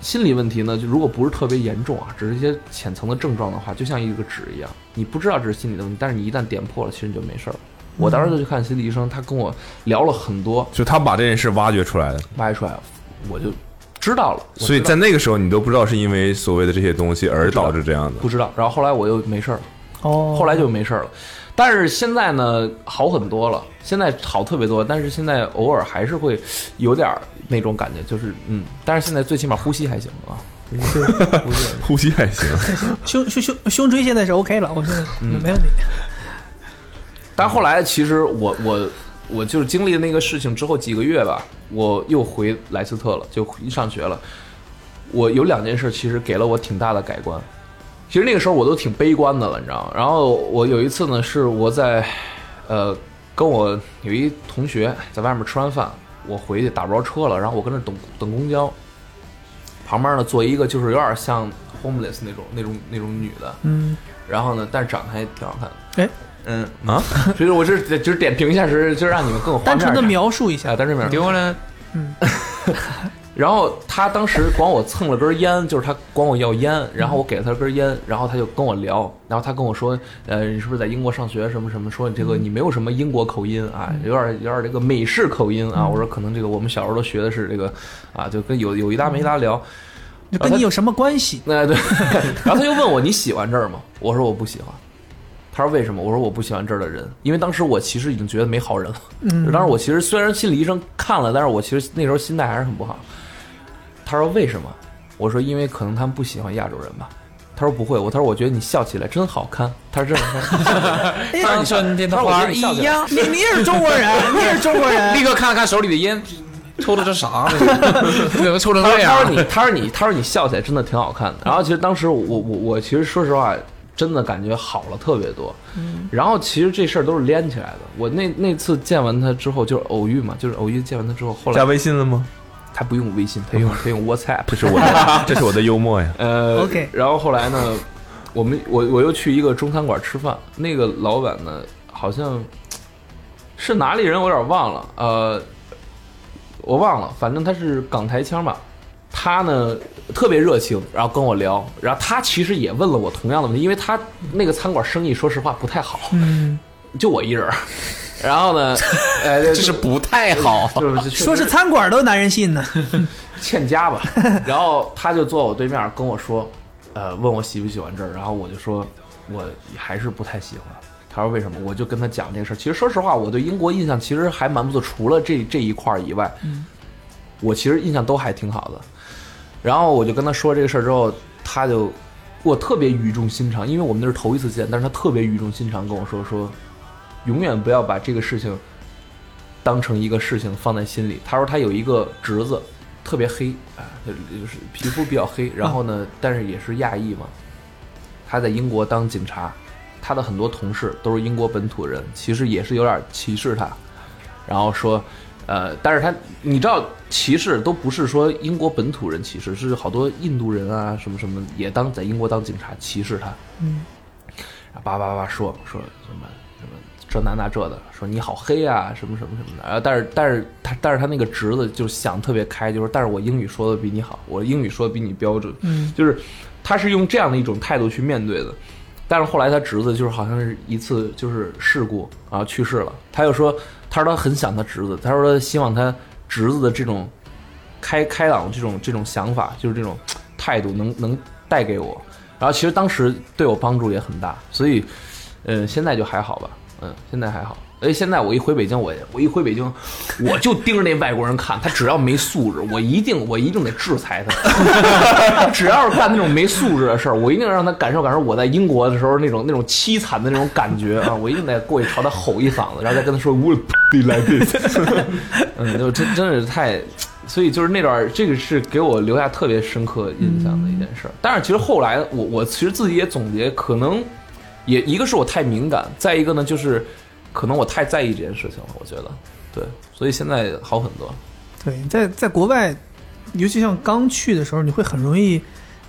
B: 心理问题呢，就如果不是特别严重啊，只是一些浅层的症状的话，就像一个纸一样，你不知道这是心理的问题，但是你一旦点破了，其实你就没事儿了。
F: 嗯
B: 我当时就去看心理医生，他跟我聊了很多，
F: 就他把这件事挖掘出来的，
B: 挖出来我就知道了。
F: 所以
B: 在
F: 在那个时候你都不知道是因为所谓的这些东西而导致这样的。
B: 不知道，然后后来我又没事儿了，
C: 哦，
B: 后来就没事儿了。但是现在呢，好很多了，现在好特别多，但是现在偶尔还是会有点儿那种感觉，就是嗯，但是现在最起码呼吸还行啊，呼吸
F: 呼吸还行，
C: 胸胸胸胸椎现在是 OK 了，我现在
B: 嗯
C: 没问题。
B: 但后来其实我我我就是经历了那个事情之后几个月吧，我又回莱斯特了，就回上学了。我有两件事其实给了我挺大的改观。其实那个时候我都挺悲观的了，你知道吗？然后我有一次呢，是我在呃跟我有一同学在外面吃完饭，我回去打不着车了，然后我跟那等等公交，旁边呢坐一个就是有点像 homeless 那种那种那种女的，
C: 嗯，
B: 然后呢，但是长得还挺好看的。
C: 哎，
B: 嗯 啊，所以说我这是就是点评一下，是就让你们更有画
C: 单
B: 面
C: 纯的
B: 感
C: 描述一
B: 啊，
C: 下，
B: 单纯描述。
D: 丢了，
B: 然后他当时管我蹭了根烟，就是他管我要烟，然后我给了他根烟，然后他就跟我聊，然后他跟我说，呃，你是不是在英国上学什么什么？说你这个你没有什么英国口音
C: 嗯
B: 啊，有点有点这个美式口音啊。我说可能这个我们小时候都学的是这个，啊，就跟有有一搭没一搭聊。
C: 就
B: 啊
C: 跟你有什么关系？
B: 那、对， 然后他就问我你喜欢这儿吗？我说我不喜欢。他说为什么？我说我不喜欢这儿的人，因为当时我其实已经觉得没好人了。
C: 嗯，
B: 当时我其实虽然心理医生看了，但是我其实那时候心态还是很不好。他说为什么？我说因为可能他们不喜欢亚洲人吧。他说不会，我他说我觉得你笑起来真好看。他说这么
D: 像春天的花
B: 哎
D: 儿一样。
C: 你你也是中国人，你也是中国人，
D: 立刻看了看手里的烟，抽的 这啥？怎么 抽成
B: 他
D: 这样
B: 说？你，他说你，他说你笑起来真的挺好看的。然后其实当时我我我其实说实话，真的感觉好了特别多。然后其实这事儿都是连起来的。我那那次见完他之后，就是偶遇嘛，就是偶遇见完他之后，后
F: 加
B: 来
F: 微信了吗？
B: 他不用微信，他用 他用 WhatsApp。
F: 这是我 的，这是我的幽默呀。
B: 呃
C: OK
B: 然后后来呢，我们我我又去一个中餐馆吃饭，那个老板呢好像是哪里人，我有点忘了，呃，我忘了，反正他是港台腔吧。他呢特别热情，然后跟我聊，然后他其实也问了我同样的问题，因为他那个餐馆生意说实话不太好，
C: 嗯，
B: 就我一人儿。然后呢， 呃，这
D: 这是不太好。
B: 就是
C: 说是餐馆都难人信呢，
B: 欠佳吧。 然后他就坐我对面跟我说，呃，问我喜不喜欢这儿，然后我就说我还是不太喜欢。他说为什么？我就跟他讲这个事儿。其实说实话，我对英国印象其实还蛮不错，除了这这一块儿以外，我其实印象都还挺好的。然后我就跟他说这个事儿之后，他就我特别语重心长，因为我们那是头一次见，但是他特别语重心长跟我说说，永远不要把这个事情当成一个事情放在心里。他说他有一个侄子，特别黑啊，就是皮肤比较黑，然后呢，但是也是亚裔嘛，他在英国当警察，他的很多同事都是英国本土人，其实也是有点歧视他，然后说。呃，但是他，你知道歧视都不是说英国本土人歧视，是好多印度人啊，什么什么也当在英国当警察歧视他，啊
C: 嗯，
B: 叭叭叭说说什么什么这那那这的，说你好黑啊，什么什么什么的。然后但是但是他但是他那个侄子就想特别开，就说但是我英语说的比你好，我英语说的比你标准，
C: 嗯，
B: 就是他是用这样的一种态度去面对的。但是后来他侄子就是好像是一次就是事故啊去世了，他又说他说他很想他侄子，他说他希望他侄子的这种开开朗这种这种想法，就是这种态度能能带给我。然后其实当时对我帮助也很大，所以，呃，现在就还好吧，嗯，现在还好。而且现在我一回北京，我也我一回北京，我就盯着那外国人看，他只要没素质，我一定我一定得制裁他。 只要是干那种没素质的事儿，我一定让他感受感受我在英国的时候那种那种凄惨的那种感觉啊！我一定得过去朝他吼一嗓子，然后再跟他说 “Would be like this”。嗯，就真真是太，所以就是那段儿这个是给我留下特别深刻印象的一
C: 嗯
B: 件事儿。但是其实后来我我其实自己也总结，可能也一个是我太敏感，再一个呢就是可能我太在意这件事情了，我觉得对，所以现在好很多。
C: 对，在在国外，尤其像刚去的时候，你会很容易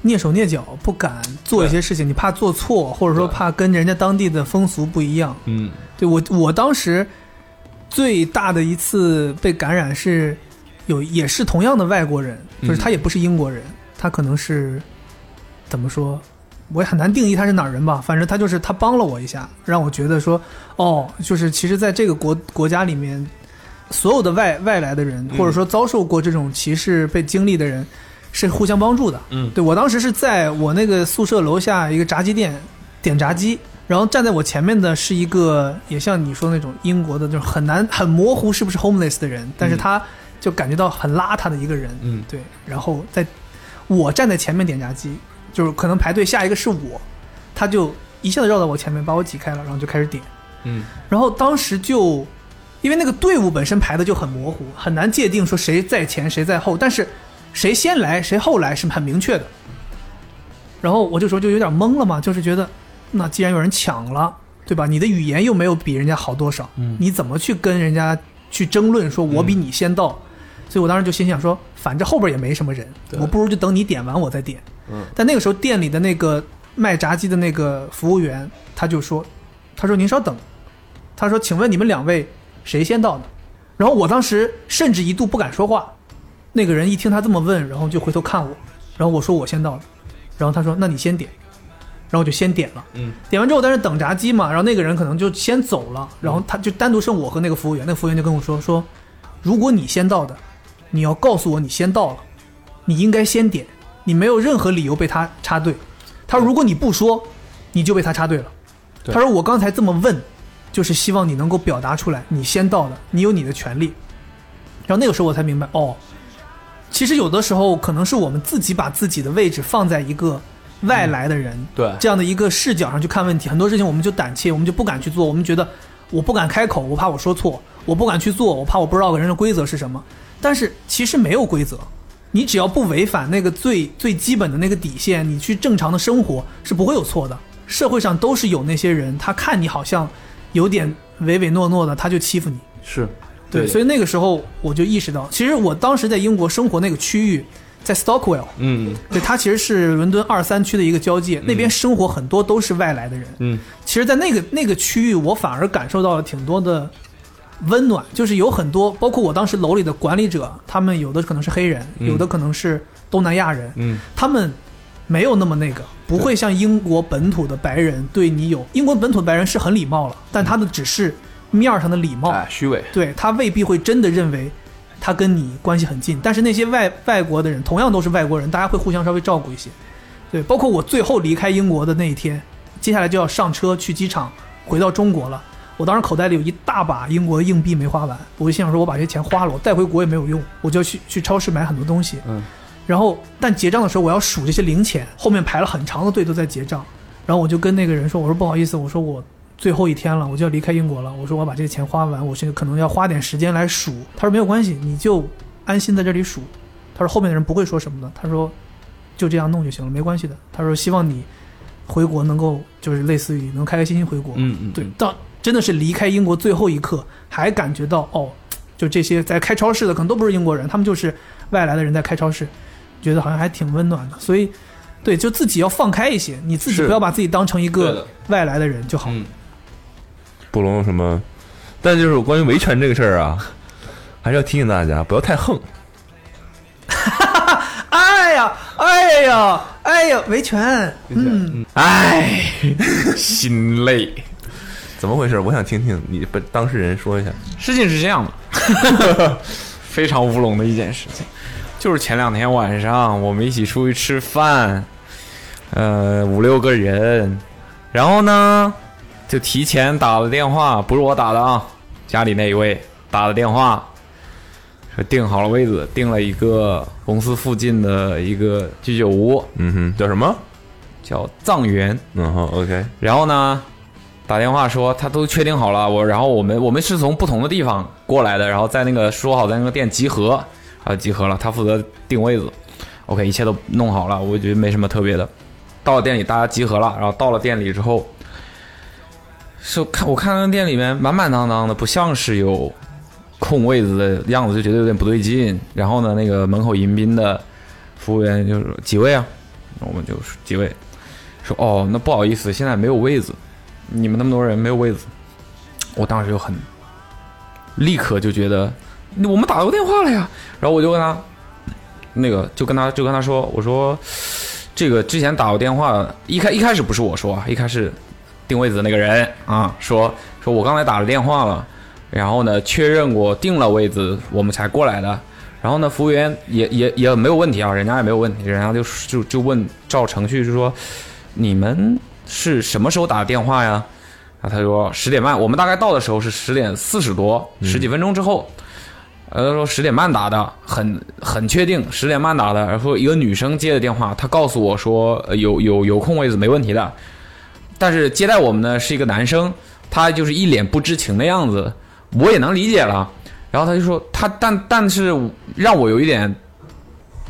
C: 蹑手蹑脚，不敢做一些事情，你怕做错，或者说
B: 对
C: 怕跟人家当地的风俗不一样。
B: 嗯
C: 对我，我当时最大的一次被感染是有，也是同样的外国人，就是他也不是英国人，他可能是怎么说，我也很难定义他是哪儿人吧。反正他就是他帮了我一下，让我觉得说，哦，就是其实在这个国国家里面，所有的外外来的人，或者说遭受过这种歧视被经历的人，是互相帮助的。
B: 嗯
C: 对我当时是在我那个宿舍楼下一个炸鸡店点炸鸡，然后站在我前面的是一个也像你说那种英国的，就是很难很模糊是不是 homeless 的人，但是他就感觉到很邋遢的一个人，
B: 嗯
C: 对，然后在我站在前面点炸鸡，就是可能排队下一个是我，他就一下子绕到我前面把我挤开了，然后就开始点，
B: 嗯
C: 然后当时就因为那个队伍本身排的就很模糊，很难界定说谁在前谁在后，但是谁先来谁后来是很明确的。然后我这时候就有点懵了嘛，就是觉得那既然有人抢了，对吧？你的语言又没有比人家好多少，
B: 嗯
C: 你怎么去跟人家去争论说我比你先到？所以我当时就心想说，反正后边也没什么人，
B: 对
C: 我不如就等你点完我再点。
B: 嗯
C: 但那个时候店里的那个卖炸鸡的那个服务员，他就说，他说您稍等，他说请问你们两位谁先到的？然后我当时甚至一度不敢说话，那个人一听他这么问，然后就回头看我，然后我说我先到的，然后他说那你先点，然后我就先点了，
B: 嗯，
C: 点完之后但是等炸鸡嘛，然后那个人可能就先走了，然后他就单独剩我和那个服务员，那个服务员就跟我说说，如果你先到的，你要告诉我你先到了，你应该先点，你没有任何理由被他插队，他说如果你不说，你就被他插队了，
B: 对
C: 他说我刚才这么问，就是希望你能够表达出来，你先到的，你有你的权利。然后那个时候我才明白，哦，其实有的时候可能是我们自己把自己的位置放在一个外来的人、
B: 对
C: 这样的一个视角上去看问题，很多事情我们就胆怯，我们就不敢去做，我们觉得我不敢开口，我怕我说错，我不敢去做，我怕我不知道个人的规则是什么。但是其实没有规则，你只要不违反那个最最基本的那个底线，你去正常的生活是不会有错的。社会上都是有那些人，他看你好像有点唯唯诺诺的，他就欺负你。
B: 是
C: 对，所以那个时候我就意识到，其实我当时在英国生活那个区域，在 Stockwell，
B: 嗯
C: 对，它其实是伦敦二三区的一个交界，那边生活很多都是外来的人。
B: 嗯，
C: 其实，在那个那个区域，我反而感受到了挺多的温暖，就是有很多，包括我当时楼里的管理者，他们有的可能是黑人，有的可能是东南亚人，
B: 嗯，
C: 他们没有那么那个，不会像英国本土的白人对你有，英国本土的白人是很礼貌了，但他的只是面儿上的礼貌，
B: 哎，虚伪，
C: 对他未必会真的认为他跟你关系很近，但是那些外外国的人同样都是外国人，大家会互相稍微照顾一些。对，包括我最后离开英国的那一天，接下来就要上车去机场，回到中国了。我当时口袋里有一大把英国的硬币没花完，我就心想说，我把这钱花了，我带回国也没有用，我就去去超市买很多东西。
B: 嗯，
C: 然后但结账的时候我要数这些零钱，后面排了很长的队都在结账，然后我就跟那个人说，我说不好意思，我说我最后一天了，我就要离开英国了，我说我要把这些钱花完，我现在可能要花点时间来数。他说没有关系，你就安心在这里数。他说后面的人不会说什么的，他说就这样弄就行了，没关系的。他说希望你回国能够就是类似于能开开心心回国，
B: 嗯嗯，
C: 对，到真的是离开英国最后一刻，还感觉到哦，就这些在开超市的可能都不是英国人，他们就是外来的人在开超市，觉得好像还挺温暖的。所以，对，就自己要放开一些，你自己
B: 是
C: 不要把自己当成一
B: 对
C: 个
B: 的
C: 外来的人就好。
B: 嗯，
F: 不龙有什么？但就是关于维权这个事儿啊，还是要提醒大家不要太横。
C: 哎呀，哎呀，哎呀，维权，嗯，
D: 唉，心累。
F: 怎么回事？我想听听你本当事人说一下。
D: 事情是这样的， 非常乌龙的一件事情，就是前两天晚上我们一起出去吃饭，呃，五六个人，然后呢，就提前打了电话，不是我打的啊，家里那一位打了电话，说订好了位子，订了一个公司附近的一个居酒屋，
F: 嗯哼，叫什么？
D: 叫藏园，
F: 嗯哼，OK，
D: 然后呢，打电话说他都确定好了，我然后我们我们是从不同的地方过来的，然后在那个说好在那个店集合，啊集合了，他负责定位子，OK 一切都弄好了，我觉得没什么特别的。到了店里大家集合了，然后到了店里之后，是看我看到店里面满满当当的，不像是有空位子的样子，就觉得有点不对劲。然后呢，那个门口迎宾的服务员就说几位啊，我们就说几位，说哦，那不好意思，现在没有位子，你们那么多人没有位子。我当时就很，立刻就觉得我们打过电话了呀，然后我就跟他，那个就跟他就跟他说，我说这个之前打过电话，一开一开始不是我说啊，一开始定位子的那个人啊说说我刚才打了电话了，然后呢确认过定了位子，我们才过来的。然后呢，服务员也也也没有问题啊，人家也没有问题，人家就就就问照程序就说，你们是什么时候打的电话呀？啊，他说十点半，我们大概到的时候是十点四十多，十几分钟之后。呃，他说十点半打的，很很确定十点半打的。然后一个女生接的电话，她告诉我说、呃有有有空位子没问题的，但是接待我们呢是一个男生，他就是一脸不知情的样子，我也能理解了。然后他就说他但但是让我有一点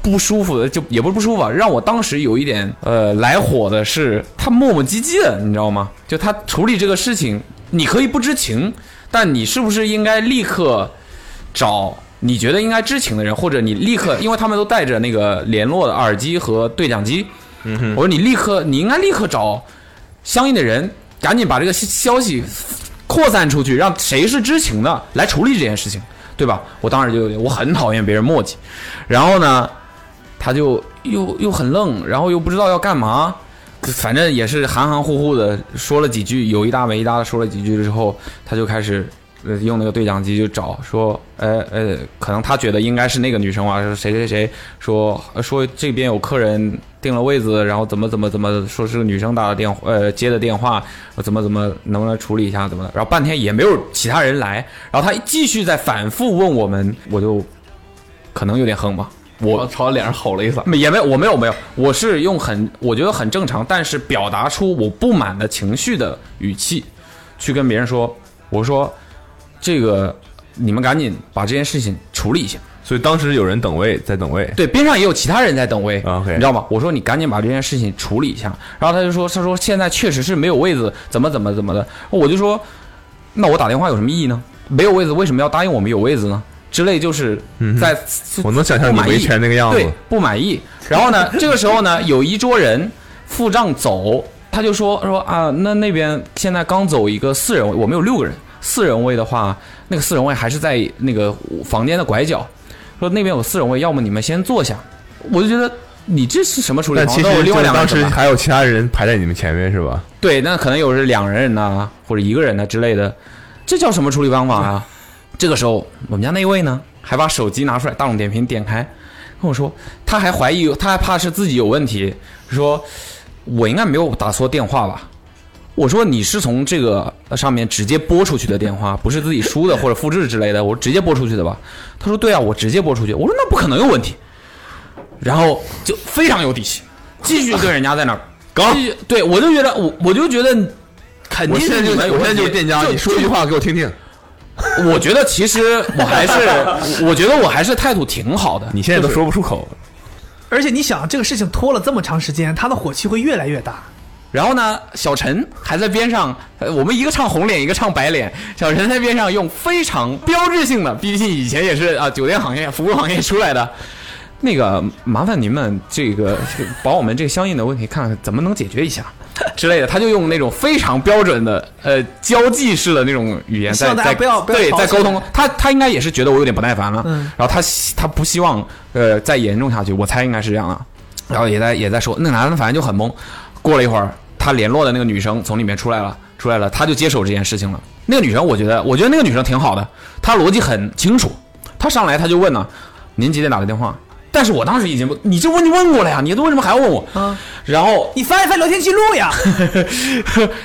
D: 不舒服的，就也不是不舒服啊，让我当时有一点呃来火的是，他磨磨唧唧的，你知道吗？就他处理这个事情，你可以不知情，但你是不是应该立刻找你觉得应该知情的人，或者你立刻，因为他们都带着那个联络的耳机和对讲机，
B: 嗯哼
D: 我说你立刻，你应该立刻找相应的人，赶紧把这个消消息扩散出去，让谁是知情的来处理这件事情，对吧？我当时就有点，我很讨厌别人墨迹，然后呢，他就又又很愣，然后又不知道要干嘛，反正也是含含糊糊的说了几句，有一搭没一搭的说了几句之后，他就开始。呃用那个对讲机就找说，呃呃，可能他觉得应该是那个女生啊，说谁谁谁说呃说这边有客人订了位子，然后怎么怎么怎么，说是个女生打的电话，呃接的电话，呃怎么怎么能不能处理一下怎么的，然后半天也没有其他人来，然后他继续在反复问我们，我就可能有点横吧，我
B: 我朝脸上吼了一嗓。
D: 没也没有，我没有没有，我是用很我觉得很正常，但是表达出我不满的情绪的语气，去跟别人说，我说这个你们赶紧把这件事情处理一下。
F: 所以当时有人等位，在等位。
D: 对，边上也有其他人在等位
F: 啊 OK
D: 你知道吗？我说你赶紧把这件事情处理一下，然后他就说，他说现在确实是没有位子，怎么怎么怎么的，我就说，那我打电话有什么意义呢？没有位子，为什么要答应我们有位子呢？之类就是在、
F: 嗯我能想象你
D: 不满意
F: 维权那个样子
D: 对，不满意。然后呢，这个时候呢，有一桌人付账走，他就说说啊，那那边现在刚走一个四人位，我们有六个人，四人位的话，那个四人位还是在那个房间的拐角，说那边有四人位，要么你们先坐下。我就觉得你这是什么处理
F: 但
D: 方
F: 其
D: 式？
F: 实
D: 那我另外
F: 就
D: 两个
F: 当
D: 人怎
F: 时
D: 么办
F: 还有其他人排在你们前面是吧？
D: 对，那可能有是两人呐、或者一个人呐、之类的，这叫什么处理方法啊？这个时候，我们家那一位呢，还把手机拿出来，大众点评点开，跟我说，他还怀疑，他还怕是自己有问题，说我应该没有打错电话吧？我说你是从这个上面直接拨出去的电话，不是自己输的或者复制之类的，我说直接拨出去的吧？他说对啊，我直接拨出去。我说那不可能有问题，然后就非常有底气，继续跟人家在那儿搞。继续对我就觉得我我就觉得肯定是你们有问题。就
F: 话给我听听。
D: 我觉得其实我还是， 我觉得我还是态度挺好的。
F: 你现在都说不出口，
C: 而且你想，这个事情拖了这么长时间，他的火气会越来越大。
D: 然后呢，小陈还在边上，呃我们一个唱红脸，一个唱白脸。小陈在边上用非常标志性的，毕竟以前也是啊、酒店行业、服务行业出来的。那个，麻烦您们这个这个把我们这个相应的问题看看怎么能解决一下 之类的。他就用那种非常标准的呃交际式的那种语言
C: 希
D: 在
C: 望大家
D: 在
C: 不要不要
D: 对
C: 吵
D: 在
C: 起来
D: 沟通。他他应该也是觉得我有点不耐烦了，
C: 嗯
D: 然后他希他不希望呃再严重下去，我猜应该是这样啊。然后也在也在说，那男的反正就很懵。过了一会儿，他联络的那个女生从里面出来了，出来了，他就接手这件事情了。那个女生，我觉得，我觉得那个女生挺好的，她逻辑很清楚。她上来她就问呢，您几点打的电话？但是我当时已经不，你这问就问过了呀，你为什么还要问我？
C: 啊
D: 然后
C: 你翻一翻聊天记录呀，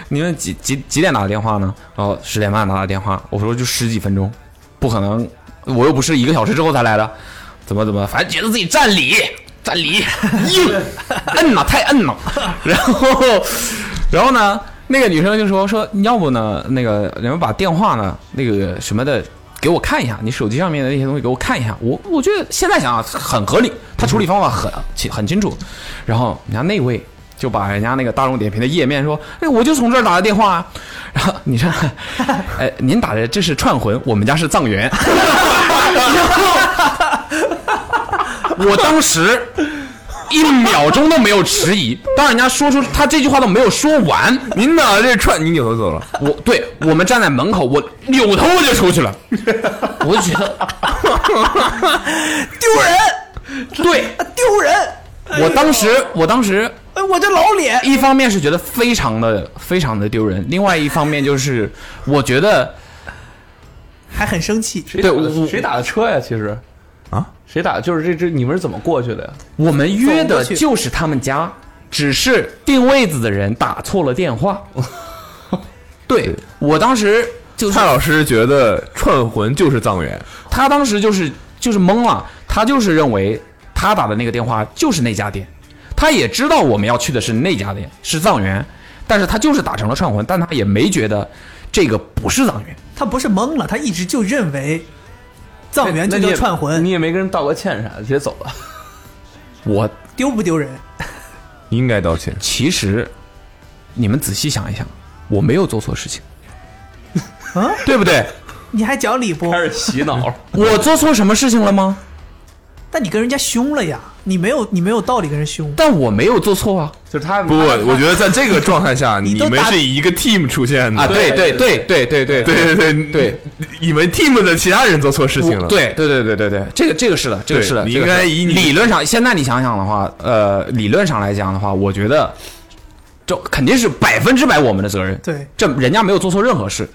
D: 你们几几几点打的电话呢？然后十点半打的电话，我说就十几分钟，不可能，我又不是一个小时之后才来的，怎么怎么，反正觉得自己占理占理， 硬摁呐，太摁呐。 然后然后呢，那个女生就说说，要不呢，那个你们把电话呢，那个什么的。给我看一下，你手机上面的那些东西给我看一下，我我觉得现在想啊很合理，他处理方法很清很清楚。然后人家那位就把人家那个大众点评的页面说，哎，我就从这儿打的电话、啊。然后你看， 哎，您打的这是串魂，我们家是藏元。 然后我当时一秒钟都没有迟疑，当人家说出他这句话都没有说完，
F: 您哪这串你扭头走了？
D: 我对我们站在门口，我扭头我就出去了，我就觉得
C: 丢人
D: 对
C: 丢人！
D: 我当时我当时
C: 哎，我这老脸，
D: 一方面是觉得非常的非常的丢人，另外一方面就是我觉得
C: 还很生气。
B: 谁打
D: 对我
B: 的谁打的车呀？其实
F: 啊，
B: 谁打？就是这这你们是怎么过去的呀？
D: 我们约的就是他们家，只是定位子的人打错了电话。对我当时就是
F: 蔡老师觉得串魂就是藏元，
D: 他当时就是就是懵了，他就是认为他打的那个电话就是那家店，他也知道我们要去的是那家店是藏元，但是他就是打成了串魂，但他也没觉得这个不是藏元。
C: 他不是懵了，他一直就认为藏元就
B: 那你
C: 叫
B: 也
C: 串
B: 你
C: 魂，
B: 也没跟人道个歉啥的，直接走 了。
D: 我
C: 丢不丢人？
F: 应该道歉。
D: 其实你们仔细想一想，我没有做错事情，
C: 啊，
D: 对不对？
C: 你还讲理不？
B: 开始洗脑，
D: 我做错什么事情了吗？
C: 但你跟人家凶了呀，你没有你没有道理跟人凶。
D: 但我没有做错啊
B: 就是他
F: 不，我觉得在这个状态 下，
C: 你
F: 你
C: 都
F: 们
C: 打
F: 是以一个 team 出现的
D: 啊！对对对对对对
F: 对对对
D: 对，
F: 你们 team 的其他人做错事情了，
D: 我，对对对对对对，这个这个是的，这个
F: 对
D: 是的。
F: 你
D: 这个
F: 应该
D: 是的
F: 以你
D: 理论上，现在你想想的话，呃，理论上来讲的话，我觉得这肯定是百分之百我们的责任。
C: 对，
D: 这人家没有做错任 何事，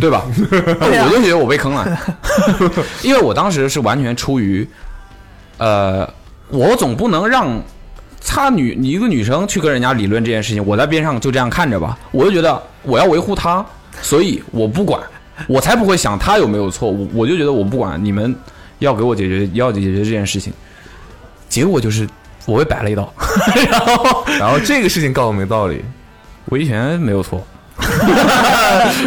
D: 对吧？
C: 啊
D: 我就觉得我被坑 了，因为我当时是完全出于，呃，我总不能让差女你一个女生去跟人家理论这件事情，我在边上就这样看着吧，我就觉得我要维护她，所以我不管，我才不会想她有没有错，我我就觉得我不管，你们要给我解决，要解决这件事情，结果就是我被摆了一道，然后
F: 然后这个事情告诉我们一个道理，
D: 维权没有错。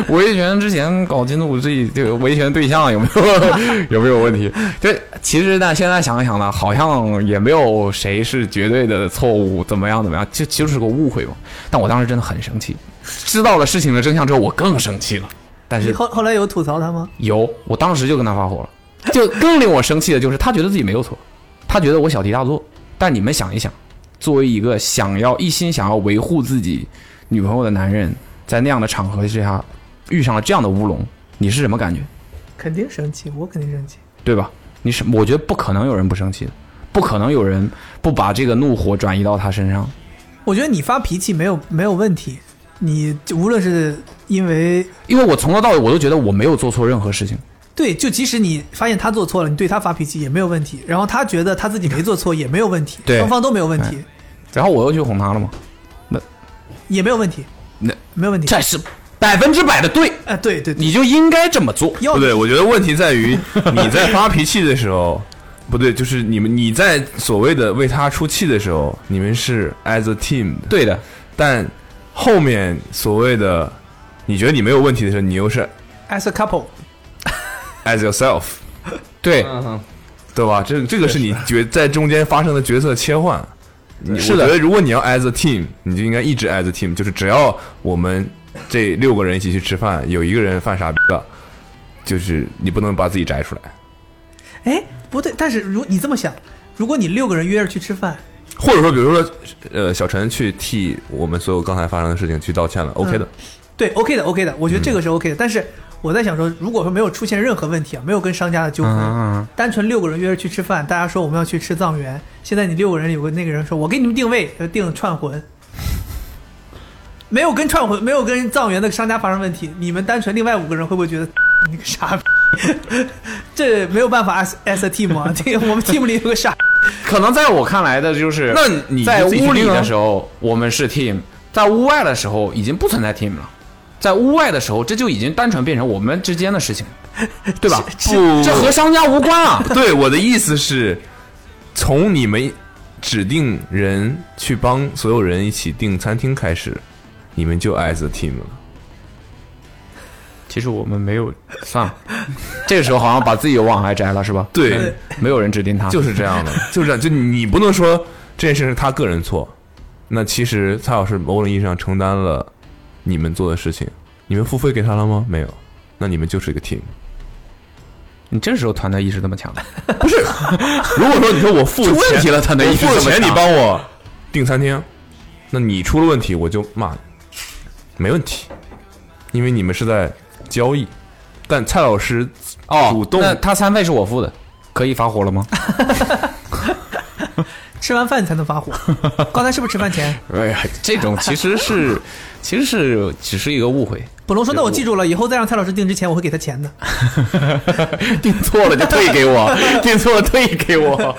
D: 维权之前搞清楚自己这个维权对象有没 有有没有问题。这其实呢，现在想一想呢，好像也没有谁是绝对的错误，怎么样怎么样，就其实是个误会嘛。但我当时真的很生气，知道了事情的真相之后，我更生气了。但
C: 你
D: 是
C: 后后来有吐槽他吗？
D: 有，我当时就跟他发火了。就更令我生气的就是，他觉得自己没有错，他觉得我小题大做。但你们想一想，作为一个想要一心想要维护自己女朋友的男人，在那样的场合之下遇上了这样的乌龙，你是什么感觉？
C: 肯定生气，我肯定生气。
D: 对吧？你是，我觉得不可能有人不生气的，不可能有人不把这个怒火转移到他身上。
C: 我觉得你发脾气没有没有问题，你就无论是因为
D: 因为我从头到尾我都觉得我没有做错任何事情，
C: 对，就即使你发现他做错了，你对他发脾气也没有问题，然后他觉得他自己没做错也没有问题，
D: 对
C: 双方都没有问题，
D: 然后我又去哄他了嘛，
C: 也没有问题，
D: 那
C: 没有问题。
D: 这是百分之百的对，
C: 哎，对对对，
D: 你就应该这么做。
C: 要
F: 不 对，我觉得问题在于你在发脾气的时候， 不对，就是你们你在所谓的为他出气的时候，你们是 as a team 的，
D: 对的，
F: 但后面所谓的你觉得你没有问题的时候，你又是
C: as a couple，
F: as yourself， 嗯
D: 对，
F: 对吧？这这个是你角在中间发生的角色切换。你
D: 是
F: 我
D: 的
F: 觉得如果你要 as a team，你就应该一直 as a team，就是只要我们这六个人一起去吃饭，有一个人犯傻逼了，就是你不能把自己摘出来，
C: 哎，不对，但是如你这么想，如果你六个人约着去吃饭，
F: 或者说，比如说，呃，小陈去替我们所有刚才发生的事情去道歉了，OK 的。
C: 对，OK 的，OK 的，我觉得这个是 OK 的。但是我在想说，如果说没有出现任何问题啊，没有跟商家的纠纷，单纯六个人约着去吃饭，大家说我们要去吃藏源，现在你六个人有个那个人说，我给你们定位，呃定了串魂，没有跟串魂，没有跟藏源的商家发生问题，你们单纯另外五个人会不会觉得 你个傻逼？这没有办法 as as a team 啊， 这个我们 team 里有个傻逼，
D: 可能在我看来的就是，
F: 那你
D: 在
F: 就自己去
D: 屋里
F: 定啊
D: 的时候我们是 team，在屋外的时候已经不存在 team 了。在屋外的时候，这就已经单纯变成我们之间的事 情，对吧？
F: 不
D: 这和商家无关啊。
F: 对，我的意思是，从你们指定人去帮所有人一起订餐厅开始，你们就 as a team 了。
D: 其实我们没有，算了。 这个时候好像把自己的网还摘了，是吧？
F: 对，
D: 没有人指定他，
F: 就是这样的，就是这样。就你不能说这件事是他个人错，那其实蔡老师某种意义上承担了你们做的事情。你们付费给他了吗？没有，那你们就是一个 team。
D: 你这时候团队意识这么强，
F: 如果说你说我付
D: 出
F: 钱
D: 问题了团队意识
F: 我
D: 这
F: 付
D: 么
F: 钱
D: 强
F: 你帮我订餐厅，那你出了问题我就骂你，没问题，因为你们是在交易。但蔡老师
D: 哦，
F: 主动
D: 那他餐费是我付的，可以发火了吗？
C: 吃完饭才能发火。刚才是不是吃饭前？
D: 哎呀，这种其实是，其实是只是一个误会，
C: 卜龙说：“那我记住了，以后再让蔡老师订之前，我会给他钱的。
D: 订错了就退给我，订错了退给我。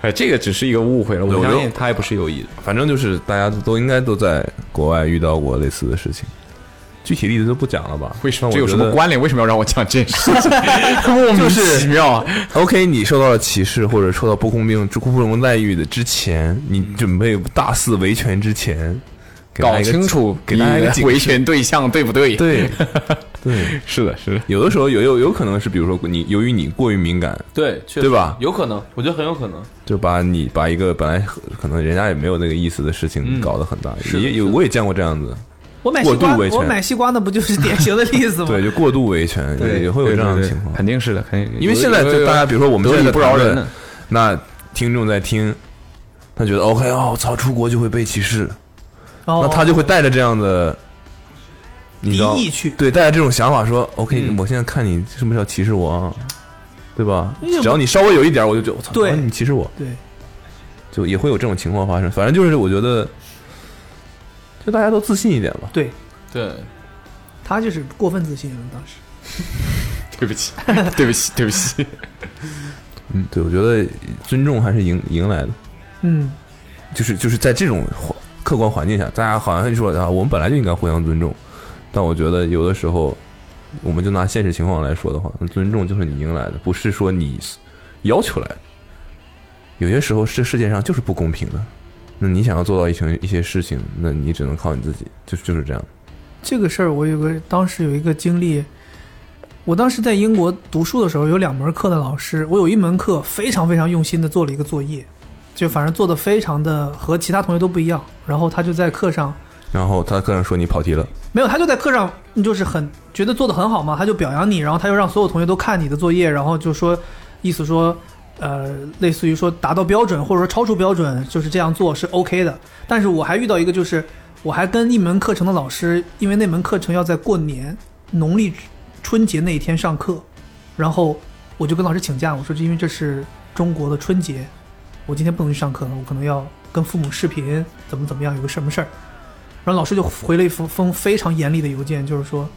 D: 哎，这个只是一个误会了，我
F: 我
D: 相
F: 就
D: 信他也不是有意的。
F: 反正就是大家都应该都在国外遇到过类似的事情，具体例子就不讲了吧？
D: 为什
F: 但
D: 么
F: 我
D: 这有什
F: 觉
D: 么
F: 得
D: 关联？为什么要让我讲这件事情？ 莫名其妙啊！
F: ？OK，你受到了歧视或者受到不公平、不公待遇的之前，你准备大肆维权之前，给大
D: 搞
F: 家一个
D: 清楚
F: 给
D: 你
F: 大家一个
D: 的
F: 警
D: 维
F: 示
D: 权对象对不对？，
F: 对对。
D: 是的，是的，
F: 有的时候有有有可能是，比如说你由于你过于敏感，
B: 对，确实
F: 对吧
B: 有可能，我觉得很有可能。
F: 就把你把一个本来可能人家也没有那个意思的事情
B: 嗯
F: 搞得很大，
B: 是的
F: 也有
B: 是的
F: 我也见过这样子，”
C: 我买西
F: 过
C: 瓜，
F: 度维权
C: 我买西瓜，那不就是典型的例子吗？
F: 对，就过度维权也也会有这样的情况，
D: 肯定是的，肯定。
F: 因为现在就大家，比如说我们
D: 得
F: 现在
D: 理不饶
F: 讨论
D: 人呢，
F: 那听众在听，他觉得 OK 哦，我操，出国就会被歧视，
C: 哦，
F: 那他就会带着这样的，你知道
C: 敌意去
F: 对，带着这种想法说 OK，、
B: 嗯
F: 我现在看你是不是要歧视我啊，对吧
C: 因为我？
F: 只要你稍微有一点，我就觉得我操，
C: 对
F: 啊你歧视我，
C: 对，
F: 就也会有这种情况发生。反正就是我觉得，就大家都自信一点吧。
C: 对
D: 对，
C: 他就是过分自信了，当时
D: 对不起， 对不起，对不 起。
F: 嗯，对，我觉得尊重还是赢赢来的，
C: 嗯，
F: 就是就是在这种环客观环境下，大家好像说啊，我们本来就应该互相尊重，但我觉得有的时候，我们就拿现实情况来说的话，尊重就是你赢来的，不是说你要求来的。有些时候，这世界上就是不公平的。那你想要做到一些一些事情，那你只能靠你自己，就就是这样。
C: 这个事儿我有个当时有一个经历，我当时在英国读书的时候，有两门课的老师，我有一门课非常非常用心的做了一个作业，就反正做的非常的和其他同学都不一样，然后他就在课上。
F: 然后他跟人说你跑题了，
C: 没有，他就在课上就是很觉得做的很好嘛，他就表扬你，然后他又让所有同学都看你的作业，然后就说，意思说，呃，类似于说达到标准或者说超出标准，就是这样做是 OK 的。但是我还遇到一个，就是我还跟一门课程的老师，因为那门课程要在过年农历春节那一天上课，然后我就跟老师请假，我说这因为这是中国的春节，我今天不能去上课了，我可能要跟父母视频，怎么怎么样，有个什么事儿。然后老师就回了一封封非常严厉的邮件，就是说，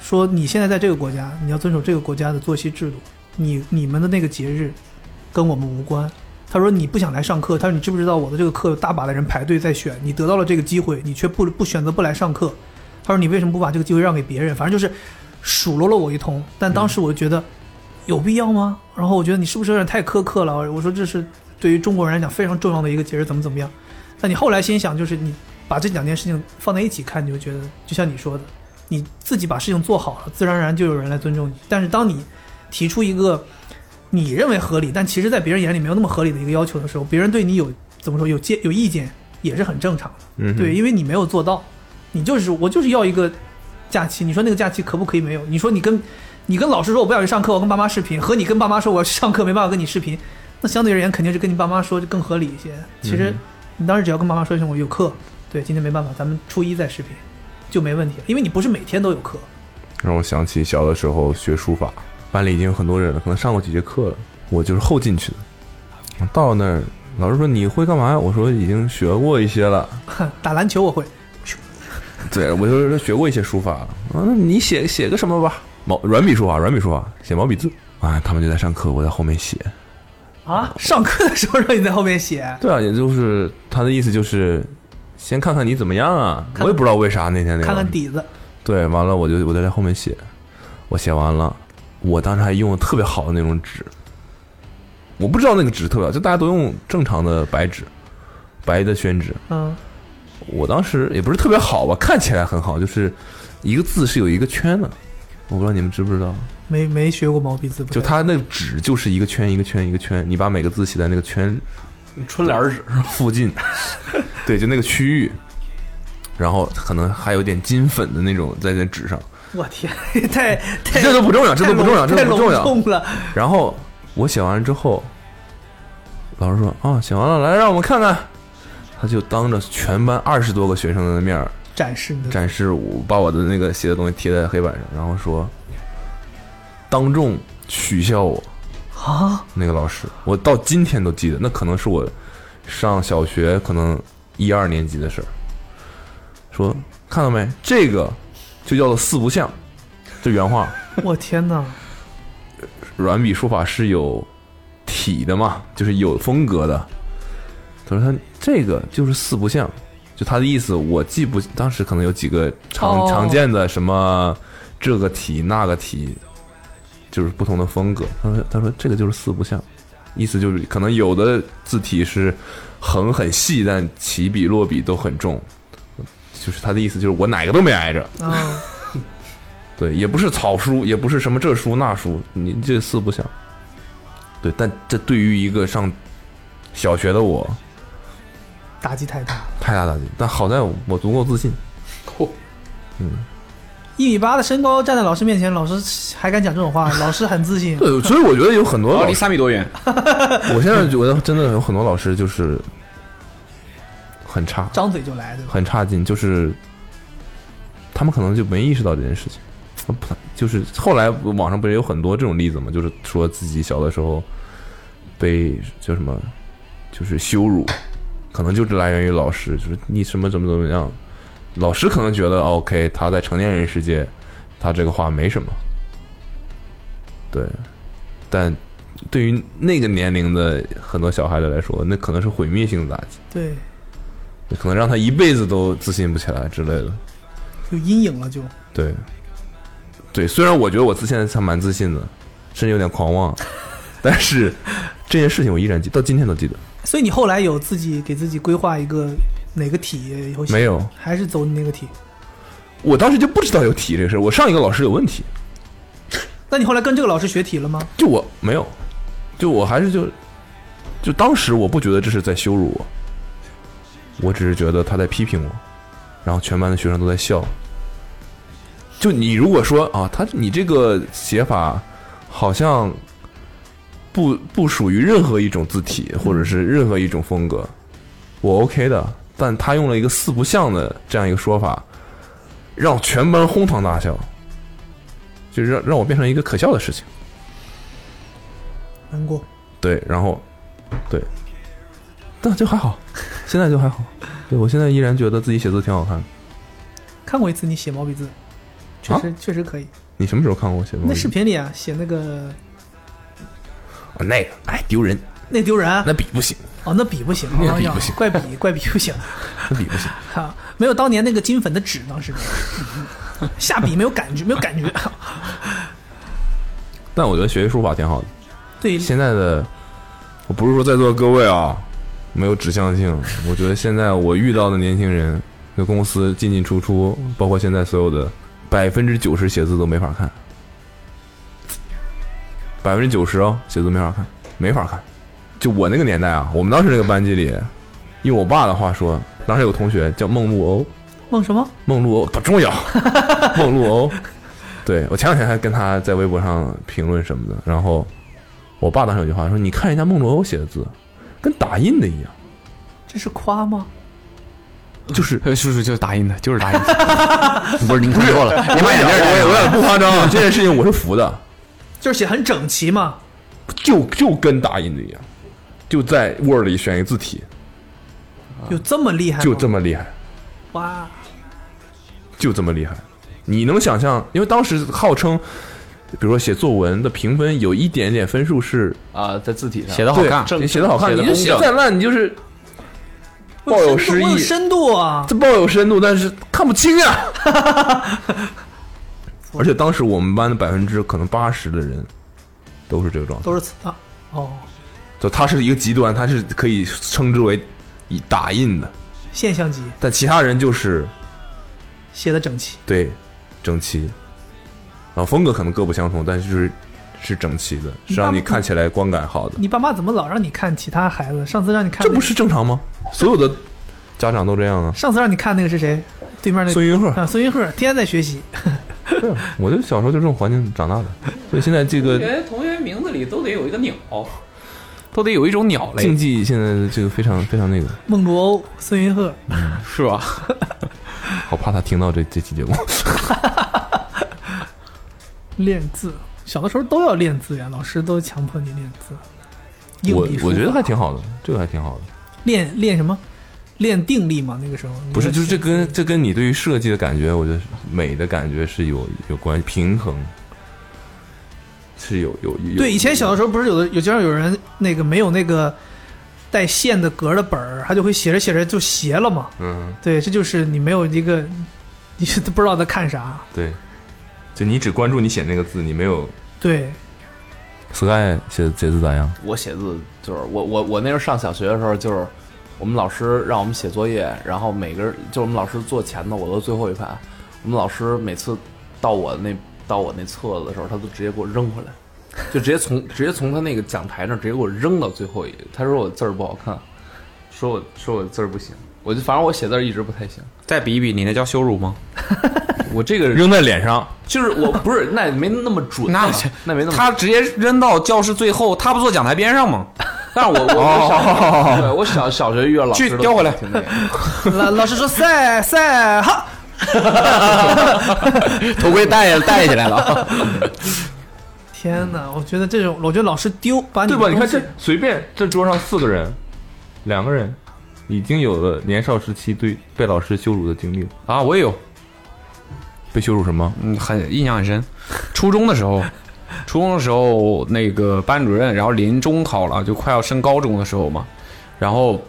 C: 说你现在在这个国家，你要遵守这个国家的作息制度，你你们的那个节日跟我们无关。他说你不想来上课，他说你知不知道我的这个课有大把的人排队在选，你得到了这个机会，你却不不选择不来上课。他说你为什么不把这个机会让给别人？反正就是数落了我一通，但当时我就觉得有必要吗？然后我觉得你是不是有点太苛刻了？我说这是对于中国人来讲非常重要的一个节日，怎么怎么样？但你后来心想，就是你把这两件事情放在一起看，你就觉得，就像你说的，你自己把事情做好了，自然而然就有人来尊重你。但是当你提出一个你认为合理，但其实在别人眼里没有那么合理的一个要求的时候，别人对你有怎么说有见有意见也是很正常的。
F: 嗯，
C: 对，，因为你没有做到，你就是我就是要一个假期，你说那个假期可不可以没有？你说你跟你跟老师说我不想去上课，我跟爸妈视频，和你跟爸妈说我要去上课没办法跟你视频，那相对而言肯定是跟你爸妈说就更合理一些。其实你当时只要跟爸妈说一声我有课，对，今天没办法，咱们初一再视频就没问题了，因为你不是每天都有课。
F: 让我想起小的时候学书法，班里已经有很多人了，可能上过几节课了，我就是后进去的。到那儿，老师说你会干嘛呀？我说已经学过一些了，
C: 打篮球我会，
F: 对我就是学过一些书法了。啊，那你写写个什么吧？毛软笔书法，软笔书法，写毛笔字。啊，他们就在上课，我在后面写。
C: 啊， 上课的时候让你在后面写，
F: 对啊，也就是他的意思就是，先看看你怎么样啊。
C: 看
F: 我也不知道为啥那天那个
C: 看看底子，
F: 对，完了我就我就在后面写，我写完了，我当时还用的特别好的那种纸，我不知道那个纸特别好，就大家都用正常的白纸，白的宣纸。
C: 嗯，
F: 我当时也不是特别好吧，看起来很好，就是一个字是有一个圈的，我不知道你们知不知道，
C: 没没学过毛笔字，不
F: 就
C: 太
F: 它那个纸就是一个圈一个圈一个圈，你把每个字写在那个圈
B: 春联儿纸，
F: 附近，对，就那个区域，然后可能还有点金粉的那种在那纸上，
C: 我天， 太太
F: 这都不重要，这都不重要，这
C: 太
F: 都不
C: 隆
F: 重要。
C: 重了。
F: 然后我写完了之后，老师说啊，写完了，来让我们看看。他就当着全班二十多个学生的面儿
C: 展示你的
F: 展示我把我的那个写的东西贴在黑板上，然后说当众取笑我。
C: 啊，
F: 那个老师，我到今天都记得，那可能是我上小学可能一二年级的事儿。说看到没，这个就叫做四不像，这原话。
C: 我天哪！
F: 软笔书法是有体的嘛，就是有风格的。他说他这个就是四不像，就他的意思，我记不当时可能有几个常、
C: 哦
F: 常见的什么这个体那个体，就是不同的风格。他说他说这个就是四不像，意思就是可能有的字体是横很细，但起笔落笔都很重，就是他的意思就是我哪个都没挨着。
C: 啊，
F: 对，也不是草书，也不是什么这书那书，你这四不像。对，但这对于一个上小学的我
C: 打击太大了。
F: 太大打击，但好在我足够自信。
D: 嚯
F: 嗯，
C: 一米八的身高站在老师面前，老师还敢讲这种话，老师很自信。
F: 对，所以我觉得有很多
D: 我
F: 老
D: 哦离
F: 师，
D: 三米多远？
F: 我现在觉得真的有很多老师就是很差，
C: 张嘴就来，对吧？
F: 很差劲，就是他们可能就没意识到这件事情。我不就是后来网上不是有很多这种例子嘛，就是说自己小的时候被叫什么，就是羞辱，可能就是来源于老师，就是你什么怎么怎么样，老师可能觉得啊 OK，他在成年人世界，他这个话没什么，对，但对于那个年龄的很多小孩子来说，那可能是毁灭性的打击。
C: 对，
F: 可能让他一辈子都自信不起来之类的。
C: 有阴影了就。
F: 对，对，虽然我觉得我自现在还蛮自信的，甚至有点狂妄，但是这件事情我依然记，到今天都记得。
C: 所以你后来有自己给自己规划一个哪个体以后
F: 没有，
C: 还是走你那个体？
F: 我当时就不知道有体这个事儿，我上一个老师有问题，
C: 那你后来跟这个老师学体了吗？
F: 就我没有，就我还是就就当时我不觉得这是在羞辱我，我只是觉得他在批评我，然后全班的学生都在笑。就你如果说啊，他你这个写法好像不不属于任何一种字体或者是任何一种风格，我 OK 的。但他用了一个四不像的这样一个说法，让全班哄堂大笑，就是让让我变成一个可笑的事情。
C: 难过。
F: 对，然后，对，但就还好，现在就还好。对我现在依然觉得自己写字挺好看的。
C: 看过一次你写毛笔字，确
F: 啊
C: 实、确实可以。
F: 你什么时候看过我写毛
C: 那
F: 笔？
C: 视频里啊，写那个
F: 啊那个，哎，丢人，
C: 那丢人啊
F: 那笔不行，
C: 哦，那笔不行，
F: 那
C: 哎
F: 笔
C: 呀
F: 不行
C: 怪笔怪笔不行。
F: 那笔不行。
C: 哈，没有当年那个金粉的纸，当时下笔没有 感觉，没有感觉。
F: 但我觉得学习书法挺好的。
C: 对，
F: 现在的，我不是说在座各位啊，没有指向性。我觉得现在我遇到的年轻人，这公司进进出出，包括现在所有的，百分之九十写字都没法看，百分之九十哦，写字没法看，没法看。就我那个年代啊，我们当时那个班级里，用我爸的话说，当时有个同学叫孟露欧，
C: 梦什么？
F: 梦露欧不重 要，梦露欧。对我前两天还跟他在微博上评论什么的，然后我爸当时有句话说：“你看人家梦露欧写的字，跟打印的一样。
C: 这是夸吗？
D: 就是叔呃叔就是打印的，就是打印的。 不是您看错了，您把
F: 我
D: 眼镜
F: 也我 也不夸张，啊这件事情我是服的，
C: 就是写很整齐嘛。
F: 就就跟打印的一样，就在 Word 里选一个字体，
C: 有这么厉害吗？
F: 啊就这么厉害，
C: 哇！
F: 就这么厉害。你能想象？因为当时号称，比如说写作文的评分有一点点分数是
B: 啊，在字体上
D: 写的好看，
F: 对你写的好看，
D: 写
F: 你
D: 得
F: 就
D: 工
F: 写
D: 整
F: 再烂，你就是
C: 我
F: 抱有
C: 深度我
F: 诗
C: 有
F: 意
C: 深度啊！
F: 这抱有深度，但是看不清啊。 而且当时我们班的百分之可能八十的人都是这个状态，
C: 都是词啊。哦，
F: 就它是一个极端，它是可以称之为以打印的，
C: 现象级，
F: 但其他人就是
C: 写的整齐。
F: 对整齐，啊，风格可能各不相同，但是就是是整齐的，是让你看起来观感好的，
C: 你爸妈怎么老让你看其他孩子？上次让你看、那
F: 这
C: 个，
F: 不是正常吗？所有的家长都这样啊。
C: 上次让你看那个是谁？对 面那个
F: 孙云鹤，
C: 啊，孙云鹤，天天在学习。
F: 对啊 我就小时候就这种环境长大的，所以现在这 个
D: 学同学名字里都得有一个鸟，都得有一种鸟
F: 竞
D: 类，
F: 技现在这个非常非常那个，
C: 孟露欧、孙云鹤，
D: 是吧？
F: 好怕他听到这这期节目。
C: 练字，小的时候都要练字呀，老师都强迫你练字。硬
F: 我
C: 笔书
F: 我觉得
C: 法
F: 还挺好的，这个还挺好的。
C: 嗯
F: 练
C: 练练什么？练定力嘛，那个时候
F: 不是，就是这
C: 个
F: 跟这跟你对于设计的感觉，我觉得是美的感觉是有有关平衡，是有有有。
C: 对以前小的时候不是有的有经常有人那个没有那个带线的格的本儿，他就会写着写着就斜了嘛。
F: 嗯，
C: 对，这就是你没有一个，你是都不知道在看啥。
F: 对，就你只关注你写那个字，你没有
C: 对，
F: sky 写写字咋样？
B: 我写字就是我我我那时候上小学的时候，就是我们老师让我们写作业，然后每个人就我们老师坐前头，我坐最后一排。我们老师每次到我那到我那册子的时候，他都直接给我扔回来，就直接从 直接从他那个讲台那儿直接给我扔到最后一。他说我字儿不好看，说我说我字儿不行，我就反正我写字儿一直不太行。
D: 再比一比，你那叫羞辱吗？
B: 我这个人
F: 扔在脸上，
B: 就是我不是 那也没那么准啊，
D: 那
B: 那没那么
D: 他直接扔到教室最后，他不坐讲台边上吗？ 哦
B: 但是我我我小对我小小学语文老师
D: 去
B: 都
D: 叼回来
B: 挺那个
C: 老老师说 赛赛哈，
D: 哦 头盔戴戴起来了，
C: 天哪！我觉得这种，我觉得老师丢把你
F: 对
C: 的
F: 吧？你看
C: 东
F: 这
C: 西
F: 随便这桌上四个人，两个人已经有了年少时期对被老师羞辱的经历了。
D: 啊，我也有，
F: 被羞辱什么？
D: 嗯，很印象很深。初中的时候，初中的时候那个班主任，然后临中考了，就快要升高中的时候嘛，然后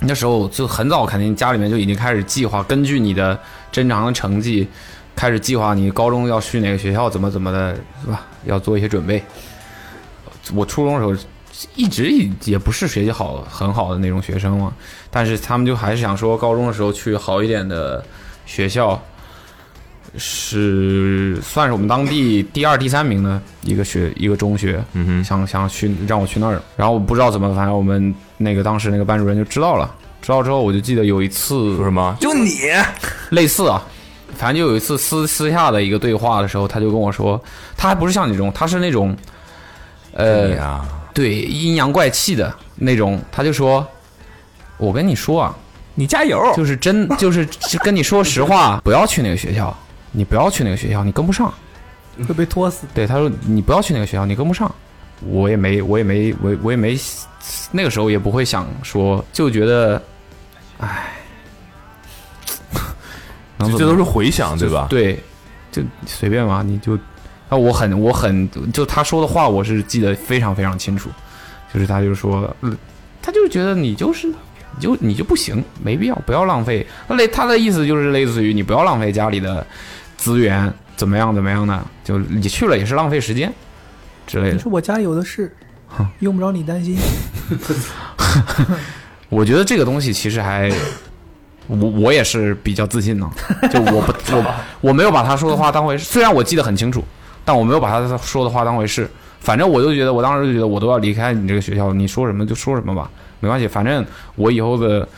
D: 那时候就很早，肯定家里面就已经开始计划，根据你的正常的成绩开始计划你高中要去哪个学校，怎么怎么的，是吧？要做一些准备。我初中的时候一直也不是学习好很好的那种学生嘛，但是他们就还是想说高中的时候去好一点的学校，是算是我们当地第二、第三名的一个学一个中学，
F: 嗯哼，
D: 想想去让我去那儿，然后我不知道怎么，反正我们那个当时那个班主任就知道了，知道之后我就记得有一次
F: 说什么？
D: 就你类似啊，反正就有一次私私下的一个对话的时候，他就跟我说，他还不是像你这种，他是那种，呃，
F: 呀，
D: 对阴阳怪气的那种，他就说，我跟你说啊，
F: 你加油！
D: 就是真就是就跟你说实话，不要去那个学校，你不要去那个学校，你跟不上。
C: 会被拖死。
D: 对，他说你不要去那个学校，你跟不上。我也没，我也没，我我也没，那个时候也不会想说，就觉得，唉，能
F: 这
D: 怎
F: 都
D: 么
F: 是回响对吧？
D: 对，就随便嘛，你就，啊，我很我很就他说的话，我是记得非常非常清楚，就是他就说，嗯他就觉得你就是你就你就不行，没必要，不要浪费。那类他的意思就是类似于你不要浪费家里的资源，怎么样怎么样的，就你去了也是浪费时间之类
C: 你
D: 的。
C: 说我家有的 是，用不着你担心。
D: 我觉得这个东西其实还，我我也是比较自信 呢，就我不我我没有把他说的话当回事，虽然我记得很清楚，但我没有把他说的话当回事。反正我就觉得，我当时就觉得我都要离开你这个学校，你说什么就说什么吧，没关系，反正我以后的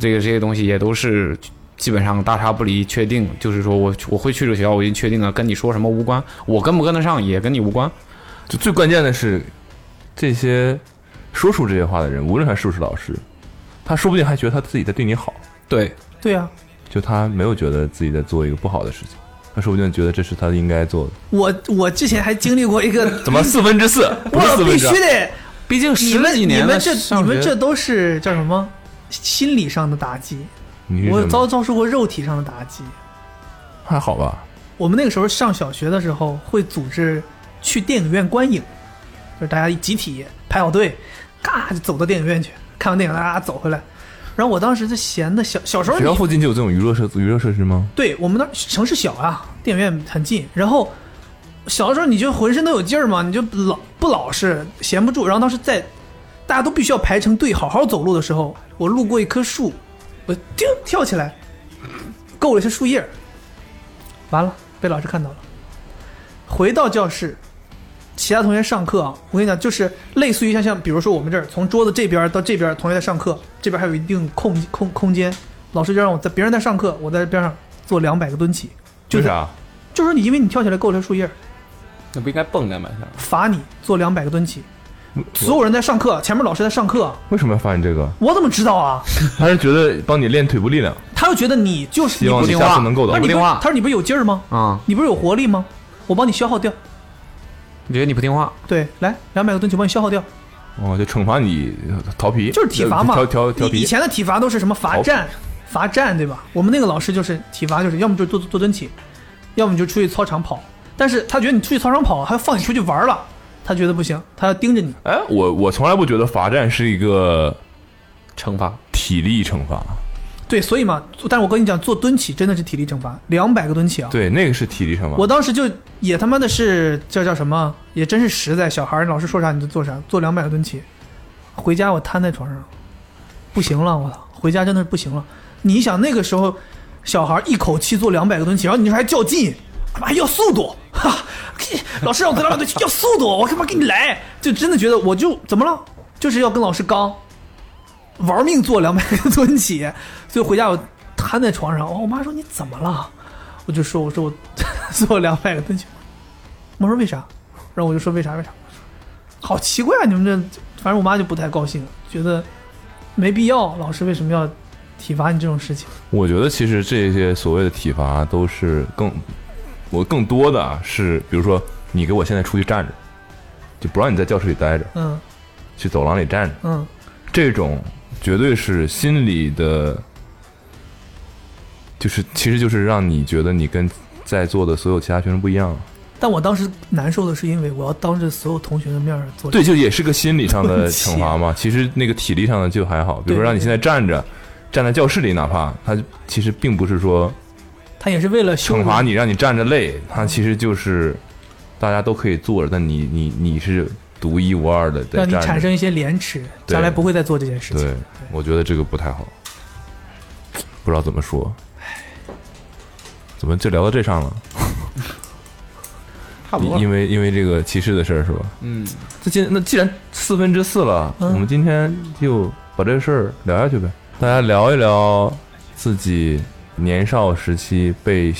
D: 这个这些东西也都是基本上大差不离，确定就是说我我会去这个学校，我已经确定了，跟你说什么无关，我跟不跟得上也跟你无关。
F: 就最关键的是，这些说出这些话的人，无论他是不是老师，他说不定还觉得他自己在对你好，
D: 对，
C: 对啊，
F: 就他没有觉得自己在做一个不好的事情，他说不定觉得这是他应该做的。
C: 我我之前还经历过一个，
F: 怎么四分 之四？不是
C: 我
F: 四
C: 必
F: 分之
C: 须
F: 二？
C: 得
D: 毕竟
C: 你
D: 十
C: 们
D: 几年
C: 你
D: 了
C: 们这
D: 上
C: 你们
D: 学
C: 这都是叫什么？心理上的打击，
F: 你是
C: 我
F: 什么
C: 遭遭受过肉体上的打击。
F: 还好吧？
C: 我们那个时候上小学的时候，会组织去电影院观影，就是大家集体排好队，嘎就走到电影院去，看完电影大家走回来。然后我当时就闲的小小时候
F: 学
C: 你
F: 校附近就有这种娱乐设娱乐设施吗？
C: 对我们那儿城市小啊，电影院很近。然后小的时候你就浑身都有劲儿嘛，你就老不老实，闲不住。然后当时在大家都必须要排成队，好好走路的时候，我路过一棵树，我叮跳起来，够了一些树叶儿，完了被老师看到了。回到教室，其他同学上课啊，我跟你讲，就是类似于像像，比如说我们这儿从桌子这边到这边，同学在上课，这边还有一定空空空间，老师就让我在别人在上课，我在边上做两百个蹲起，就
F: 为
C: 是
F: 啥？
C: 就说你因为你跳起来够了树叶儿，
B: 那不应该蹦该买下
C: 罚你做两百个蹲起。所有人在上课，前面老师在上课，
F: 为什么要发现这个？
C: 我怎么知道啊？
F: 他是觉得帮你练腿部力量，
C: 他就觉得你就是
F: 希望
D: 不
F: 你
D: 听
F: 下
D: 话
F: 次能够
C: 他说
F: 到
C: 你。不
D: 不听话
C: 他说你不是有劲儿吗？
D: 啊、
C: 你不是有活力吗？我帮你消耗掉。
D: 你觉得你不听话，
C: 对，来两百个蹲起，我帮你消耗掉，
F: 哦，就惩罚你调皮，
C: 就是体罚嘛。
F: 调调调
C: 以以
F: 皮。
C: 前的体罚都是什么罚站、罚站，对吧？我们那个老师就是体罚，就是要么就做做蹲起，要么就出去操场跑。但是他觉得你出去操场跑，还要放你出去玩了，他觉得不行，他要盯着你。
F: 哎，我我从来不觉得罚站是一个
D: 惩罚。
F: 体力惩罚，
C: 对，所以嘛，但是我跟你讲，做蹲起真的是体力惩罚，两百个蹲起啊！
F: 对，那个是体力惩罚。
C: 我当时就也他妈的是叫叫什么，也真是实在，小孩儿老师说啥你就做啥，做两百个蹲起，回家我瘫在床上，不行了，我操，回家真的是不行了。你想那个时候，小孩儿一口气做两百个蹲起，然后你还较劲，他妈要速度， 哈，嘿老师让我做两百蹲起要速度，我他妈给你来，就真的觉得我就怎么了，就是要跟老师刚，玩命做两百个蹲起，所以回家我瘫在床上，我我妈说你怎么了？我就说我说我 做两百个灯球，我妈说为啥？然后我就说为啥为啥？好奇怪啊！你们这，反正我妈就不太高兴，觉得没必要，老师为什么要体罚你这种事情？
F: 我觉得其实这些所谓的体罚都是更，我更多的啊是，比如说你给我现在出去站着，就不让你在教室里待着，
C: 嗯
F: 去走廊里站着，
C: 嗯，
F: 这种绝对是心理的，就是其实就是让你觉得你跟在座的所有其他学生不一样。啊
C: 但我当时难受的是因为我要当着所有同学的面儿做
F: 对，就也是个心理上的惩罚嘛。其实那个体力上的就还好，比如
C: 对
F: 说让你现在站着，站在教室里，哪怕他其实并不是说
C: 他也是为了羞辱
F: 惩罚你，让你站着累，它其实就是大家都可以坐着，但你你你是独一无二的在
C: 让你
F: 站
C: 产
F: 着。
C: 生一些廉耻，
F: 对
C: 将来不会再做这件事情
F: 对。，我觉得这个不太好，不知道怎么说。怎么就聊到这上了？
D: 差不多了。
F: 因为因为这个歧视的事儿是吧？
B: 嗯，
F: 这今那既然四分之四了，
C: 嗯
F: 我们今天就把这个事儿聊下去呗。大家聊一聊自己年少时期被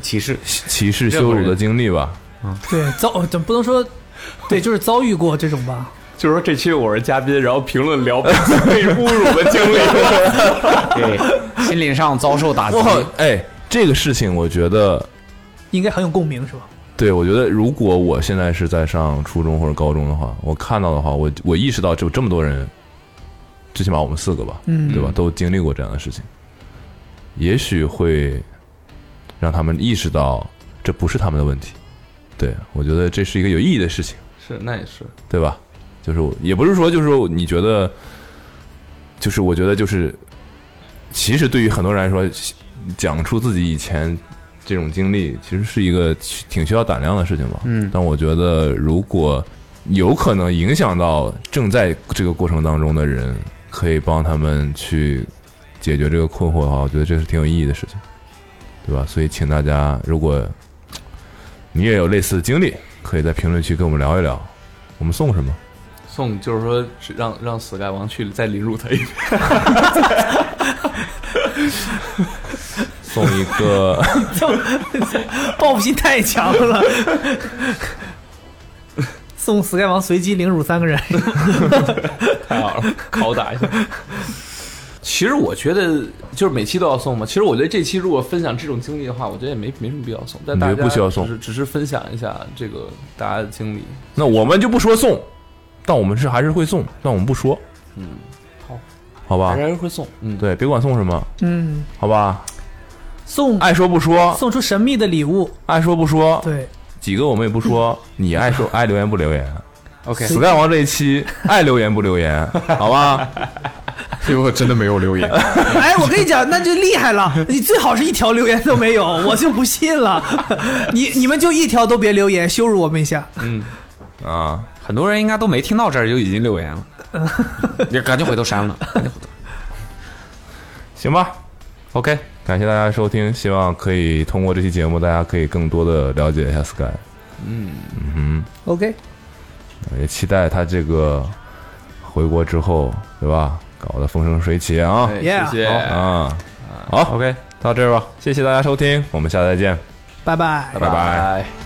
D: 歧视，
F: 歧视羞辱的经历吧。
C: 对，遭怎么不能说，对，就是遭遇过这种吧。
B: 就是说这期我是嘉宾，然后评论聊被侮辱的经历。
D: 对，心灵上遭受打击
F: 我。靠，哎，这个事情我觉得，
C: 应该很有共鸣，是吧？
F: 对我觉得，如果我现在是在上初中或者高中的话，我看到的话，我我意识到就这么多人，最起码我们四个吧，
C: 嗯
F: 对吧，都经历过这样的事情，也许会让他们意识到这不是他们的问题。对我觉得这是一个有意义的事情。
B: 是，那也是。
F: 对吧？就是我也不是说，就是说你觉得，就是我觉得就是，其实对于很多人来说，讲出自己以前这种经历，其实是一个挺需要胆量的事情吧。
D: 嗯
F: 但我觉得如果有可能影响到正在这个过程当中的人，可以帮他们去解决这个困惑的话，我觉得这是挺有意义的事情，对吧？所以请大家，如果你也有类似的经历，可以在评论区跟我们聊一聊。我们送什么？
B: 送就是说是让让 Sky 王去再凌辱他一遍。
F: 送一个，
C: 报复心太强了。 送 Sky 王随机凌辱三个人，
B: 太好了，拷打一下。其实我觉得就是每期都要送嘛。其实我觉得这期如果分享这种经历的话，我觉得也没没什么必要送。但
F: 你
B: 大
F: 觉
B: 家
F: 得不需要送
B: 只是只是分享一下这个大家的经历。
F: 那我们就不说送，但我们是还是会送，但我们不说。
B: 好，
F: 好吧
B: 还，是会送，嗯，
F: 对，别管送什么，
C: 嗯，
F: 好吧，
C: 送
F: 爱说不说，
C: 送出神秘的礼物，
F: 爱说不说，
C: 对，
F: 几个我们也不说，你爱说爱留言不留言
D: OK，
F: ？Sky 王这一期爱留言不留言，好吧？
H: 因为我真的没有留言。
C: 哎，我跟你讲，那就厉害了， 你最好是一条留言都没 有，我就不信了，你你们就一条都别留言，羞辱我们一下，
F: 啊，
D: 很多人应该都没听到这儿就已经留言 了，也赶紧回头删了。
F: 行吧，OK，感谢大家收听，希望可以通过这期节目，大家可以更多的了解一下 Sky，
C: OK，
F: 也期待他这个回国之后，对吧？搞得风生水起啊！
B: 哎
C: Yeah
B: 谢谢。
F: 啊，好，OK，到这儿吧，谢谢大家收听，我们下次再见，
C: 拜拜。
F: 拜拜
B: 拜